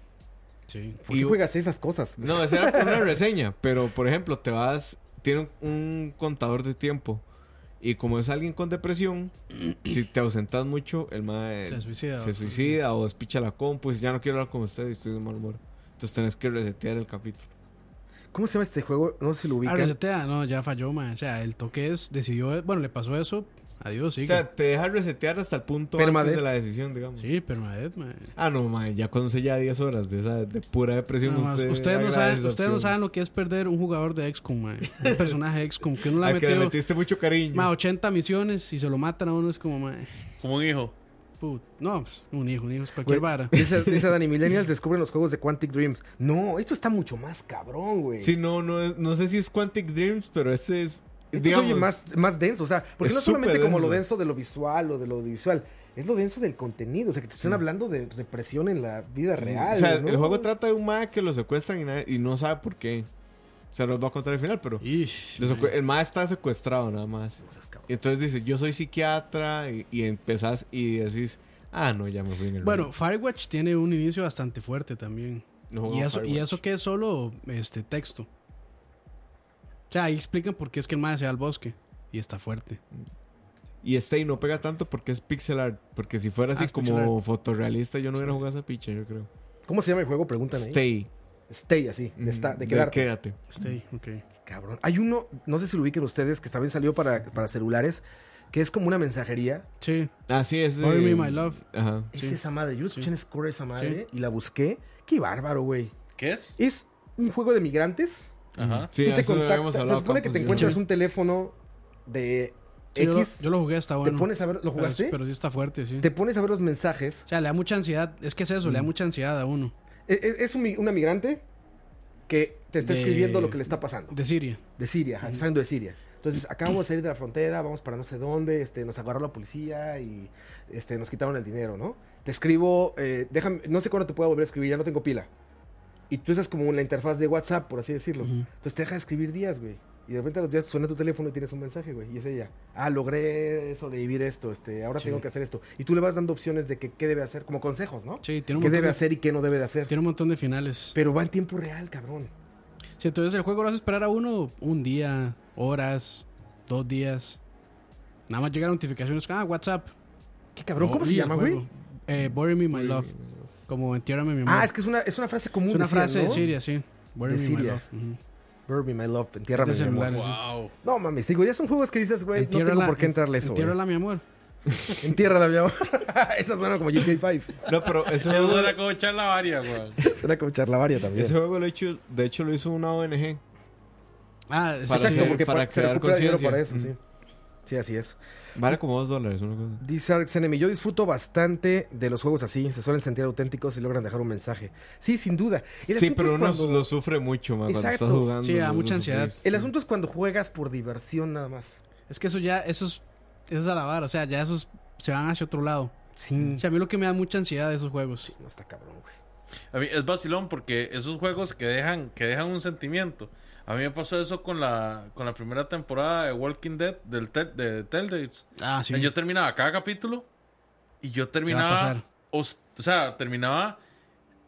Sí. Ah,
¿Por qué
Y-
juegas esas cosas? güey?
No, esa era por una reseña. Pero, por ejemplo, te vas. Tiene un, un contador de tiempo. Y como es alguien con depresión, si te ausentas mucho, el mae
Se suicida.
se suicida o despicha la compu. Y dice, ya no quiero hablar con usted y estoy de mal humor. Entonces tenés que resetear el capítulo.
¿Cómo se llama este juego? No sé si lo
Ah,
ubican.
resetea, no, ya falló, mae. O sea, el toque es, decidió, bueno, le pasó eso, adiós, sigue.
O sea, te deja resetear hasta el punto antes
Permadeath.
de la decisión, digamos.
sí, permadet, mae.
Ah, no, mae, ya cuando se ya 10 horas de esa de pura depresión.
Nada más,
usted
ustedes, no
agradece
saben,
esa
ustedes no
opción.
saben lo que es perder un jugador de XCOM, mae. Un personaje de XCOM que uno
(laughs)
la
Al que le
metió,
metiste mucho cariño.
mae, 80 misiones y se lo matan a uno, es como, mae.
Como un hijo.
Put, no, pues, un hijo, un hijo, es cualquier
Güey,
vara.
Dice, dice Dani Millennials descubren los juegos de Quantic Dreams. No, esto está mucho más cabrón, güey.
Sí, no, no, es- no sé si es Quantic Dreams, pero este es.
Esto se oye más, más denso, o sea, porque
es
no solamente
súper
como lo denso
denso.
de lo visual o de lo audiovisual, es lo denso del contenido, o sea, que te están hablando de represión en la vida real.
O sea,
¿no?
el juego trata de un mae que lo secuestran y, nadie- y no sabe por qué. O sea, los va a contar al final, pero
Ish,
lo
mae.
secue- el mae está secuestrado nada más.
No seas cabrón.
Y entonces dice, yo soy psiquiatra y, y empezás y decís, ah, no, ya me fui en el
Bueno,
río".
Firewatch tiene un inicio bastante fuerte también.
No
Oh,
juego
Y eso, y
Firewatch.
eso que es solo este texto. O sea, ahí explican por qué es que el mae se va al bosque. Y está fuerte.
Y este y no pega tanto porque es pixel art. Porque si fuera así
Ah, es pixel
como fotorrealista, yo no hubiera jugado esa picha, yo creo.
¿Cómo se llama el juego? Preguntan ahí.
Stay.
stay así, de, esta- de quedarte.
quédate.
Stay, Este,
Mm.
ok.
Cabrón. Hay uno, no sé si lo ubiquen ustedes, que también salió para, para celulares, que es como una mensajería.
Sí.
Así es.
Order me my love.
Ajá.
Es esa madre. Yo lo escuché en Score esa madre y la busqué. Qué bárbaro, güey.
¿Qué es?
Es un juego de migrantes.
Ajá.
Sí,
Tú te
eso lo habíamos
contactas. Se
hablado,
supone que te
Campos y yo.
encuentras un teléfono de
Sí, yo, lo,
X.
yo lo jugué, está bueno.
te pones a ver. ¿Lo
Pero-
jugaste?
Pero, sí está fuerte, sí.
Te Mm. pones a ver los mensajes.
O sea, le da mucha ansiedad. Es que es eso, le da mucha ansiedad a uno.
Es, es- e, es un, mi- una migrante que te está
De-
escribiendo lo que le está pasando.
De Siria.
De Siria, ajá, está saliendo de Siria. Entonces, acabamos de salir de la frontera, vamos para no sé dónde, este, nos agarró la policía y este, nos quitaron el dinero, ¿no? Te escribo, eh, déjame, no sé cuándo te pueda volver a escribir, ya no tengo pila. Y tú estás como en la interfaz de WhatsApp, por así decirlo. Entonces te deja de escribir días, güey. Y de repente a los días suena tu teléfono y tienes un mensaje, güey. Y es ella, ah, logré sobrevivir esto, este, ahora tengo que hacer esto. Y tú le vas dando opciones de que, qué debe hacer, como consejos, ¿no?
Sí, tiene un
¿Qué
montón
debe
de-
hacer y qué no debe de hacer?
Tiene un montón de finales.
Pero va en tiempo real, cabrón.
Sí, entonces el juego lo hace esperar a uno un día, horas, dos días. Nada más llegan notificaciones. Ah, WhatsApp.
¿Qué cabrón? ¿Cómo se
Oye,
llama,
el
güey?
juego. Eh, Bury Me My Love. Como entiérrame mi amor.
Ah, es que es una, es una frase común.
Es una
decían,
frase
¿no?
de Siria, sí. Bury
De
Me
Siria.
My Love. ujú.
Burn me, my love, entiérrame.
De
mi amor.
celulares.
Wow.
No mames, digo, ya son juegos que dices, güey, no tengo
Entiérrala-
por qué entrarle eso. güey.
Entiérrala mi amor.
Entiérrala, mi amor. (laughs) Esa suena como GTA V.
(laughs) No, pero
(laughs)
ese
Eso
juego,
suena como charla varia, güey.
Suena como charlavaria también.
ese juego lo hecho, de hecho lo hizo una ONG.
Ah, sí,
Para
sí.
hacer- para
pa- se
crear
recupera dinero
conciencia.
para eso, sí. Sí, así es.
Vale como dos dólares, una cosa.
Dice Arx Enemy, yo disfruto bastante de los juegos así. Se suelen sentir auténticos y logran dejar un mensaje. Sí, sin duda. El
Sí,
asunto
pero
es
uno
cuando-
lo sufre mucho, man, cuando
Exacto.
estás jugando.
Sí, da
lo- lo
mucha ansiedad.
sufrís.
El asunto es cuando juegas por diversión nada más.
Es que eso ya, esos, esos a la vara, o sea, ya esos se van hacia otro lado.
Sí.
O sea, a mí lo que me da mucha ansiedad de esos juegos.
No está cabrón, güey.
A mí es vacilón porque esos juegos que dejan, que dejan un sentimiento. A mí me pasó eso con la, con la primera temporada de Walking Dead del tel- de Telltales.
Ah, sí.
Yo terminaba cada capítulo y yo terminaba.
pasar.
os- O, sea, terminaba.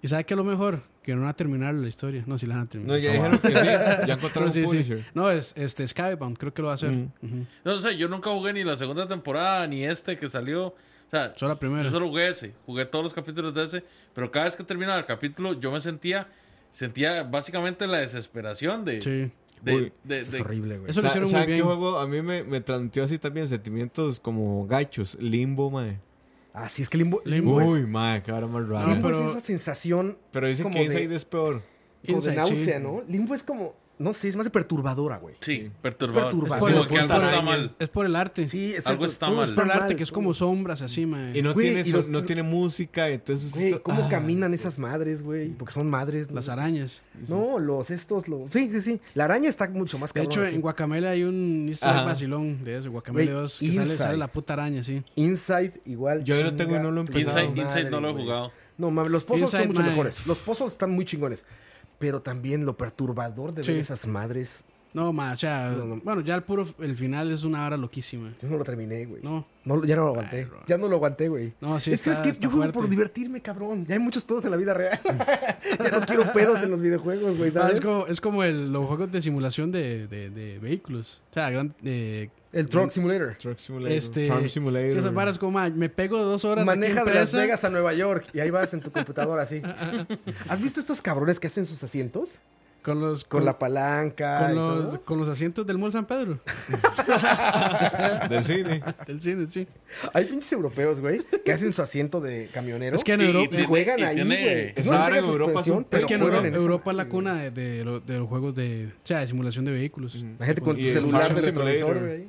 ¿Y sabe qué es lo mejor? Que no van a terminar la historia. No, si la van a terminar.
No, ya dijeron que sí. Ya encontraron
No, sí,
un
sí.
publisher.
No, es este, Skybound, creo que lo va a hacer. Ujú.
No sé, yo nunca jugué ni la segunda temporada ni este que salió. O sea,
Solo la primera.
yo solo jugué ese. Jugué todos los capítulos de ese. Pero cada vez que terminaba el capítulo, yo me sentía. Sentía básicamente la desesperación de.
Sí.
de-
Uy,
de-
Eso
de-
es horrible, güey.
Eso lo
Sa-
hicieron muy
¿saben qué
bien.
juego a mí me, me transmitió así también sentimientos como gachos? Limbo, mae.
Ah, sí, es que Limbo, Limbo es-
Uy, mae, qué hora más rara.
No,
Limbo
pero-
es esa sensación
Ah, pero dicen
como
que
de-
Inside es peor.
como de
Inside,
náusea,
sí.
¿no? Limbo es como, no sé, es más de perturbadora, güey.
Sí, perturbador.
perturbador.
Como
Es
que algo
por-
está mal.
Es por el arte.
Sí, es
Algo
esto,
está
todo
mal.
Es por el arte
mal,
que es
todo.
como sombras así, man.
Y no,
Güey,
tiene,
y
so-
los-
no tiene música, entonces...
Güey, ¿cómo
Ah,
caminan esas madres, güey? Porque son madres. ¿no?
Las arañas.
No, los estos, los... Sí, sí, sí. La araña está mucho más
De
cabrón.
hecho,
así.
en Guacamele hay un easter
Ajá.
egg vacilón de eso, Guacamele
Güey,
2, que sale,
Inside.
sale la puta araña, sí.
Inside igual.
Yo lo
chinga
tengo y no lo he
tu
empezado.
Inside- Inside no lo he
güey.
jugado.
No, mames, los pozos
Inside,
son mucho
man.
mejores. Los pozos están muy chingones. Pero también lo perturbador de ver
Sí.
esas madres.
No, más, o sea,
No, no.
bueno, ya el puro, el final es una hora loquísima.
Yo no lo terminé, güey.
No.
No, Ya no lo aguanté. ya no lo aguanté, güey.
No, sí
es que,
está-
es que
está
yo juego por
fuerte.
divertirme, cabrón. Ya hay muchos pedos en la vida real. (laughs) ya no quiero pedos en los videojuegos, güey,
Ah,
¿sabes?
es como, es como el- los juegos de simulación de, de- de vehículos. O sea, gran, eh,
El Truck Simulator.
Truck Simulator,
este,
Farm Simulator.
sí, esas varas como, ah, me pego dos horas. aquí
Maneja
en
de Las
presa.
Vegas a Nueva York y ahí vas en tu
(laughs)
computadora así. ¿Has visto estos cabrones que hacen sus asientos?
Con los,
Con
con,
la palanca.
con
y
los,
todo.
con los asientos del Mall San
(laughs)
Pedro.
Del cine.
del cine, sí.
Hay pinches europeos, güey, que hacen su asiento de camionero.
Es que en
Y- y
Europa,
y
tiene-
juegan
y
ahí,
tiene-
güey.
Esa
les
área
llega
en Europa es un
suspensión,
pedo.
es que en
juegan
Europa,
en esa
Europa es
madre,
la cuna de, de lo- de los juegos de, o sea, de simulación de vehículos. (laughs)
güey. Imagínate con tu
Y el
celular
Farm
de retrovisor,
Simulator.
güey.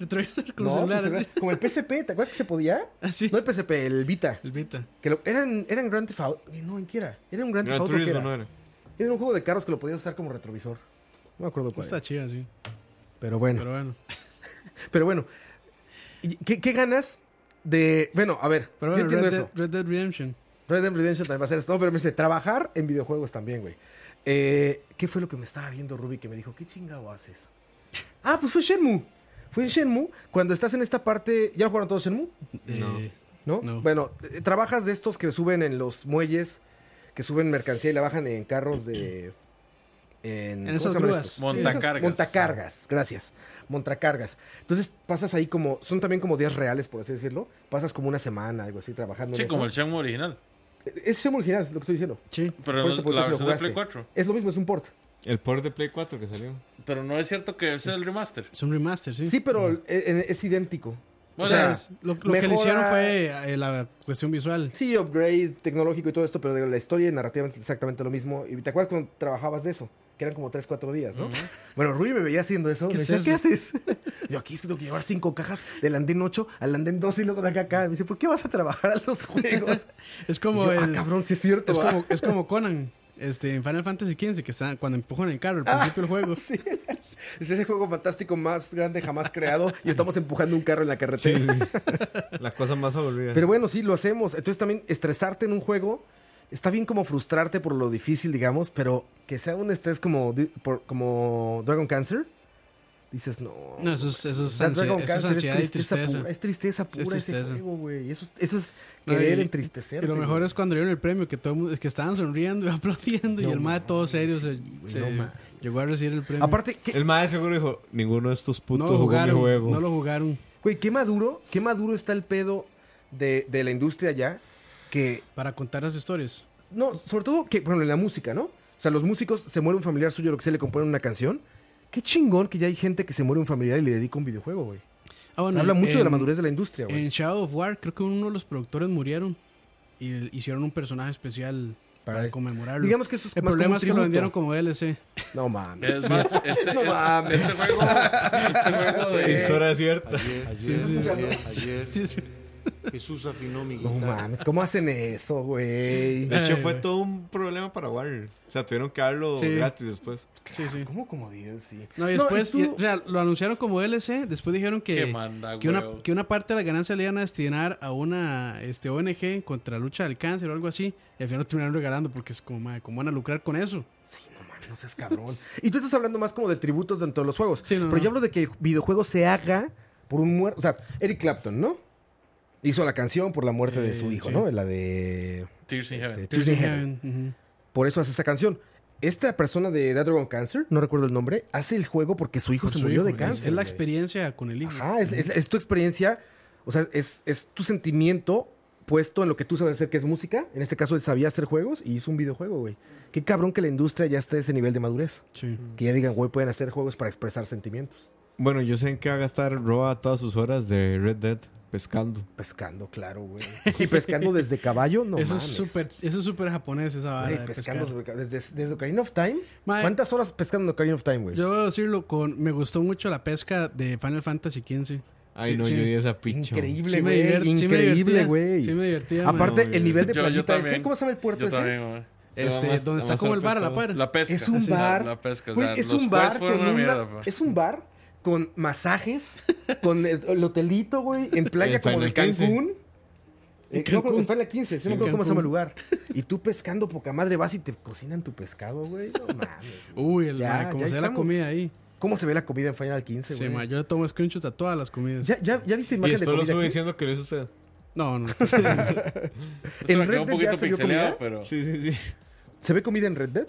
Retrovisor con
No, tu
celulares,
celular. Como el PSP, ¿te acuerdas que se podía?
(laughs) Así.
No el PSP, el Vita.
El Vita.
Que lo, eran, eran Grand Theft Auto. eh, No, ¿en qué era? Era un Grand Theft
Gran
Auto. ¿qué
Turismo
era?
no era.
Era un juego de carros que lo podías usar como retrovisor. No me acuerdo cuál.
Está
era.
chida, sí.
Pero bueno.
Pero
(laughs)
bueno.
Pero bueno, ¿y ¿qué, qué ganas de...? Bueno, a ver,
Pero bueno,
yo entiendo
Red,
eso.
Dead, Red Dead Redemption.
Red Dead Redemption también va a ser esto. No, pero me dice, trabajar en videojuegos también, güey. Eh, ¿Qué fue lo que me estaba viendo Ruby que me dijo, qué chingado haces? ah, pues fue Shenmue. Fue en Shenmue cuando estás en esta parte... ¿Ya lo jugaron todos Shenmue?
Eh,
¿No?
No.
Bueno, eh, trabajas de estos que suben en los muelles, que suben mercancía y la bajan en carros de... En, ¿cómo se
esas
llaman
grúas.
estos?
Montacargas.
Esas- Montacargas, gracias. Montacargas. Entonces pasas ahí como... Son también como días reales, por así decirlo. Pasas como una semana, algo así, trabajando.
Sí,
en
como
eso.
el Shenmue original.
Es Semo original, lo que estoy diciendo.
Sí.
Pero
Por
no-
eso, por
la
eso lo
versión de Play
jugaste.
4.
Es lo mismo, es un port.
El port de Play 4 que salió.
Pero no es cierto que ese es el remaster.
Es un remaster, sí.
Sí, pero eh, eh, es idéntico.
O
Bueno,
sea,
Ah,
es- lo, lo que
mejora-
le hicieron fue eh, la cuestión visual.
Sí, upgrade tecnológico y todo esto, pero de la historia y narrativa es exactamente lo mismo. Y te acuerdas cuando trabajabas de eso, que eran como 3, 4 días, ¿no? Bueno, Rui me veía haciendo eso.
¿Qué
me
es
decía,
eso?
¿qué haces? (laughs) Yo aquí tengo que llevar cinco cajas del andén 8 al andén 12 y luego de acá a acá. Me dice, ¿por qué vas a trabajar a los juegos?
(laughs) Es
Y
como
yo, ah,
el.
cabrón, sí es cierto.
Es
va". (laughs)
como, es como Conan, este, en Final Fantasy XV, que está cuando empujan el carro al principio del juego.
Ah, Sí. Es ese juego fantástico más grande jamás creado y estamos empujando un carro en la carretera.
(laughs) La cosa más aburrida.
Pero bueno, sí, lo hacemos. Entonces también estresarte en un juego está bien como frustrarte por lo difícil, digamos, pero que sea un estrés como, di- por- como Dragon Cancer, dices no.
No, eso es, eso
O
es,
sea,
ansia-
Dragon
eso es
Cancer es
ansiedad y
tristeza,
tristeza.
pura, es tristeza pura
tristeza.
ese juego, güey. Eso, es- eso es
No,
querer
y-
entristecer.
Y lo mejor es cuando dieron el premio, que todo el mundo- es que estaban sonriendo y (laughs) aplaudiendo,
No
y el mae todo
mames,
serio se,
sí, güey,
se
no mames.
llegó a recibir el premio.
Aparte, ¿qué,
El maestro seguro dijo, ninguno de estos
no
putos
lo
jugó mi
jugaron,
juego. (laughs)
no lo jugaron.
güey, qué maduro, qué maduro está el pedo de, de la industria ya que
Para contar las historias.
No, sobre todo que, bueno, en la música, ¿no? O sea, los músicos se muere un familiar suyo, lo que se le compone una canción. Qué chingón que ya hay gente que se muere un familiar y le dedica un videojuego, güey.
Ah,
O sea,
bueno,
habla mucho de la
en-
madurez de la industria, güey.
En Shadow of War, creo que uno de los productores murieron y l- hicieron un personaje especial para,
Para-
conmemorarlo.
Digamos que eso es
el
más como
problema
un
es que lo
tributo.
vendieron como DLC.
No mames.
Es más, este,
No
es-
mames.
este juego, este juego de-
Historia cierta.
Ayer,
Sí, sí.
ayer,
(laughs)
ayer,
Sí, sí.
Jesús afinó mi
No
guitarra.
mames, ¿cómo hacen eso, güey?
De hecho,
Ay,
fue
güey.
todo un problema para Warner. O sea, tuvieron que darlo
Sí.
gratis después.
Sí, sí.
¿Cómo como DLC?
No, y después,
tú-
y- o sea, lo anunciaron como DLC, después dijeron que,
Qué manda,
que, una,
huevo.
que una parte de la ganancia le iban a destinar a una este, ONG contra la lucha del cáncer o algo así, y al final lo terminaron regalando porque es como, madre, ¿cómo van a lucrar con eso?
Sí, no mames, no seas cabrón.
(laughs)
y tú estás hablando más como de tributos dentro de los juegos.
Sí, no,
pero
no.
yo hablo de que el videojuego se haga por un muerto. O sea, Eric Clapton, ¿no? Hizo la canción por la muerte de su
Eh,
hijo,
sí.
¿no? La de
Tears in
este,
Heaven.
Tears in Heaven.
Ujú.
Por eso hace esa canción. Esta persona de That Dragon Cancer, no recuerdo el nombre, hace el juego porque su hijo
Por
se
su
murió
hijo,
de
es-
cáncer.
Es la
güey.
experiencia con el hijo.
Ajá, es, es- es tu experiencia, o sea, es, es tu sentimiento puesto en lo que tú sabes hacer, que es música. En este caso, él sabía hacer juegos y hizo un videojuego, güey. Qué cabrón que la industria ya esté a ese nivel de madurez.
Sí.
Que ya digan, güey, pueden hacer juegos para expresar sentimientos.
Bueno, yo sé en qué va a gastar Roa todas sus horas de Red Dead pescando.
Pescando, claro, güey. (laughs) Y pescando desde caballo, no
eso, es
mames.
súper, eso es súper japonés, esa vara
Güey,
de
pescando
pescar.
sobre- desde, desde Ocarina of Time.
Mae.
¿Cuántas horas pescando en Ocarina of Time, güey?
Yo debo decirlo, con, me gustó mucho la pesca de Final Fantasy XV.
Ay,
Sí,
no,
sí.
yo di esa picha.
Increíble,
Sí me
güey.
divert- sí me
increíble,
divertía,
güey.
sí me divertía, man.
Aparte,
No,
el nivel de
Yo- yo
playita ese.
también.
¿Cómo se llama el puerto
Yo
ese? Eh,
también, güey.
Se va
Este,
más-
donde está
más
como
al
el bar a la
pescado.
par.
La pesca.
Es un
La-
bar.
La, pesca. o
Güey,
sea,
es
los
un
quests
bar
fueron
con
una
una-
mierda. pues. pa.
es un bar con masajes, con el, el hotelito, güey, en playa
En
como de
Final 15.
Cancún. Eh,
En
no, creo que
Cancún.
fue en la 15, sí, no
En
creo cómo se llama
Cancún.
el lugar. Y tú pescando, poca madre, vas y te cocinan tu pescado, güey. No mames. güey.
Uy, el,
Ya,
ma, como
ya
se ve la
estamos.
comida ahí.
¿Cómo se ve la comida en Final 15,
Sí,
güey?
ma, yo le tomo screenshots a todas las comidas.
¿Ya, ya, ya viste
Y
imagen de
después lo
comida?
sube
aquí?
diciendo que lo hizo usted.
No,
(laughs)
no.
Se
en
me quedó
Red
un
Dead ya
poquito
se vio
pixeleado,
comida.
pero.
Sí, sí, sí.
¿Se ve comida en Red Dead?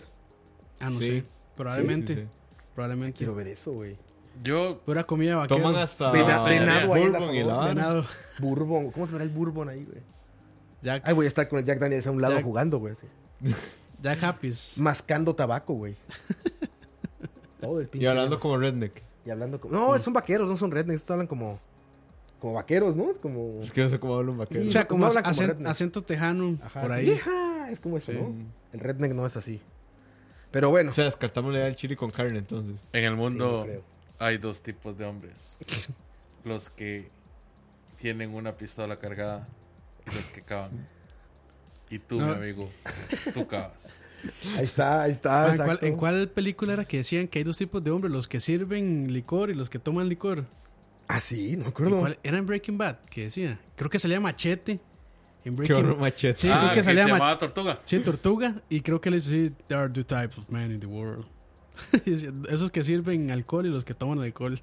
Ah, no
Sí. Sí,
sé. Probablemente.
sí, sí.
Probablemente.
Quiero ver eso, güey.
Yo.
Pura comida vaquero.
Toman hasta
Vena- venado ahí en la
bourbon
sabor,
y la vara.
Venado.
Bourbon. ¿Cómo se verá el bourbon ahí, güey?
Jack,
Ay, voy a estar con el Jack Daniels a un lado
Jack-
jugando, güey. así.
Jack Happy's.
Mascando tabaco, güey. (laughs) Todo el pinche.
Y hablando
día.
como redneck.
Y hablando como. No, son vaqueros, no son rednecks. Estos hablan como. Como vaqueros, ¿no? Como.
Es que no sé cómo habla un vaquero.
O
Sí.
sea, como,
No hablan como
acen-
redneck.
acento tejano
Ajá,
por ahí.
(laughs) "Yeja", Es como eso, ¿no? El redneck no es así. Pero bueno.
O sea, descartamos la idea del chili con carne entonces.
En el
no
mundo
creo.
hay dos tipos de
(laughs)
hombres. Los que tienen una pistola cargada y los que cavan. Y tú,
No.
mi amigo, tú cavas.
ahí está, ahí está.
Ma, ¿en, cuál,
Ah, exacto.
en cuál película era que decían que hay dos tipos de hombres? Los que sirven licor y los que toman licor.
Ah, sí, no me
¿En
acuerdo.
cuál- Era en Breaking Bad, que decía. Creo que salía Machete. En
Qué
Breaking
horror
(laughs)
machete.
Sí,
ah,
creo que
se
salía ma-
llamaba Tortuga.
Sí, tortuga. Y creo que le dice, sí, there are two types of men in the world. (laughs) Y dice, Esos que sirven alcohol y los que toman
(laughs)
alcohol.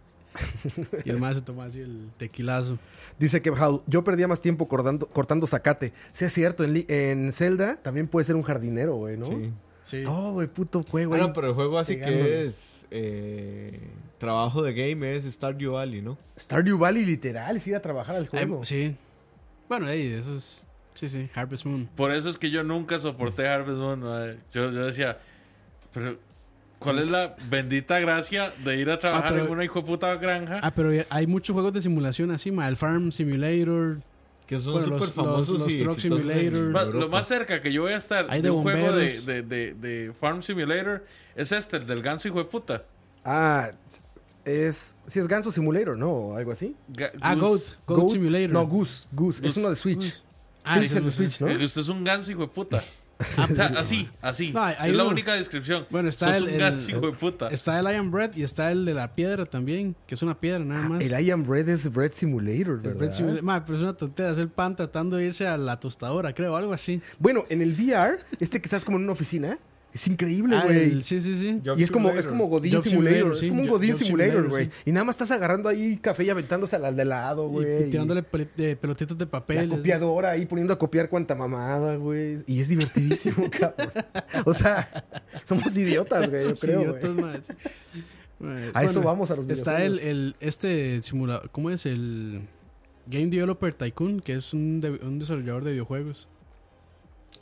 Y el más se toma así el tequilazo.
Dice que Hal, yo perdía más tiempo cortando, cortando zacate. Sí, es cierto. En, Li- en Zelda también puede ser un jardinero, güey, ¿no?
Sí.
Sí. Ah,
Todo el puto juego.
Bueno,
ahí.
pero el juego así
pegándole.
que es eh, trabajo de game es Stardew Valley, ¿no?
Stardew Valley, literal, es ir a trabajar al
Ay,
juego.
sí. Bueno, ey, eso es Sí, sí, Harvest Moon.
Por eso es que yo nunca soporté Harvest Moon. madre. Yo, yo decía, pero ¿cuál es la bendita gracia de ir a trabajar
Ah, pero-
en una hijo de puta granja?
Ah, pero hay muchos juegos de simulación así, ma. El Farm Simulator.
Que son
Bueno,
súper
los-
famosos
los- los
y
Truck
exitosos en
Simulator.
Ma-
Europa.
lo más cerca que yo voy a estar
Hay de
de, un juego de,
bomberos.
de- de- de Farm Simulator es este, el del ganso hijo de puta.
Ah, es. Si es Ganso Simulator, ¿no? O algo así.
Ga-
Ah, Goat.
Goose.
Goat, Simulator.
No, Goose. Goose. Es
Goose.
uno de Switch.
Ah,
sí,
ese
es el
no
de
sé.
Switch, ¿no?
El que usted es un ganso hijo de puta.
Ah,
O sea, así, así.
No, hay- hay
es la
uno.
única descripción.
Bueno, está
Sos
el-
un ganso
el-
hijo de puta.
Está el Iron Bread y está el de la piedra también, que es una piedra nada más.
Ah, El I Am Bread es Bread Simulator,
El
¿verdad?
Bread Simulator. Ma, pero es una tontera. Es el pan tratando de irse a la tostadora, creo, algo así.
Bueno, en el VR, este que estás como en una oficina, es increíble,
Ah,
güey.
el- sí, sí, sí.
Job
Y es como, es
Simulator.
como Godín
Job
Simulator.
Simulator,
es
sí,
como un
Job-
Godín
Job
Simulator,
Simulator,
güey. Y nada más estás agarrando ahí café y aventándose al de lado,
Y-
güey.
y tirándole pel- de pelotitas de
La
papel. así.
copiadora ahí poniendo a copiar cuanta mamada, güey. Y es divertidísimo, (laughs) cabrón. O sea, somos
(laughs)
idiotas, güey, yo
Somos
creo,
idiotas,
güey. (laughs)
ma. Sí. Ma,
A eso vamos a los
Está el,
videojuegos.
el- este simulador, ¿cómo es? El Game Developer Tycoon, que es un, de- un desarrollador de videojuegos.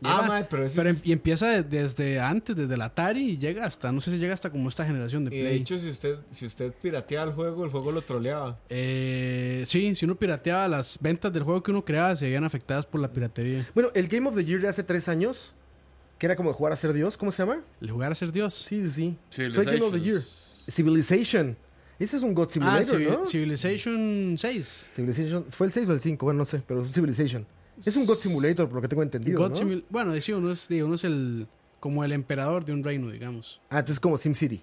Ah,
Llega-
madre, pero ese
pero
es-
em- y empieza de- desde antes, desde el Atari y llega hasta, no sé si llega hasta como esta generación de
Y de
Play.
hecho, si usted, si usted pirateaba el juego, el juego lo troleaba.
Eh, sí, si uno pirateaba las ventas del juego que uno creaba se veían afectadas por la piratería.
Bueno, el Game of the Year de hace tres años, que era como de jugar a ser Dios, ¿cómo se llama?
El jugar a ser Dios.
Sí, sí, sí. Fue
Civilizations.
Game of the Year. Civilization. Ese es un God
ah,
Simulator,
Civi-
¿no?
Civilization 6.
Civilization. ¿Fue el 6 o el 5? Bueno, no sé, pero es un Civilization. Es un God Simulator, por lo que tengo entendido.
God
¿no?
Simil- bueno, sí, uno es, sí, uno es el, como el emperador de un reino, digamos.
Ah, entonces es como SimCity.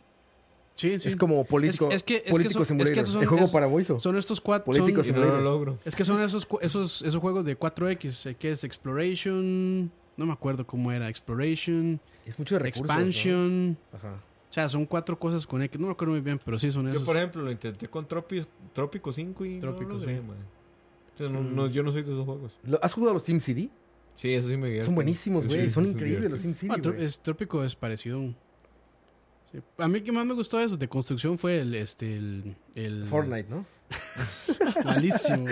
Sí, sí.
Es como político.
Es- es que- es que
político
son- es que
simulator.
esos son-
el juego
es-
para Boiso.
Son estos cuatro.
Políticos
Y
son-
no
Simulator.
lo logro.
es que son esos, cu- esos, esos juegos de 4X, eh, que es Exploration, no me acuerdo cómo era, Exploration,
Es mucho de recursos. ¿no?
Expansion.
Ajá.
O sea, son cuatro cosas con X, no me acuerdo muy bien, pero sí son esos.
Yo, por ejemplo, lo intenté con Tropi- Trópico 5 y.
Trópico,
no lo
sí.
logré, madre. O sea, no- no, yo no soy de esos juegos.
¿Lo- ¿Has jugado a los SimCity?
Sí, eso sí me divierte.
Son buenísimos,
Sí,
güey.
sí,
son
sí,
increíbles los
sí.
Ah,
SimCity.
tro-
güey.
es Trópico es parecido. Sí. A mí que más me gustó de esos de construcción fue el este el, el-
Fortnite, ¿no?
malísimo.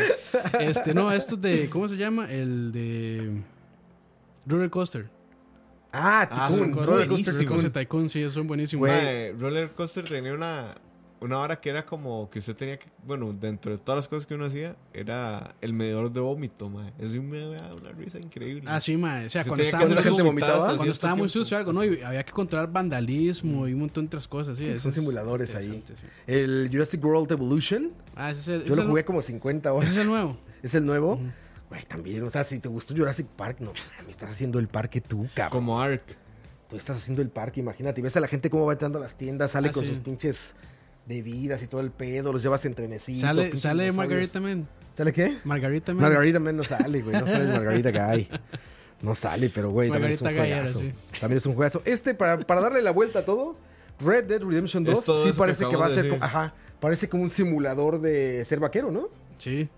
Este, no, estos de ¿cómo se llama? El de Roller Coaster.
Ah,
Ah,
Ticoon.
son cosas
Roller Coaster
buenísimas.
Roller
Tycoon.
Coaster Tycoon, sí, son buenísimos.
Güey.
Mae, Roller Coaster tenía una, una hora que era como que usted tenía que. Bueno, dentro de todas las cosas que uno hacía, era el medidor de vómito, mae. Es de una, una risa increíble.
Ah, sí, mae. O sea,
Usted
cuando
tenía que
estaba,
hacer
la gente
vomitar
vomitaba,
hasta
cuando
cierto
estaba muy
tiempo.
sucio algo, ¿no? Y había que controlar vandalismo y un montón de otras cosas. Sí,
Sí,
eso
son
es
simuladores ahí.
interesante, sí.
El Jurassic World Evolution.
Ah, ese es el,
Yo
ese
lo
es
jugué
el-
como 50 horas.
ese es el nuevo.
(laughs) Es el nuevo. Güey, también. O sea, si te gustó Jurassic Park, no, me estás haciendo el parque tú, cabrón.
Como Ark.
Tú estás haciendo el parque, imagínate. Y ves a la gente cómo va entrando a las tiendas, sale
Ah,
con
sí.
sus pinches bebidas y todo el pedo, los llevas entrenecidos.
Sale,
pinches
sale
dinosaurios.
Margarita Man.
¿Sale qué?
Margarita Man.
Margarita Man no sale, güey. No sale el Margarita Guy. No sale, pero güey, también es un
Margarita Guy era,
juegazo. También es un juegazo. Este, para, para darle la vuelta a todo, Red Dead Redemption
Es
2
todo
sí
eso que
parece que, va a
acabas de
ser. como-
decir.
ajá. Parece como un simulador de ser vaquero, ¿no?
Sí.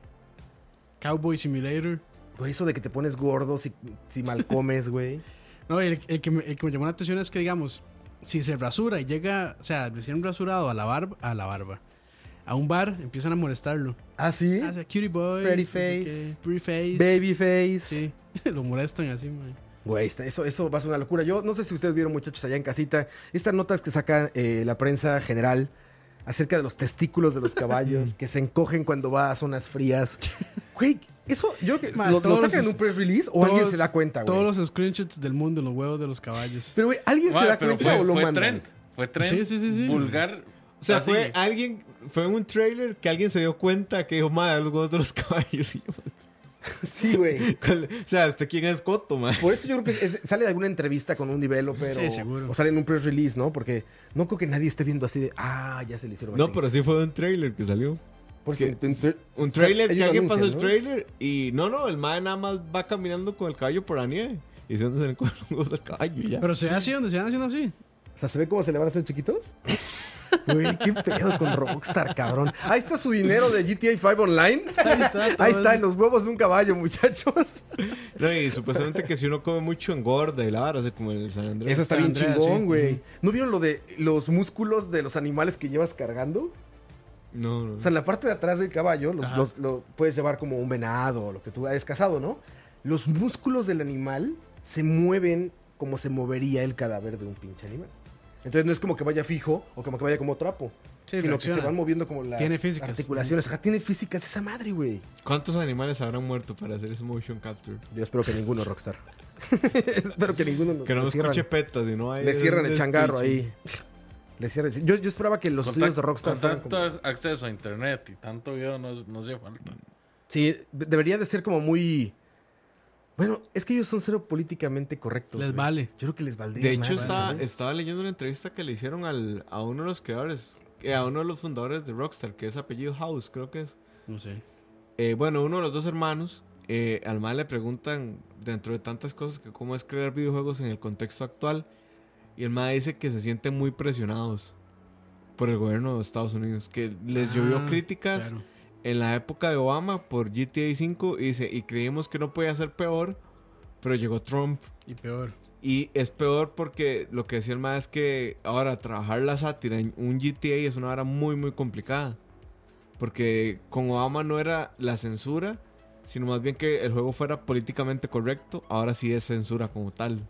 Cowboy Simulator.
Güey, eso de que te pones gordo si, si mal comes, güey.
No, el, el que me, el que me llamó la atención es que, digamos, si se rasura y llega, o sea, recién rasurado a la barba, a la barba, a un bar, empiezan a molestarlo.
¿Ah, sí?
Ah, o sea, cutie boy.
Pretty
no sé
face.
qué, Pretty face.
Babyface.
Sí, (laughs) lo molestan así, man.
Güey, está- eso, eso va a ser una locura. Yo no sé si ustedes vieron, muchachos, allá en casita, estas notas que saca eh, la prensa general acerca de los testículos de los caballos que se encogen cuando va a zonas frías. Güey, eso yo que
Man,
lo, lo
todos
sacan en
los-
un press release o alguien
Todos-
se da cuenta, güey.
Todos los screenshots del mundo, los huevos de los caballos.
Pero güey, alguien se
Ma,
da
pero
cuenta
fue,
o lo
fue
manda.
trend. Fue trend.
Sí, sí, sí, sí.
Vulgar. Ah,
O sea,
así.
fue alguien. Fue un trailer que alguien se dio cuenta que dijo, madre, los juegos de los (laughs) caballos. Y yo,
(laughs) Sí, güey.
¿cuál- o sea, ¿usted quién es Coto, madre?
Por eso yo creo que es- sale de alguna entrevista con un developer
Sí,
o-
seguro.
o sale en un press release, ¿no? Porque no creo que nadie esté viendo así de, ah, ya se le hicieron
No,
así".
pero sí fue un trailer que salió.
Por si-
Un trailer,
ellos
que
lo
alguien
anuncian,
pasó el
¿no?
trailer y no, no, el mae nada más va caminando con el caballo por la nieve y se anda (laughs) en el cuerno del caballo y ya.
Pero se ve así donde se van haciendo así.
O sea, ¿se ve cómo se le van a hacer
(laughs)
chiquitos? Güey, qué pedo con Rockstar, cabrón. Ahí está su dinero de GTA 5 Online.
(laughs) Ahí está. todo
Ahí está, en
eso.
los huevos de un caballo, muchachos.
No, y supuestamente que si uno come mucho engorda y la vara, o sea, como en el San Andrés.
Eso está
San
bien
Andreas,
chingón,
sí.
güey.
Ujú.
¿No vieron lo de los músculos de los animales que llevas cargando?
No, no.
O sea, en la parte de atrás del caballo los,
Ajá.
los- lo puedes llevar como un venado o lo que tú hayas cazado, ¿no? los músculos del animal se mueven como se movería el cadáver de un pinche animal. Entonces no es como que vaya fijo o como que vaya como trapo.
Sí,
sino que
reacciona.
se van moviendo como las
Tiene físicas.
articulaciones. Ajá, tiene físicas esa madre, güey.
¿Cuántos animales habrán muerto para hacer ese motion capture?
Yo espero que ninguno, Rockstar. (laughs) espero que ninguno nos,
Que no
nos
nos
cierran.
escuche petas y no hay.
Le cierran el
un
changarro
despiche.
ahí. Le cierran el- Yo, yo esperaba que los
Con
estudios de
tan-
Rockstar
con
fueran
tanto
como-
acceso a internet y tanto video no, no hace falta.
Sí, de- debería de ser como muy... Bueno, es que ellos son cero políticamente correctos.
Les
güey.
vale.
Yo creo que les valdría
De hecho,
madre,
estaba,
¿sabes?
estaba leyendo una entrevista que le hicieron al, a uno de los creadores, eh, a uno de los fundadores de Rockstar, que es apellido House, creo que es.
No sé.
Eh, bueno, uno de los dos hermanos, eh, al mal le preguntan, dentro de tantas cosas, que cómo es crear videojuegos en el contexto actual. Y el mal dice que se sienten muy presionados por el gobierno de Estados Unidos, que les llovió
Ah,
críticas
claro.
en la época de Obama por GTA 5 y dice, y creímos que no podía ser peor, pero llegó Trump.
Y peor.
Y es peor porque lo que decía el más es que ahora trabajar la sátira en un GTA es una hora muy, muy complicada. Porque con Obama no era la censura, sino más bien que el juego fuera políticamente correcto. Ahora sí es censura como tal.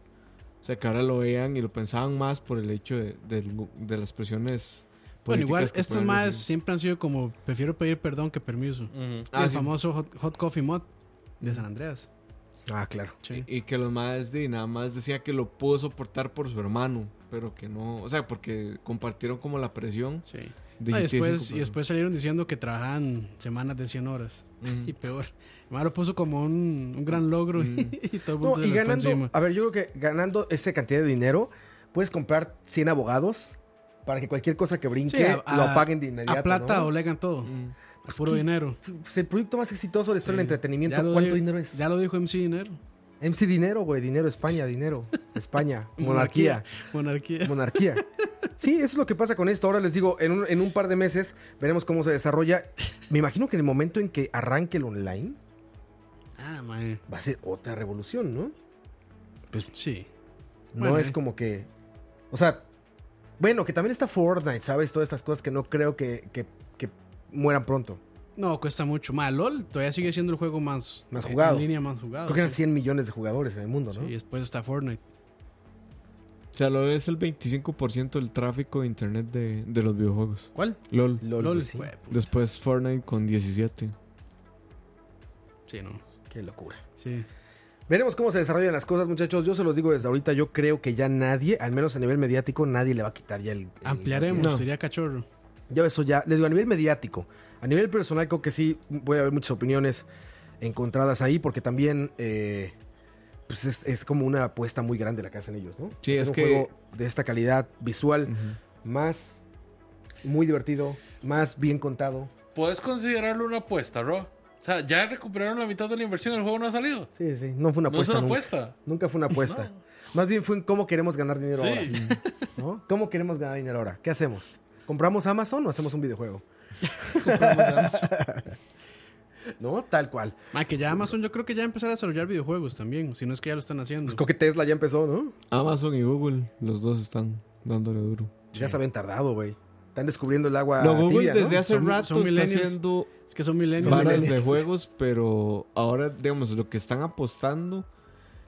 O sea, que ahora lo vean y lo pensaban más por el hecho de, del- de las presiones políticas.
Bueno, igual,
que
estos
puedan
más
recibir.
siempre han sido como, prefiero pedir perdón que permiso.
Ujú.
Ah,
el
sí.
famoso hot, hot Coffee Mod de San Andreas.
Ah, claro.
Sí.
Y que los más de nada más decía que lo pudo soportar por su hermano, pero que no, o sea, porque compartieron como la presión
sí.
de
No, y,
GTA
después,
V,
y
pero-
después salieron diciendo que trabajaban semanas de 100 horas.
Ujú.
Y peor. Además lo puso como un, un gran logro (laughs) y, todo el mundo
No,
se
y
le fue
ganando,
encima.
a ver, yo creo que ganando esa cantidad de dinero, puedes comprar 100 abogados para que cualquier cosa que brinque
Sí, a-
lo
a-
apaguen de inmediato.
A plata
¿no?
doblegan todo. A
Pues
puro
que-
dinero.
Pues el proyecto más exitoso de la historia del entretenimiento,
Ya lo
¿cuánto
di-
dinero es?
Ya lo dijo MC Dinero.
MC Dinero, güey, dinero, España, dinero,
(laughs)
España, monarquía,
Monarquía.
monarquía. Sí, eso es lo que pasa con esto. Ahora les digo, en un, en un par de meses veremos cómo se desarrolla. Me imagino que en el momento en que arranque el online
Ah, mae.
va a ser otra revolución, ¿no? Pues
Sí.
no
Bueno,
es
eh.
como que. O sea, bueno, que también está Fortnite, ¿sabes? Todas estas cosas que no creo que, que- que mueran pronto.
No, cuesta mucho. Mae, LOL todavía sigue siendo el juego más, eh,
Más jugado.
En línea más jugado.
Creo que eran 100 millones de jugadores en el mundo, ¿no?
Sí, y después está Fortnite.
O sea, LOL es el 25% del tráfico de internet de, de los videojuegos.
¿Cuál?
LOL.
LOL,
LOL.
pues sí.
Jue- puta.
Después Fortnite con 17.
Sí, no.
Qué locura.
Sí.
Veremos cómo se desarrollan las cosas, muchachos. Yo se los digo desde ahorita. Yo creo que ya nadie, al menos a nivel mediático, nadie le va a quitar ya el. el-
Ampliaremos,
No.
sería cachorro.
Ya eso ya. Les digo, a nivel mediático. A nivel personal, creo que sí voy a haber muchas opiniones encontradas ahí, porque también. eh, pues es, es como una apuesta muy grande la que hacen ellos, ¿no?
Sí,
Hacer
es
un
que-
juego de esta calidad visual, más muy divertido, más bien contado.
¿Puedes considerarlo una apuesta, Ro? O sea, ya recuperaron la mitad de la inversión, el juego no ha salido.
Sí, sí. No fue una
No es
apuesta.
una
nunca.
apuesta.
Nunca fue una apuesta. Más bien fue en cómo queremos ganar dinero
Sí.
ahora. ¿no? ¿Cómo queremos ganar dinero ahora? ¿Qué hacemos? ¿Compramos Amazon o hacemos un videojuego? ¿No? Tal cual.
Mae, Ah, que ya Amazon yo creo que ya empezará a desarrollar videojuegos también. Si no es que ya lo están haciendo.
Pues creo que Tesla ya empezó, ¿no?
Amazon y Google, los dos están dándole duro.
Ya se habían tardado, güey. Están descubriendo el agua
No, Google
tibia, ¿no?
desde hace
Ah, Son-
rato
son
está
millennials.
haciendo
es que son milenios.
Vale.
varas de
millennials.
juegos, pero ahora, digamos, lo que están apostando,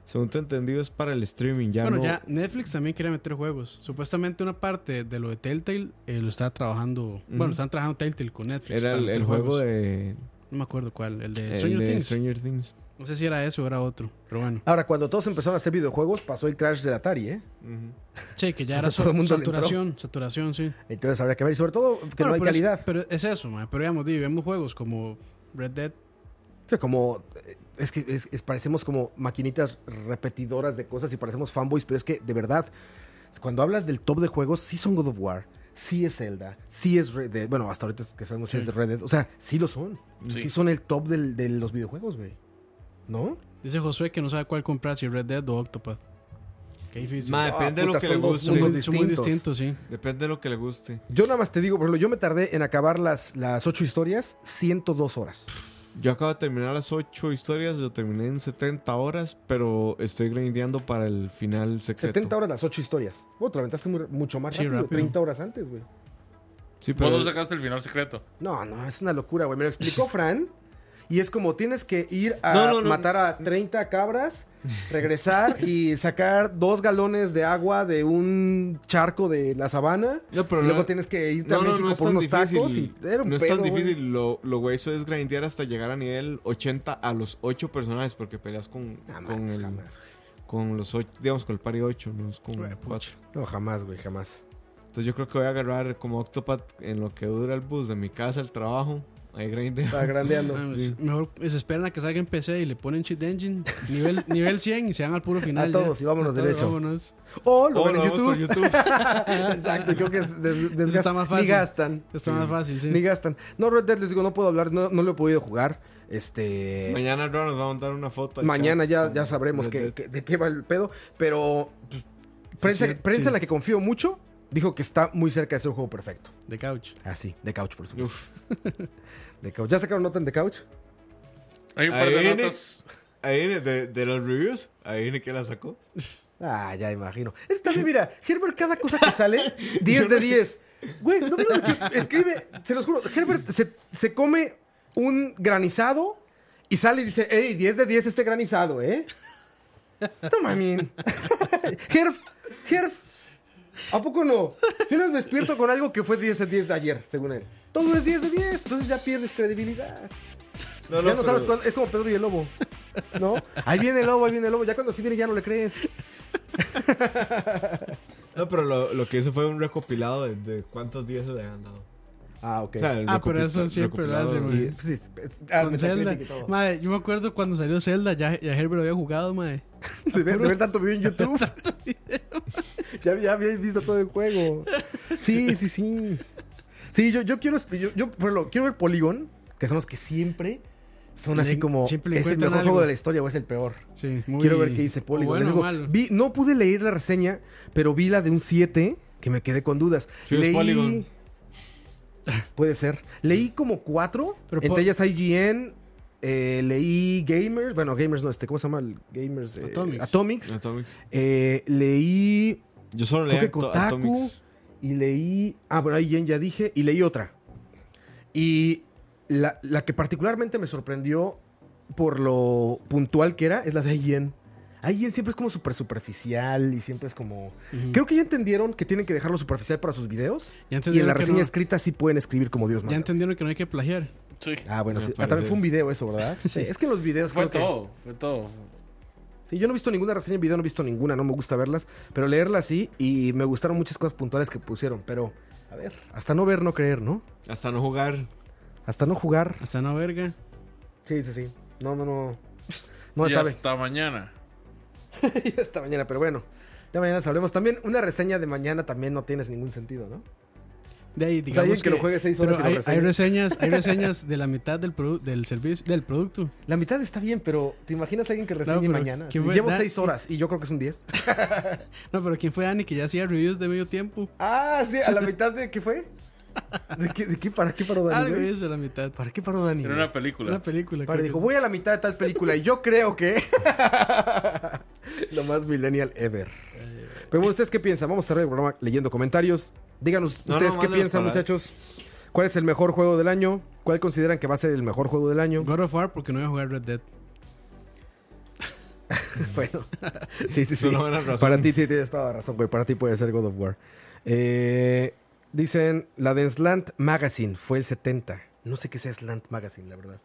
según te entendido, es para el streaming. Ya
Bueno,
no.
ya Netflix también quería meter juegos. Supuestamente una parte de lo de Telltale eh, lo está trabajando. Bueno, están trabajando Telltale con Netflix.
Era
para
el,
meter
el juego
juegos.
de,
No me acuerdo cuál, el de
el
Eh, Stranger
de
Things.
Stranger Things.
No sé si era ese o era otro, pero bueno.
Ahora, cuando todos empezaron a hacer videojuegos, pasó el crash del Atari, ¿eh?
Sí, que ya era
Todo el
sa-
mundo le
saturación, saturación, sí.
Entonces habría que ver. Y sobre todo, que
Bueno,
no hay
pero es-
calidad.
pero es eso, man. Pero digamos, di, vemos juegos como Red Dead.
O sea, como. eh, Es que es- es- parecemos como maquinitas repetidoras de cosas y parecemos fanboys, pero es que, de verdad, cuando hablas del top de juegos, sí son God of War, sí es Zelda, sí es Red Dead. Bueno, hasta ahorita que sabemos si es Red Dead. O sea, sí lo son. Sí,
Sí.
son el top del- de los videojuegos, güey. ¿No?
Dice Josué que no sabe cuál comprar, si Red Dead o Octopath. Qué difícil.
Ma,
Ah,
depende de
puta,
lo que
son
le
dos
guste.
son, muy,
mundos
son muy
distintos.
distintos, sí.
Depende de lo que le guste.
Yo nada más te digo, por ejemplo, yo me tardé en acabar las, las ocho historias 102 horas.
Yo acabo de terminar las 8 historias, lo terminé en 70 horas, pero estoy grindeando para el final secreto.
70 horas las ocho historias. Vos te lo aventaste muy- mucho más
Sí,
rápido,
rápido.
30 horas antes, güey.
Sí,
Vos
pero
no sacaste el final secreto.
No, no, es una locura, güey. Me lo explicó Fran. Y es como tienes que ir a
No, no, no.
matar a 30
(laughs)
cabras, regresar y sacar dos galones de agua de un charco de la sabana.
No, pero
y luego
no-
tienes que irte
No,
a
no,
México
no es
por
tan
unos tacos
difícil.
y era un
No es
pedo,
tan
güey.
difícil. Lo, lo hueso es grindear hasta llegar a nivel 80 a los 8 personajes porque peleas con,
Jamás,
con, el-
jamás,
con los 8, digamos con el pari 8, no es con
Güey, pucha.
4.
No, jamás, güey,
(laughs)
jamás.
Entonces yo creo que voy a agarrar como Octopath en lo que dura el bus de mi casa al trabajo. Ahí grindear.
Estaba grandeando.
Ah, pues, Mejor se esperan a que salga en PC y le ponen cheat engine nivel, (laughs) nivel 100 y se van al puro final.
A
ya.
todos y vámonos
todos,
derecho.
vámonos.
O lo
O
ven
lo
en
vemos por
YouTube. (laughs)
YouTube.
Exacto, creo que
(laughs)
es des- desgas-
está más fácil.
Ni gastan.
Está más fácil, sí.
Ni gastan. No, Red Dead, les digo, no puedo hablar, no, no lo he podido jugar. Este.
Mañana Ron nos va a mandar una foto. al
Mañana
chat
ya,
con
ya sabremos
Red
qué-
Dead.
qué- de qué va el pedo. Pero pues, prensa,
sí,
prensa
sí.
en la que confío mucho dijo que está muy cerca de ser un juego perfecto.
De couch.
Así, de couch, por supuesto. (laughs) De couch. ¿Ya sacaron nota en de couch?
Hay un par de
Ahí viene.
notas.
Ahí viene, de, de los reviews, ahí viene que la sacó.
Ah, ya imagino. Es que también, mira, Herbert, cada cosa que
(laughs)
sale, 10 de 10. Güey, no vieron lo que escribe, se los juro, Herbert se, se come un granizado y sale y dice, hey, 10 de 10 este granizado, ¿eh? Toma, min. (laughs) Herb, Herb, ¿a poco no? Yo nos despierto con algo que fue 10 de 10 de ayer, según él. Todo es 10 de 10, entonces ya pierdes credibilidad ya no sabes
pero-
cuándo. Es como Pedro y el lobo. ¿No? Ahí viene el lobo, ahí viene el lobo. Ya cuando sí viene ya no le crees.
No, pero lo, lo que hizo fue un recopilado de, de cuántos días le han dado.
Ah, ok.
O sea, el
Ah, pero
recopi-
eso siempre lo
recopilado-
hace,
y,
güey.
pues, es- es- ah,
Con
Metacritic
Zelda.
y todo.
Madre, yo me acuerdo cuando salió Zelda, ya, ya Herbert lo había jugado, madre.
(laughs) De ver, de ver tanto video en
(laughs)
YouTube. (laughs) ya, ya había visto todo el juego.
(laughs)
Sí, sí, sí. Sí, yo, yo quiero. esp- Yo, yo, por lo- quiero ver Polygon, que son los que siempre son
Le-
así como.
siempre le
es el
encuentran
mejor
algo.
juego de la historia o es el peor.
Sí, muy
Quiero ver qué dice Polygon.
Bueno,
Les digo,
malo.
vi- no pude leer la reseña, pero vi la de un 7 que me quedé con dudas.
Sí, es Polygon.
(laughs) Puede ser. Leí como cuatro.
Pero po-
entre ellas IGN. eh, leí Gamers. Bueno, Gamers no, este, ¿cómo se llama? el Gamers. eh,
Atomics.
Atomics.
Atomics.
Eh, leí.
Yo solo leía
Creo que
Ato-
Kotaku.
Atomics.
Y leí. Ah, bueno, IGN ya dije. Y leí otra. Y la, la que particularmente me sorprendió por lo puntual que era es la de IGN. IGN siempre es como súper superficial y siempre es como... Creo que ya entendieron que tienen que dejarlo superficial para sus videos.
Ya
Y en
entendieron
la
que
reseña
no-
escrita sí pueden escribir como Dios
Ya
manda.
entendieron que no hay que plagiar.
Sí.
Ah, bueno,
Me
sí. Ah,
parece.
también fue un video
(laughs)
eso, ¿verdad? Sí, es que los videos...
Fue
creo que-
todo, fue todo.
Sí, yo no he visto ninguna reseña en video, no he visto ninguna, no me gusta verlas, pero leerlas sí y me gustaron muchas cosas puntuales que pusieron, pero a ver, hasta no ver, no creer, ¿no?
Hasta no jugar.
Hasta no jugar.
Hasta no verga.
Sí, sí, sí. No, no, no. No
y
se (laughs) sabe.
hasta mañana.
Y hasta mañana, pero bueno. Ya mañana sabremos. También una reseña de mañana también no tienes ningún sentido, ¿no?
De ahí,
sea,
digamos
alguien que lo juegue seis horas
pero
y
hay,
lo
hay
reseñe.
reseñas, hay reseñas de la mitad del produ- del servicio, del producto.
La mitad está bien, pero ¿te imaginas a alguien que reseñe
pero
mañana?
¿quién
Así,
fue?
Llevo
Da-
seis horas y yo creo que es
(laughs)
un 10.
No, pero ¿quién fue Dani que ya hacía reviews de medio tiempo?
ah, sí, a la mitad de qué fue? ¿De qué, de qué para qué paró Dani?
Algo
güey?
eso, la mitad.
¿Para qué paró Dani?
Era
güey?
una película.
Una película.
Para
creo
dijo,
que
voy a la mitad de tal película y yo creo que (laughs) lo más millennial ever. Pero bueno, ¿ustedes qué piensan? Vamos a cerrar el programa leyendo comentarios. Díganos
No,
ustedes
no,
qué
mándenos
piensan,
para-
muchachos. ¿Cuál es el mejor juego del año? ¿Cuál consideran que va a ser el mejor juego del
es.
año?
God of War porque no voy a jugar Red Dead. (laughs)
(laughs) bueno, sí, sí,
Es
sí.
una buena razón.
Para ti ti- tienes toda la razón, güey. Para ti puede ser God of War. Eh, dicen, la de Slant Magazine fue el 70. No sé qué sea Slant Magazine, la verdad.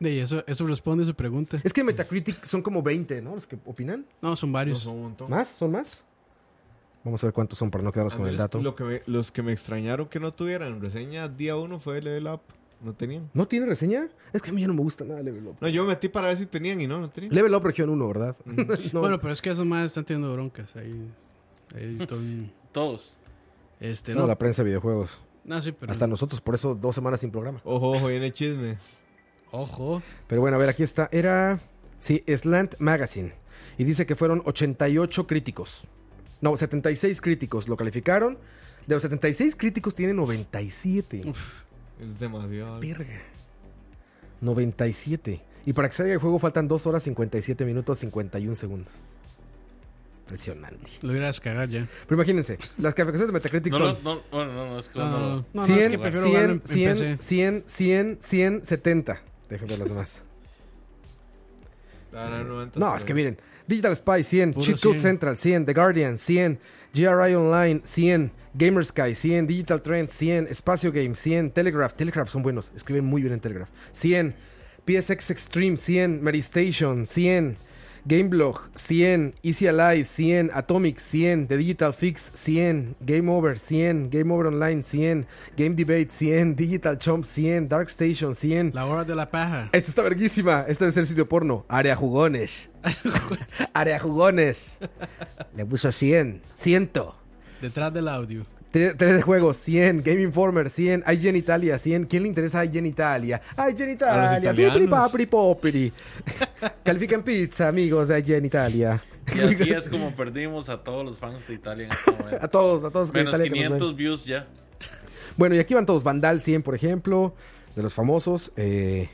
De ahí, eso, eso responde a su pregunta.
Es que Metacritic son como 20, ¿no? Los que opinan.
No, son
No,
varios.
son un montón.
¿Más? ¿Son más? Vamos a ver cuántos son para no quedarnos
A
pues, con
mí
el
los-
dato.
lo que me- los que me extrañaron que no tuvieran reseña día uno fue Level Up. No tenían.
¿No tiene reseña? Es que a mí ya no me gusta nada Level Up.
No, yo me metí para ver si tenían y no, no tenían.
Level Up Región 1, ¿verdad? (laughs) No.
Bueno, pero es que esos más están teniendo broncas. Ahí, ahí todo
(laughs)
un-
Todos.
Este,
no,
no,
la prensa de videojuegos.
no, sí, pero.
Hasta nosotros, por eso dos semanas sin programa.
Ojo, ojo, viene chisme.
Ojo.
Pero bueno, a ver, aquí está. Era. Sí, Slant Magazine. Y dice que fueron 88 críticos. No, 76 críticos lo calificaron. De los 76 críticos tiene 97.
Es demasiado.
Verga. 97. Y para que salga el juego faltan 2 horas 57 minutos 51 segundos. Impresionante.
Lo voy a descargar ya.
Pero imagínense, las calificaciones de Metacritic
No,
son
lo- no, bueno, no, no, es que
Ah.
No,
no
no,
lo-
no, no, es
100,
que prefiero jugar en, en
100,
PC.
100, 100, 100, 70. Dejen ver las demás.
Ahora no, entonces,
No, es que miren. Digital Spy 100,
Puro
Cheat
100.
Code Central 100, The Guardian 100, GRI Online 100, Gamersky 100, Digital Trend 100, Espacio Game 100, Telegraph, Telegraph son buenos, escriben muy bien en Telegraph. 100, PSX Extreme 100, Meristation 100, Gameblog 100, Easy Ally 100, Atomic 100, The Digital Fix 100, Game Over 100, Game Over Online 100, Game Debate 100, Digital Chomp 100, Dark Station 100,
La hora de la paja.
esta está verguísima. Esta debe ser sitio porno. Área jugones. Área jugones. Le puso 100. 100.
Detrás del audio.
3 de juegos, 100. Game Informer, 100. IGN Italia, 100. ¿Quién le interesa a IGN Italia? IGN Italia.
italianos.
Pipri papri (laughs) popiri. Califican pizza, amigos de IGN Italia.
Y
(laughs)
así es como perdimos a todos los fans de Italia en este
A
momento.
todos, a todos. de
Menos
Italia que nos ven.
500 views ya.
Bueno, y aquí van todos. Vandal 100, por ejemplo, de los famosos. eh,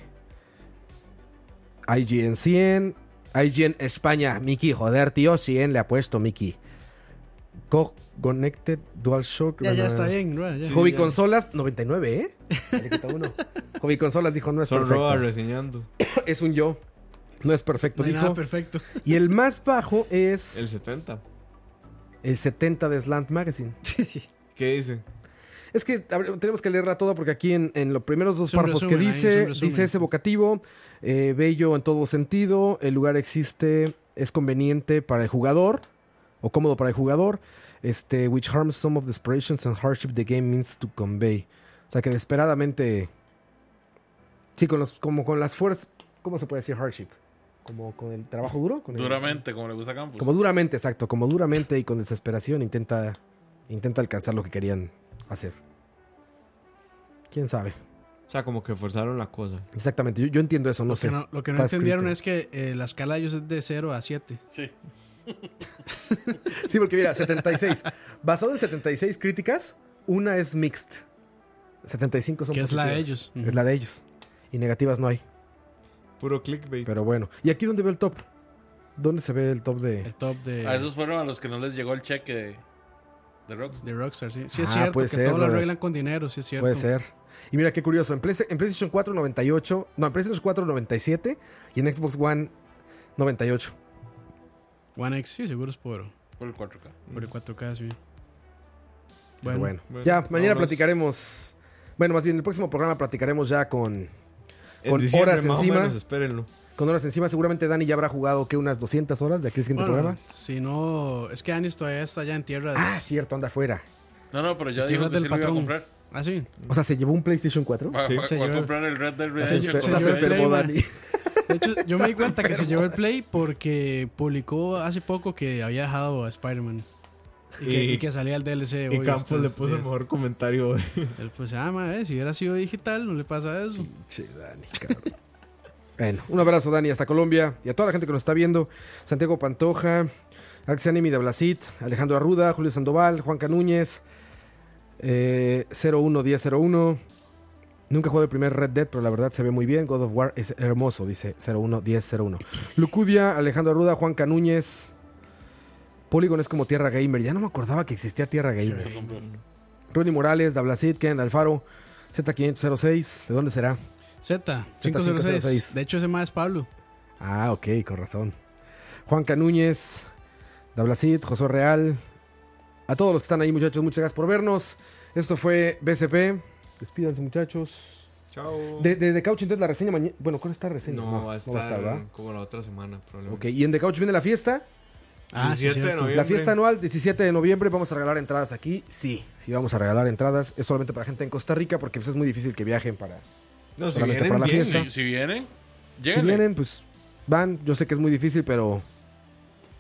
IGN 100. IGN España, Miki, joder, tío, 100 le ha puesto Miki. Co Connected DualShock.
Ya, ya
bueno, eh.
está bien, ¿no? Ya.
Hobby Consolas, 99, ¿eh? Le quitó
(laughs)
uno. Hobby Consolas dijo, no es
Son Roa
perfecto.
reseñando.
(laughs) Es un yo. No es perfecto,
No hay nada
dijo.
perfecto.
Y el más bajo
El
es
70.
el 70 de Slant Magazine.
¿Qué dicen?
Es que a ver, tenemos que leerla toda porque aquí en, en los primeros dos
Es un
párrafos que
resumen ahí, es
dice,
un resumen.
dice ese vocativo, eh, bello en todo sentido, el lugar existe, es conveniente para el jugador o cómodo para el jugador, este, which harms some of the aspirations and hardship the game means to convey. O sea que desesperadamente, sí, con los, como con las fuerzas, ¿cómo se puede decir hardship? Como con el trabajo duro, con el-
Duramente, como le gusta a
Pues
Campos.
como duramente, exacto, como duramente y con desesperación intenta, intenta alcanzar lo que querían hacer. ¿Quién sabe?
O sea, como que forzaron la cosa.
Exactamente, yo, yo entiendo eso, no sé.
Que no- lo que no
Está
entendieron
escrito.
es que eh, la escala de ellos es de 0 a 7.
Sí.
Sí, porque mira, 76. (laughs) Basado en 76 críticas, una es mixed. 75 son
Que es la de
positivas.
ellos.
Es la de ellos. Y negativas no hay,
Puro clickbait.
pero bueno. ¿Y aquí dónde veo el top? ¿Dónde se ve el top de...?
El top
Eh.
de,
Ah,
A esos fueron a los que no les llegó el cheque de, de Rockstar.
de Rockstar, sí. Sí es
Ah,
cierto
puede
que
ser,
todo lo
brother.
arreglan con dinero, sí es cierto.
Puede ser. Y mira qué curioso, en, Playsta- en PlayStation 4 98, no, en PlayStation 4 97 y en Xbox One 98.
One X, sí, seguro es por,
Por el 4K.
por el 4K, sí.
Pero
Bueno,
Bueno,
Bueno,
ya mañana
vámonos.
platicaremos. Bueno, más bien el próximo programa platicaremos ya con,
En
con
diciembre,
horas
más o
encima.
menos, espérenlo.
con horas encima. Seguramente Dani ya habrá jugado que unas 200 horas de aquí al siguiente
Bueno,
programa.
si no, es que Anis todavía está ya en tierras.
Ah, cierto, anda afuera.
No, no, pero ya
Sí,
dijo
Red
que
del
sí lo iba a
patrón.
comprar.
Ah, sí.
O sea, se llevó un PlayStation 4.
Va, va- va
señor.
a comprar el Red Dead
Estás enfer-
Redemption.
se
estás
llevó el
enfermo,
Play,
Dani.
De hecho, yo
(laughs)
me di cuenta que se llevó el Play porque publicó hace poco que había dejado a Spider-Man. Y, que-
Y-
y que salía el DLC.
Y
hoy, este
Campos
estos
le puso el
días.
mejor comentario hoy.
Él pues, ah, madre, si hubiera sido digital, no le pasa eso.
Che, Dani, cabrón. (laughs) Bueno, un abrazo, Dani, hasta Colombia y a toda la gente que nos está viendo. Santiago Pantoja, Alex Animi de Blasit, Alejandro Arruda, Julio Sandoval, Juan Canúñez, eh, 011001. Nunca jugué el primer Red Dead, pero la verdad se ve muy bien. God of War es hermoso, dice 011001. Lucudia, Alejandro Arruda, Juan Canúñez. Polygon es como Tierra Gamer. Ya no me acordaba que existía Tierra Gamer. Ronnie Morales, Dablasit, Ken Alfaro, Z506. ¿De dónde será?
Z506. De hecho, ese más es Pablo.
Ah, ok, con razón. Juan Canúñez, Dablacid, José Real. A todos los que están ahí, muchachos, muchas gracias por vernos. Esto fue BCP. Despídanse, muchachos.
Chao.
De, de, The Couch, entonces la reseña mañana. Bueno, ¿cuándo está reseña?
No, va a estar
¿verdad?
como la otra semana, probablemente.
Ok, y en The Couch viene la fiesta.
Ah, sí,
17 de
cierto.
noviembre.
La fiesta anual, 17 de noviembre. Vamos a regalar entradas aquí. Sí, sí, vamos a regalar entradas. Es solamente para gente en Costa Rica porque pues, es muy difícil que viajen para.
No, si
solamente
vienen
para la
bien, ¿eh?
fiesta.
Si, si vienen,
Si
lléguenle.
vienen, pues van. Yo sé que es muy difícil, pero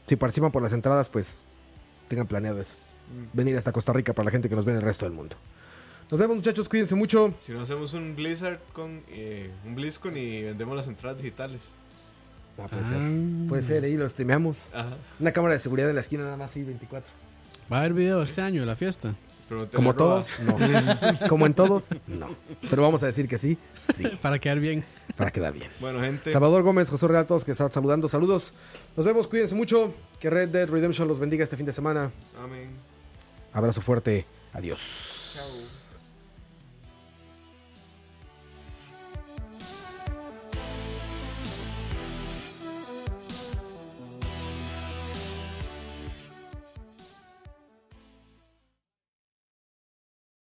si participan por las entradas, pues tengan planeado eso.
Mm.
Venir hasta Costa Rica para la gente que nos ve en el resto del mundo. Nos vemos, muchachos. Cuídense mucho.
Si no hacemos un Blizzard con eh, un BlizzCon y vendemos las entradas digitales.
Ah, puede ser.
Ah,
Puede ser, ahí lo streameamos.
Ajá.
Una cámara de seguridad en la esquina, nada más, sí, 24.
Va a haber video este año de la fiesta.
Pero no te
Como
la roba.
todos, no.
(laughs)
Como en todos, no. Pero vamos a decir que sí, sí,
(laughs) Para quedar bien.
para quedar bien.
Bueno, gente.
Salvador Gómez, José Real, todos que están saludando, saludos. Nos vemos, cuídense mucho. Que Red Dead Redemption los bendiga este fin de semana.
Amén.
Abrazo fuerte, adiós.
Chao.